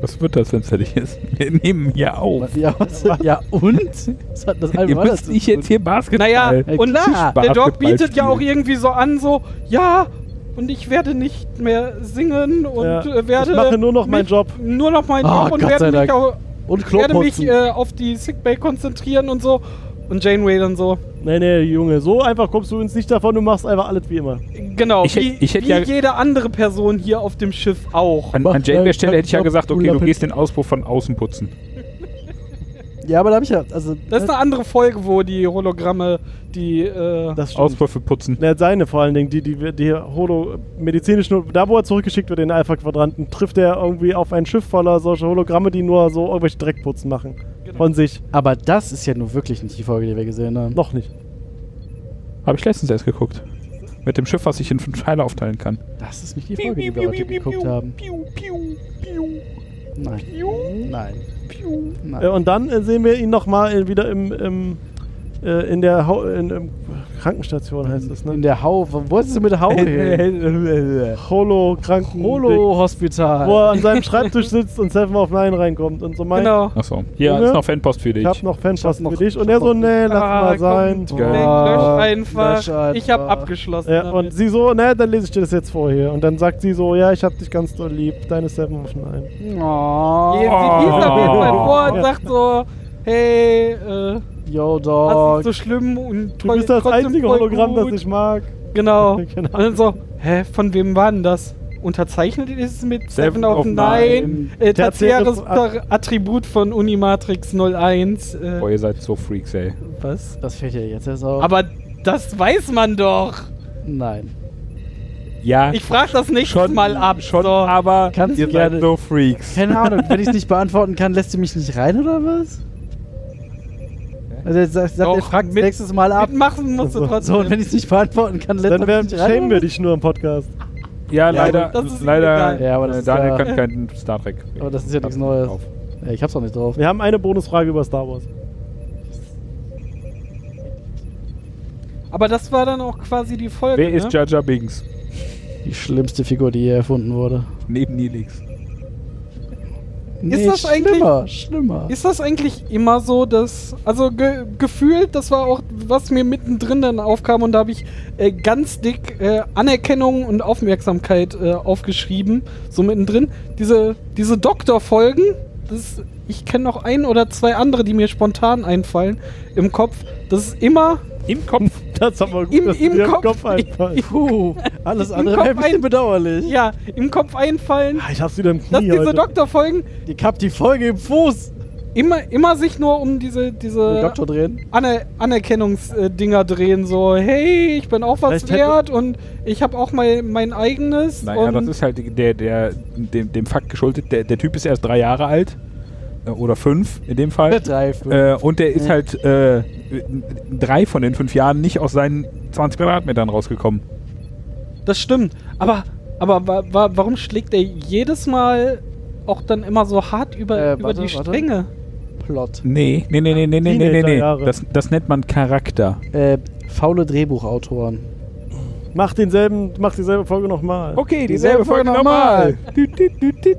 Speaker 6: Was wird das, wenn es fertig ist? <laughs> Wir nehmen hier auf. <laughs>
Speaker 5: Ja, was, ja und? Was hat das
Speaker 6: Ihr
Speaker 5: einfach alles
Speaker 6: müsst
Speaker 5: zu
Speaker 6: nicht
Speaker 5: tun?
Speaker 6: jetzt hier Basketball.
Speaker 2: Naja,
Speaker 6: Äh,
Speaker 2: und
Speaker 5: klar.
Speaker 2: der Doc
Speaker 6: Basketball
Speaker 2: bietet ja
Speaker 6: spielen.
Speaker 2: auch irgendwie so an, so, ja, und ich werde nicht mehr singen und
Speaker 4: Ja.
Speaker 2: äh, werde.
Speaker 4: Ich mache nur noch meinen
Speaker 2: mich,
Speaker 4: Job.
Speaker 2: Nur noch meinen
Speaker 5: Oh,
Speaker 2: Job und
Speaker 5: Gott
Speaker 2: werde
Speaker 5: sei
Speaker 2: mich,
Speaker 5: Dank.
Speaker 2: auch,
Speaker 5: Und
Speaker 2: werde mich
Speaker 5: Kloputzen.
Speaker 2: äh, auf die Sickbay konzentrieren und so. Und Janeway dann so.
Speaker 4: Nee, nee, Junge, so einfach kommst du uns nicht davon, du machst einfach alles wie immer.
Speaker 2: Genau,
Speaker 6: Ich hätt-
Speaker 2: wie,
Speaker 6: ich hätt
Speaker 2: wie
Speaker 6: ja-
Speaker 2: jede andere Person hier auf dem Schiff auch.
Speaker 6: An,
Speaker 5: Mach
Speaker 6: an Jane
Speaker 5: deinen
Speaker 6: Stelle hätte ich ja
Speaker 5: Job,
Speaker 6: gesagt, okay, du
Speaker 5: Urlaub.
Speaker 6: gehst den Auspuff von außen putzen.
Speaker 5: Ja, aber da habe ich ja. Also,
Speaker 2: äh, Das ist eine andere Folge, wo die Hologramme, die. Äh,
Speaker 4: Das stimmt.
Speaker 6: Auspuffe putzen.
Speaker 4: Na, seine vor allen Dingen, die, die, wir- die Holo medizinisch nur, da wo er zurückgeschickt wird in den Alpha-Quadranten, trifft er irgendwie auf ein Schiff voller solcher Hologramme, die nur so irgendwelche Dreckputzen machen.
Speaker 5: Genau.
Speaker 4: Von sich.
Speaker 5: aber das ist ja nun wirklich nicht die Folge, die wir gesehen haben.
Speaker 4: Noch nicht.
Speaker 6: Habe ich letztens erst geguckt. Mit dem Schiff, was ich in fünf Teile aufteilen kann.
Speaker 5: Das ist nicht die Folge, die wir heute geguckt haben. Nein. Nein.
Speaker 4: Äh,
Speaker 5: Nein.
Speaker 4: und dann äh, sehen wir ihn nochmal wieder im, im äh, in der Hau in, im Krankenstation heißt es,
Speaker 5: In
Speaker 4: ne?
Speaker 5: der Hau. Wo wolltest du
Speaker 2: <laughs>
Speaker 5: mit Hau hin?
Speaker 4: Holo-Kranken. Wo
Speaker 5: Holo-Hospital.
Speaker 4: er an seinem Schreibtisch sitzt und Seven of Nine reinkommt und so meint,
Speaker 2: genau.
Speaker 6: Achso. Hier
Speaker 4: Junge,
Speaker 6: ist noch Fanpost für dich.
Speaker 4: ich hab noch Fanpost
Speaker 5: Ich hab
Speaker 4: für
Speaker 5: noch-
Speaker 4: dich. Und
Speaker 5: ich
Speaker 4: er
Speaker 5: hab
Speaker 4: so,
Speaker 5: noch-
Speaker 4: nee, lass
Speaker 2: Ah,
Speaker 4: mal sein.
Speaker 2: kommt,
Speaker 6: Geil.
Speaker 2: Weg, lösch einfach.
Speaker 5: Lösch einfach.
Speaker 2: Ich habe abgeschlossen.
Speaker 4: Ja, und
Speaker 2: damit.
Speaker 4: sie so, na, dann lese ich dir das jetzt vor hier. Und dann sagt sie so, ja, ich hab dich ganz doll lieb, deine Seven of Nine.
Speaker 2: Sie
Speaker 5: Oh.
Speaker 2: liest auf jeden Fall vor und
Speaker 4: Ja.
Speaker 2: sagt so, hey, äh,
Speaker 5: Yo,
Speaker 2: das
Speaker 5: Dog.
Speaker 2: ist so schlimm und
Speaker 4: Oh. Du bist das
Speaker 2: trotzdem
Speaker 4: einzige
Speaker 2: voll
Speaker 4: Hologramm, das
Speaker 2: gut.
Speaker 4: ich mag. <laughs>
Speaker 2: Genau.
Speaker 4: Genau.
Speaker 2: Und dann so, hä, von wem war denn das? Unterzeichnet ist es mit
Speaker 6: Seven
Speaker 2: Seven of
Speaker 6: of
Speaker 2: Nine, äh,
Speaker 4: Tertiäres
Speaker 2: tertiäres Attribut von Unimatrix 01. Äh,
Speaker 6: Boah, ihr seid so Freaks, ey.
Speaker 2: was?
Speaker 5: Das fällt ja jetzt erst auf.
Speaker 2: Aber das weiß man doch.
Speaker 5: nein.
Speaker 6: Ja,
Speaker 2: Ich frage das nächstes
Speaker 6: Schon-
Speaker 2: Mal ab.
Speaker 6: schon,
Speaker 2: so.
Speaker 6: aber
Speaker 5: Kannst
Speaker 6: ihr
Speaker 5: du
Speaker 6: seid
Speaker 5: gerne-
Speaker 6: so Freaks.
Speaker 5: Keine Ahnung, wenn ich es nicht beantworten kann, lässt du mich nicht rein oder was? Also, jetzt sagt, sagt,
Speaker 2: Doch,
Speaker 5: er fragt
Speaker 2: mit-
Speaker 5: nächstes Mal ab.
Speaker 2: Mitmachen musst du
Speaker 4: So,
Speaker 2: trotzdem.
Speaker 5: So, und wenn ich es nicht beantworten kann, lässt
Speaker 4: Dann
Speaker 5: er
Speaker 4: werden,
Speaker 5: mich nicht rein.
Speaker 4: schämen wir
Speaker 5: oder?
Speaker 4: dich nur im Podcast.
Speaker 6: Ja,
Speaker 2: Ja,
Speaker 6: leider.
Speaker 2: das ist
Speaker 6: leider
Speaker 2: egal.
Speaker 5: Ja, aber das
Speaker 6: äh,
Speaker 5: ist
Speaker 6: Daniel
Speaker 5: ja-
Speaker 6: kann keinen Star Trek.
Speaker 5: <laughs> Aber das ist ja nichts
Speaker 6: Hab
Speaker 5: Neues.
Speaker 6: drauf.
Speaker 5: Ja, ich hab's auch nicht drauf.
Speaker 4: Wir haben eine Bonusfrage über Star Wars.
Speaker 2: Aber das war dann auch quasi die Folge.
Speaker 6: Wer ist
Speaker 2: ne?
Speaker 6: Jar Jar Binks?
Speaker 5: Die schlimmste Figur, die je erfunden wurde.
Speaker 6: Neben Nilix.
Speaker 5: Nee,
Speaker 2: das eigentlich-
Speaker 5: schlimmer, schlimmer.
Speaker 2: Ist das eigentlich immer so, dass. Also ge gefühlt, das war auch, was mir mittendrin dann aufkam und da habe ich äh, ganz dick äh, Anerkennung und Aufmerksamkeit äh, aufgeschrieben. So mittendrin. Diese, diese Doktorfolgen, das, ich kenne noch ein oder zwei andere, die mir spontan einfallen im Kopf. Das ist immer
Speaker 6: Im Kopf.
Speaker 4: <laughs> Das haben wir gut,
Speaker 2: Im-
Speaker 4: dass
Speaker 2: im
Speaker 4: dir
Speaker 2: Kopf- <laughs>
Speaker 4: einfallen.
Speaker 5: Puh, alles
Speaker 2: Im
Speaker 5: andere
Speaker 2: Kopf
Speaker 5: wäre ein bisschen
Speaker 2: ein-
Speaker 5: bedauerlich.
Speaker 2: ja, im Kopf einfallen,
Speaker 4: Ah, Ich hab's wieder im Knie
Speaker 2: dass diese
Speaker 4: heute.
Speaker 2: Doktorfolgen
Speaker 5: Ich hab die Folge im Fuß.
Speaker 2: immer, immer sich nur um diese,
Speaker 5: Den
Speaker 2: diese
Speaker 5: Doktor drehen.
Speaker 2: Aner Anerkennungsdinger drehen, so, hey, ich bin auch was
Speaker 4: Vielleicht hätte-
Speaker 2: wert und ich habe auch mein, mein eigenes.
Speaker 6: Naja,
Speaker 2: und
Speaker 6: das ist halt der, der, dem, dem Fakt geschuldet, der, der Typ ist erst drei Jahre alt. äh, Oder fünf in dem Fall.
Speaker 5: <laughs> Drei, fünf.
Speaker 6: Äh, und der ist
Speaker 5: Ja.
Speaker 6: halt äh, drei von den fünf Jahren nicht aus seinen 20 Quadratmetern rausgekommen.
Speaker 2: das stimmt. Aber, aber wa wa warum schlägt er jedes Mal auch dann immer so hart über,
Speaker 5: Äh,
Speaker 2: über
Speaker 5: warte,
Speaker 2: die
Speaker 5: warte.
Speaker 2: Stränge?
Speaker 5: Plot.
Speaker 6: Nee, nee, nee, nee, nee, nee, nee, nee.
Speaker 4: Teenagerjahre.
Speaker 6: Das, das nennt man Charakter.
Speaker 5: Äh, faule Drehbuchautoren.
Speaker 4: Mach denselben, mach dieselbe Folge nochmal.
Speaker 6: Okay,
Speaker 5: Dieselbe
Speaker 6: dieselbe Folge
Speaker 5: Folge
Speaker 6: nochmal.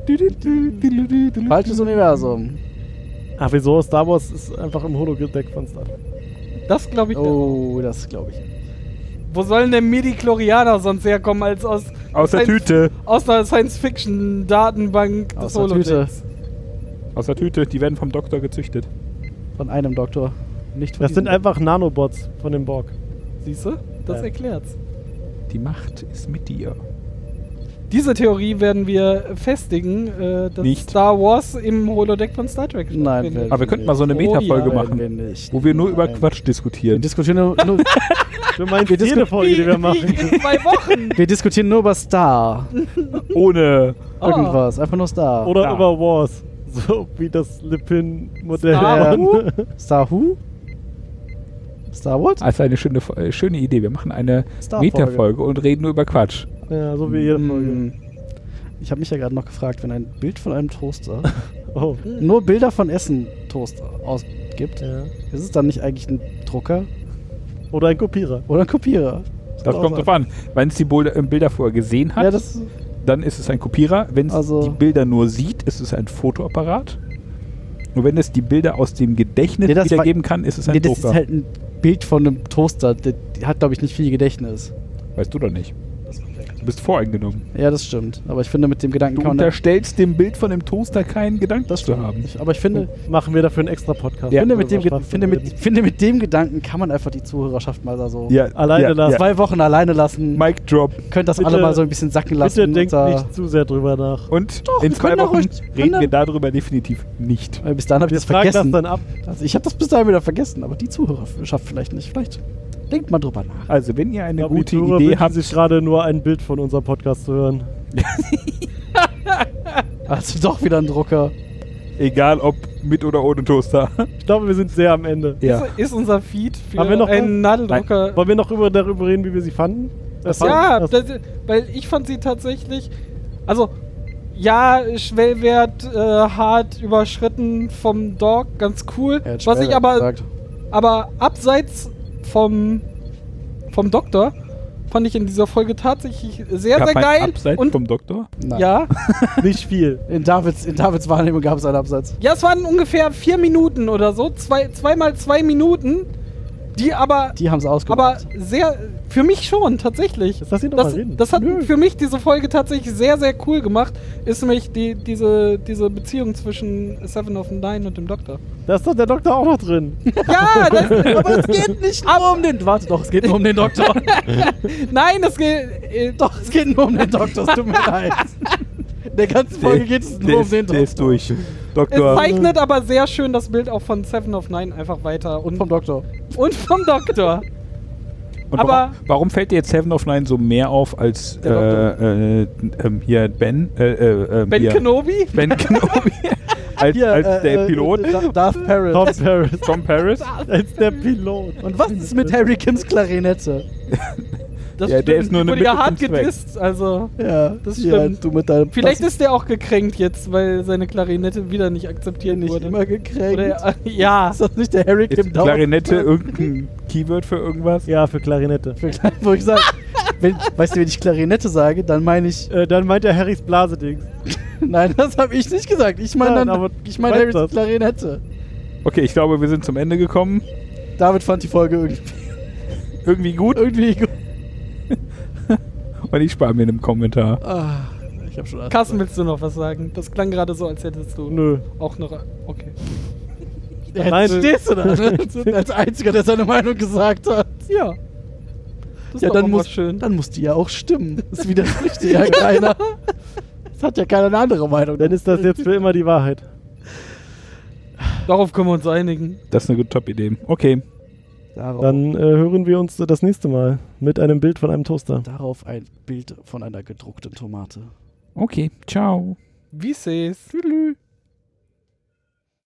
Speaker 6: <laughs>
Speaker 5: Falsches Universum.
Speaker 4: Ach, wieso? Star Wars ist einfach im Holodeck von Star
Speaker 2: Das glaube ich.
Speaker 5: Oh, das glaube ich.
Speaker 2: Wo sollen denn Midi-Chlorianer sonst herkommen als aus,
Speaker 6: Aus der
Speaker 2: Science-
Speaker 6: Tüte.
Speaker 2: aus der Science-Fiction-Datenbank
Speaker 5: Aus
Speaker 2: des
Speaker 5: der Tüte.
Speaker 2: Holodecks?
Speaker 6: Aus der Tüte, die werden vom Doktor gezüchtet.
Speaker 5: Von einem Doktor. Nicht von
Speaker 4: Das
Speaker 5: diesem
Speaker 4: sind einfach Nanobots von dem Borg.
Speaker 2: Siehst du? Das
Speaker 4: Ja.
Speaker 2: erklärt's.
Speaker 6: Die Macht ist mit dir.
Speaker 2: Diese Theorie werden wir festigen, äh, dass
Speaker 6: Nicht.
Speaker 2: Star Wars im Holodeck von Star Trek
Speaker 5: Doktor. Nein,
Speaker 2: stattfindet.
Speaker 5: werden
Speaker 6: Aber wir könnten mal so eine
Speaker 5: nicht.
Speaker 6: Metafolge
Speaker 5: werden
Speaker 6: machen,
Speaker 5: wir nicht.
Speaker 6: Wo Oh wir nur über
Speaker 5: Nein.
Speaker 6: Quatsch
Speaker 5: Wir
Speaker 6: diskutieren.
Speaker 5: diskutieren nur, nur
Speaker 4: Du meinst
Speaker 5: Wir
Speaker 4: jede
Speaker 5: diskutieren-
Speaker 4: Folge,
Speaker 2: <laughs>
Speaker 4: die wir machen.
Speaker 2: in zwei Wochen.
Speaker 5: wir diskutieren nur über Star.
Speaker 6: Ohne.
Speaker 5: Irgendwas. Einfach nur Star.
Speaker 4: Oder
Speaker 6: Ja.
Speaker 4: über Wars. <laughs> So wie das Lippin-Modell.
Speaker 2: Star Who?
Speaker 5: Star Ah, Who? Star what?
Speaker 6: Also eine schöne, Fo- äh, schöne Idee. Wir machen eine
Speaker 5: Star-Folge.
Speaker 6: Metafolge und reden nur über Quatsch.
Speaker 4: <laughs> Ja, so wie jede Folge.
Speaker 5: Hm. Ich habe mich ja gerade noch gefragt, wenn ein Bild von einem Toaster <laughs>
Speaker 4: Oh.
Speaker 5: nur Bilder von Essen Toast ausgibt,
Speaker 4: Ja.
Speaker 5: ist es dann nicht eigentlich ein Drucker
Speaker 4: Oder ein Kopierer.
Speaker 5: oder ein Kopierer?
Speaker 6: Das kommt drauf an. Wenn es die Bilder, äh, Bilder vorher gesehen hat,
Speaker 5: Ja, das
Speaker 6: dann ist es ein Kopierer. Wenn es
Speaker 5: Also-
Speaker 6: die Bilder nur sieht, ist es ein Fotoapparat. Und wenn es die Bilder aus dem Gedächtnis
Speaker 5: Nee, das war-
Speaker 6: wiedergeben kann, ist es ein
Speaker 5: nee, das
Speaker 6: Drucker.
Speaker 5: ist halt ein Bild von einem Toaster. Der die hat, glaube ich, nicht viel Gedächtnis.
Speaker 6: Weißt du doch nicht. Du bist voreingenommen.
Speaker 5: Ja, das stimmt. Aber ich finde, mit dem Gedanken
Speaker 6: Du
Speaker 5: kann man.
Speaker 6: unterstellst dem Bild von dem Toaster keinen Gedanken
Speaker 5: Das
Speaker 6: zu
Speaker 5: stimmt.
Speaker 6: haben.
Speaker 5: Ich, aber ich finde,
Speaker 4: Machen wir dafür einen extra Podcast.
Speaker 5: finde,
Speaker 4: um
Speaker 5: mit dem,
Speaker 4: darüber
Speaker 5: Ge-
Speaker 4: Spaß zu
Speaker 5: finde, mit,
Speaker 4: reden.
Speaker 5: finde mit dem Gedanken kann man einfach die Zuhörerschaft mal da so
Speaker 4: Alleine lassen.
Speaker 5: zwei Wochen alleine lassen.
Speaker 6: Mic drop.
Speaker 5: Könnt das
Speaker 4: Bitte-
Speaker 5: alle mal so ein bisschen sacken lassen.
Speaker 4: Bitte denkt
Speaker 5: und, äh,
Speaker 4: nicht zu sehr drüber nach.
Speaker 6: Und
Speaker 5: Doch,
Speaker 6: in
Speaker 5: wir
Speaker 6: zwei
Speaker 5: können doch
Speaker 6: Wochen
Speaker 5: ruhig- können
Speaker 6: reden wir darüber definitiv nicht.
Speaker 5: Weil Äh, bis dahin habe ich
Speaker 4: Wir
Speaker 5: das
Speaker 4: fragen das
Speaker 5: vergessen.
Speaker 4: dann ab.
Speaker 5: also ich habe das bis dahin wieder vergessen, aber die Zuhörerschaft vielleicht nicht. Vielleicht denkt mal drüber nach.
Speaker 6: Also, wenn ihr eine
Speaker 4: Glaub,
Speaker 6: gute
Speaker 4: die Zuhörer
Speaker 6: Idee
Speaker 4: wünschen
Speaker 6: habt,
Speaker 4: sich gerade nur ein Bild von unserem Podcast zu hören.
Speaker 5: Also <laughs> doch wieder ein Drucker.
Speaker 6: egal ob mit oder ohne Toaster. <laughs>
Speaker 4: Ich glaube, wir sind sehr am Ende.
Speaker 6: ja.
Speaker 2: Ist, ist unser Feed für
Speaker 4: Haben wir noch
Speaker 2: einen Nadeldrucker.
Speaker 4: Wollen wir noch über, darüber reden, wie wir sie fanden? Äh, fanden?
Speaker 2: Ja,
Speaker 4: Das-
Speaker 2: das, weil ich fand sie tatsächlich. Also, ja, Schwellwert äh, hart überschritten vom Dog, ganz cool. Was ich aber, aber abseits vom, vom Doktor fand ich in dieser Folge tatsächlich sehr,
Speaker 6: Gab
Speaker 2: sehr
Speaker 6: ein
Speaker 2: geil.
Speaker 6: Abseits
Speaker 2: und
Speaker 6: vom Doktor?
Speaker 5: Ja.
Speaker 2: ja,
Speaker 4: Nicht viel.
Speaker 5: In Davids, in Davids Wahrnehmung gab es einen Absatz.
Speaker 2: ja, es waren ungefähr vier Minuten oder so, zwei, zweimal zwei Minuten, die aber
Speaker 5: Die haben es
Speaker 2: Aber
Speaker 5: ausgemacht.
Speaker 2: sehr, für mich schon, tatsächlich.
Speaker 4: Jetzt lass ihn doch
Speaker 2: Das,
Speaker 4: mal reden.
Speaker 2: das hat
Speaker 4: Nö.
Speaker 2: für mich diese Folge tatsächlich sehr, sehr cool gemacht. Ist nämlich die, diese, diese Beziehung zwischen Seven of Nine und dem Doktor.
Speaker 4: Da ist doch der Doktor auch noch drin.
Speaker 2: Ja, das,
Speaker 5: Aber es geht nicht nur um den. Warte doch, es geht nur um den
Speaker 4: <laughs>
Speaker 5: Doktor.
Speaker 2: nein, das geht. Äh,
Speaker 5: doch, es geht nur um den Doktor. Es tut
Speaker 4: <laughs>
Speaker 5: mir leid. In der ganzen Folge geht es
Speaker 6: Der
Speaker 5: nur um
Speaker 6: ist-
Speaker 5: den
Speaker 6: Der ist
Speaker 5: Doktor.
Speaker 6: durch.
Speaker 2: es
Speaker 6: Doktor.
Speaker 2: zeichnet aber sehr schön das Bild auch von Seven of Nine einfach weiter. Und
Speaker 5: Vom Doktor.
Speaker 2: Und vom Doktor.
Speaker 6: Und
Speaker 2: Aber-
Speaker 6: warum, warum fällt dir jetzt Seven of Nine so mehr auf als äh, äh, ähm, hier Ben? Äh, äh, äh,
Speaker 2: Ben
Speaker 6: hier,
Speaker 2: Kenobi?
Speaker 6: Ben
Speaker 5: <laughs>
Speaker 6: Kenobi. als als
Speaker 5: äh,
Speaker 6: der
Speaker 5: äh,
Speaker 6: Pilot.
Speaker 5: Da- Darth Paris.
Speaker 4: Tom Paris.
Speaker 6: Tom
Speaker 5: <laughs>
Speaker 6: Paris.
Speaker 4: Als der Pilot.
Speaker 5: Und was ist mit Harry Kims Klarinette?
Speaker 2: Das
Speaker 6: Ja, der ist nur
Speaker 2: die
Speaker 6: eine
Speaker 2: wurde ja
Speaker 6: Mittel
Speaker 2: hart
Speaker 6: zum Zweck.
Speaker 2: gedisst. Also.
Speaker 5: Ja, das
Speaker 2: hier,
Speaker 5: du mit deinem
Speaker 2: Vielleicht ist der auch gekränkt jetzt, weil seine Klarinette wieder nicht akzeptiert
Speaker 5: nicht
Speaker 2: wurde.
Speaker 5: immer gekränkt.
Speaker 2: Oder, ja.
Speaker 5: Ah, Ist das nicht der Harry
Speaker 6: Ist
Speaker 5: Kim Down?
Speaker 6: Klarinette irgendein Keyword für irgendwas?
Speaker 4: Ja, für Klarinette.
Speaker 5: <laughs> Wo ich sage, wenn, weißt du, wenn ich Klarinette sage, dann meine ich. <laughs>
Speaker 4: Äh, dann meint er Harrys Blasedings.
Speaker 5: Nein, das habe ich nicht gesagt. Ich meine
Speaker 4: Nein,
Speaker 5: dann.
Speaker 4: aber
Speaker 5: ich meine
Speaker 4: weißt
Speaker 5: Harrys
Speaker 4: das.
Speaker 5: Klarinette.
Speaker 6: Okay, ich glaube, wir sind zum Ende gekommen.
Speaker 5: David fand die Folge irgendwie, <laughs>
Speaker 6: Irgendwie gut.
Speaker 5: irgendwie gut.
Speaker 6: Und ich spare mir einen Kommentar.
Speaker 5: Ah, ich habe schon alles
Speaker 2: Carsten, willst du noch was sagen? Das klang gerade so, als hättest du
Speaker 4: Nö.
Speaker 2: auch noch. Okay.
Speaker 5: gesagt. Ja,
Speaker 4: Nein.
Speaker 5: Jetzt stehst du da. <laughs> Ne? Als einziger, der seine Meinung gesagt hat.
Speaker 2: Ja. Das ist
Speaker 5: Ja,
Speaker 2: doch auch
Speaker 5: dann
Speaker 2: mal
Speaker 5: muss,
Speaker 2: schön.
Speaker 5: dann muss die ja auch stimmen. Das <laughs> widerspricht dir ja keiner. <laughs> Das hat ja keiner eine andere Meinung.
Speaker 4: Dann ist das jetzt für immer die Wahrheit.
Speaker 2: Darauf können wir uns einigen.
Speaker 6: Das ist eine gute Top-Idee. Okay.
Speaker 5: darauf,
Speaker 4: Dann äh, hören wir uns das nächste Mal mit einem Bild von einem Toaster.
Speaker 5: darauf ein Bild von einer gedruckten Tomate.
Speaker 6: Okay. Ciao.
Speaker 2: Wie seh's?
Speaker 6: Tschüss.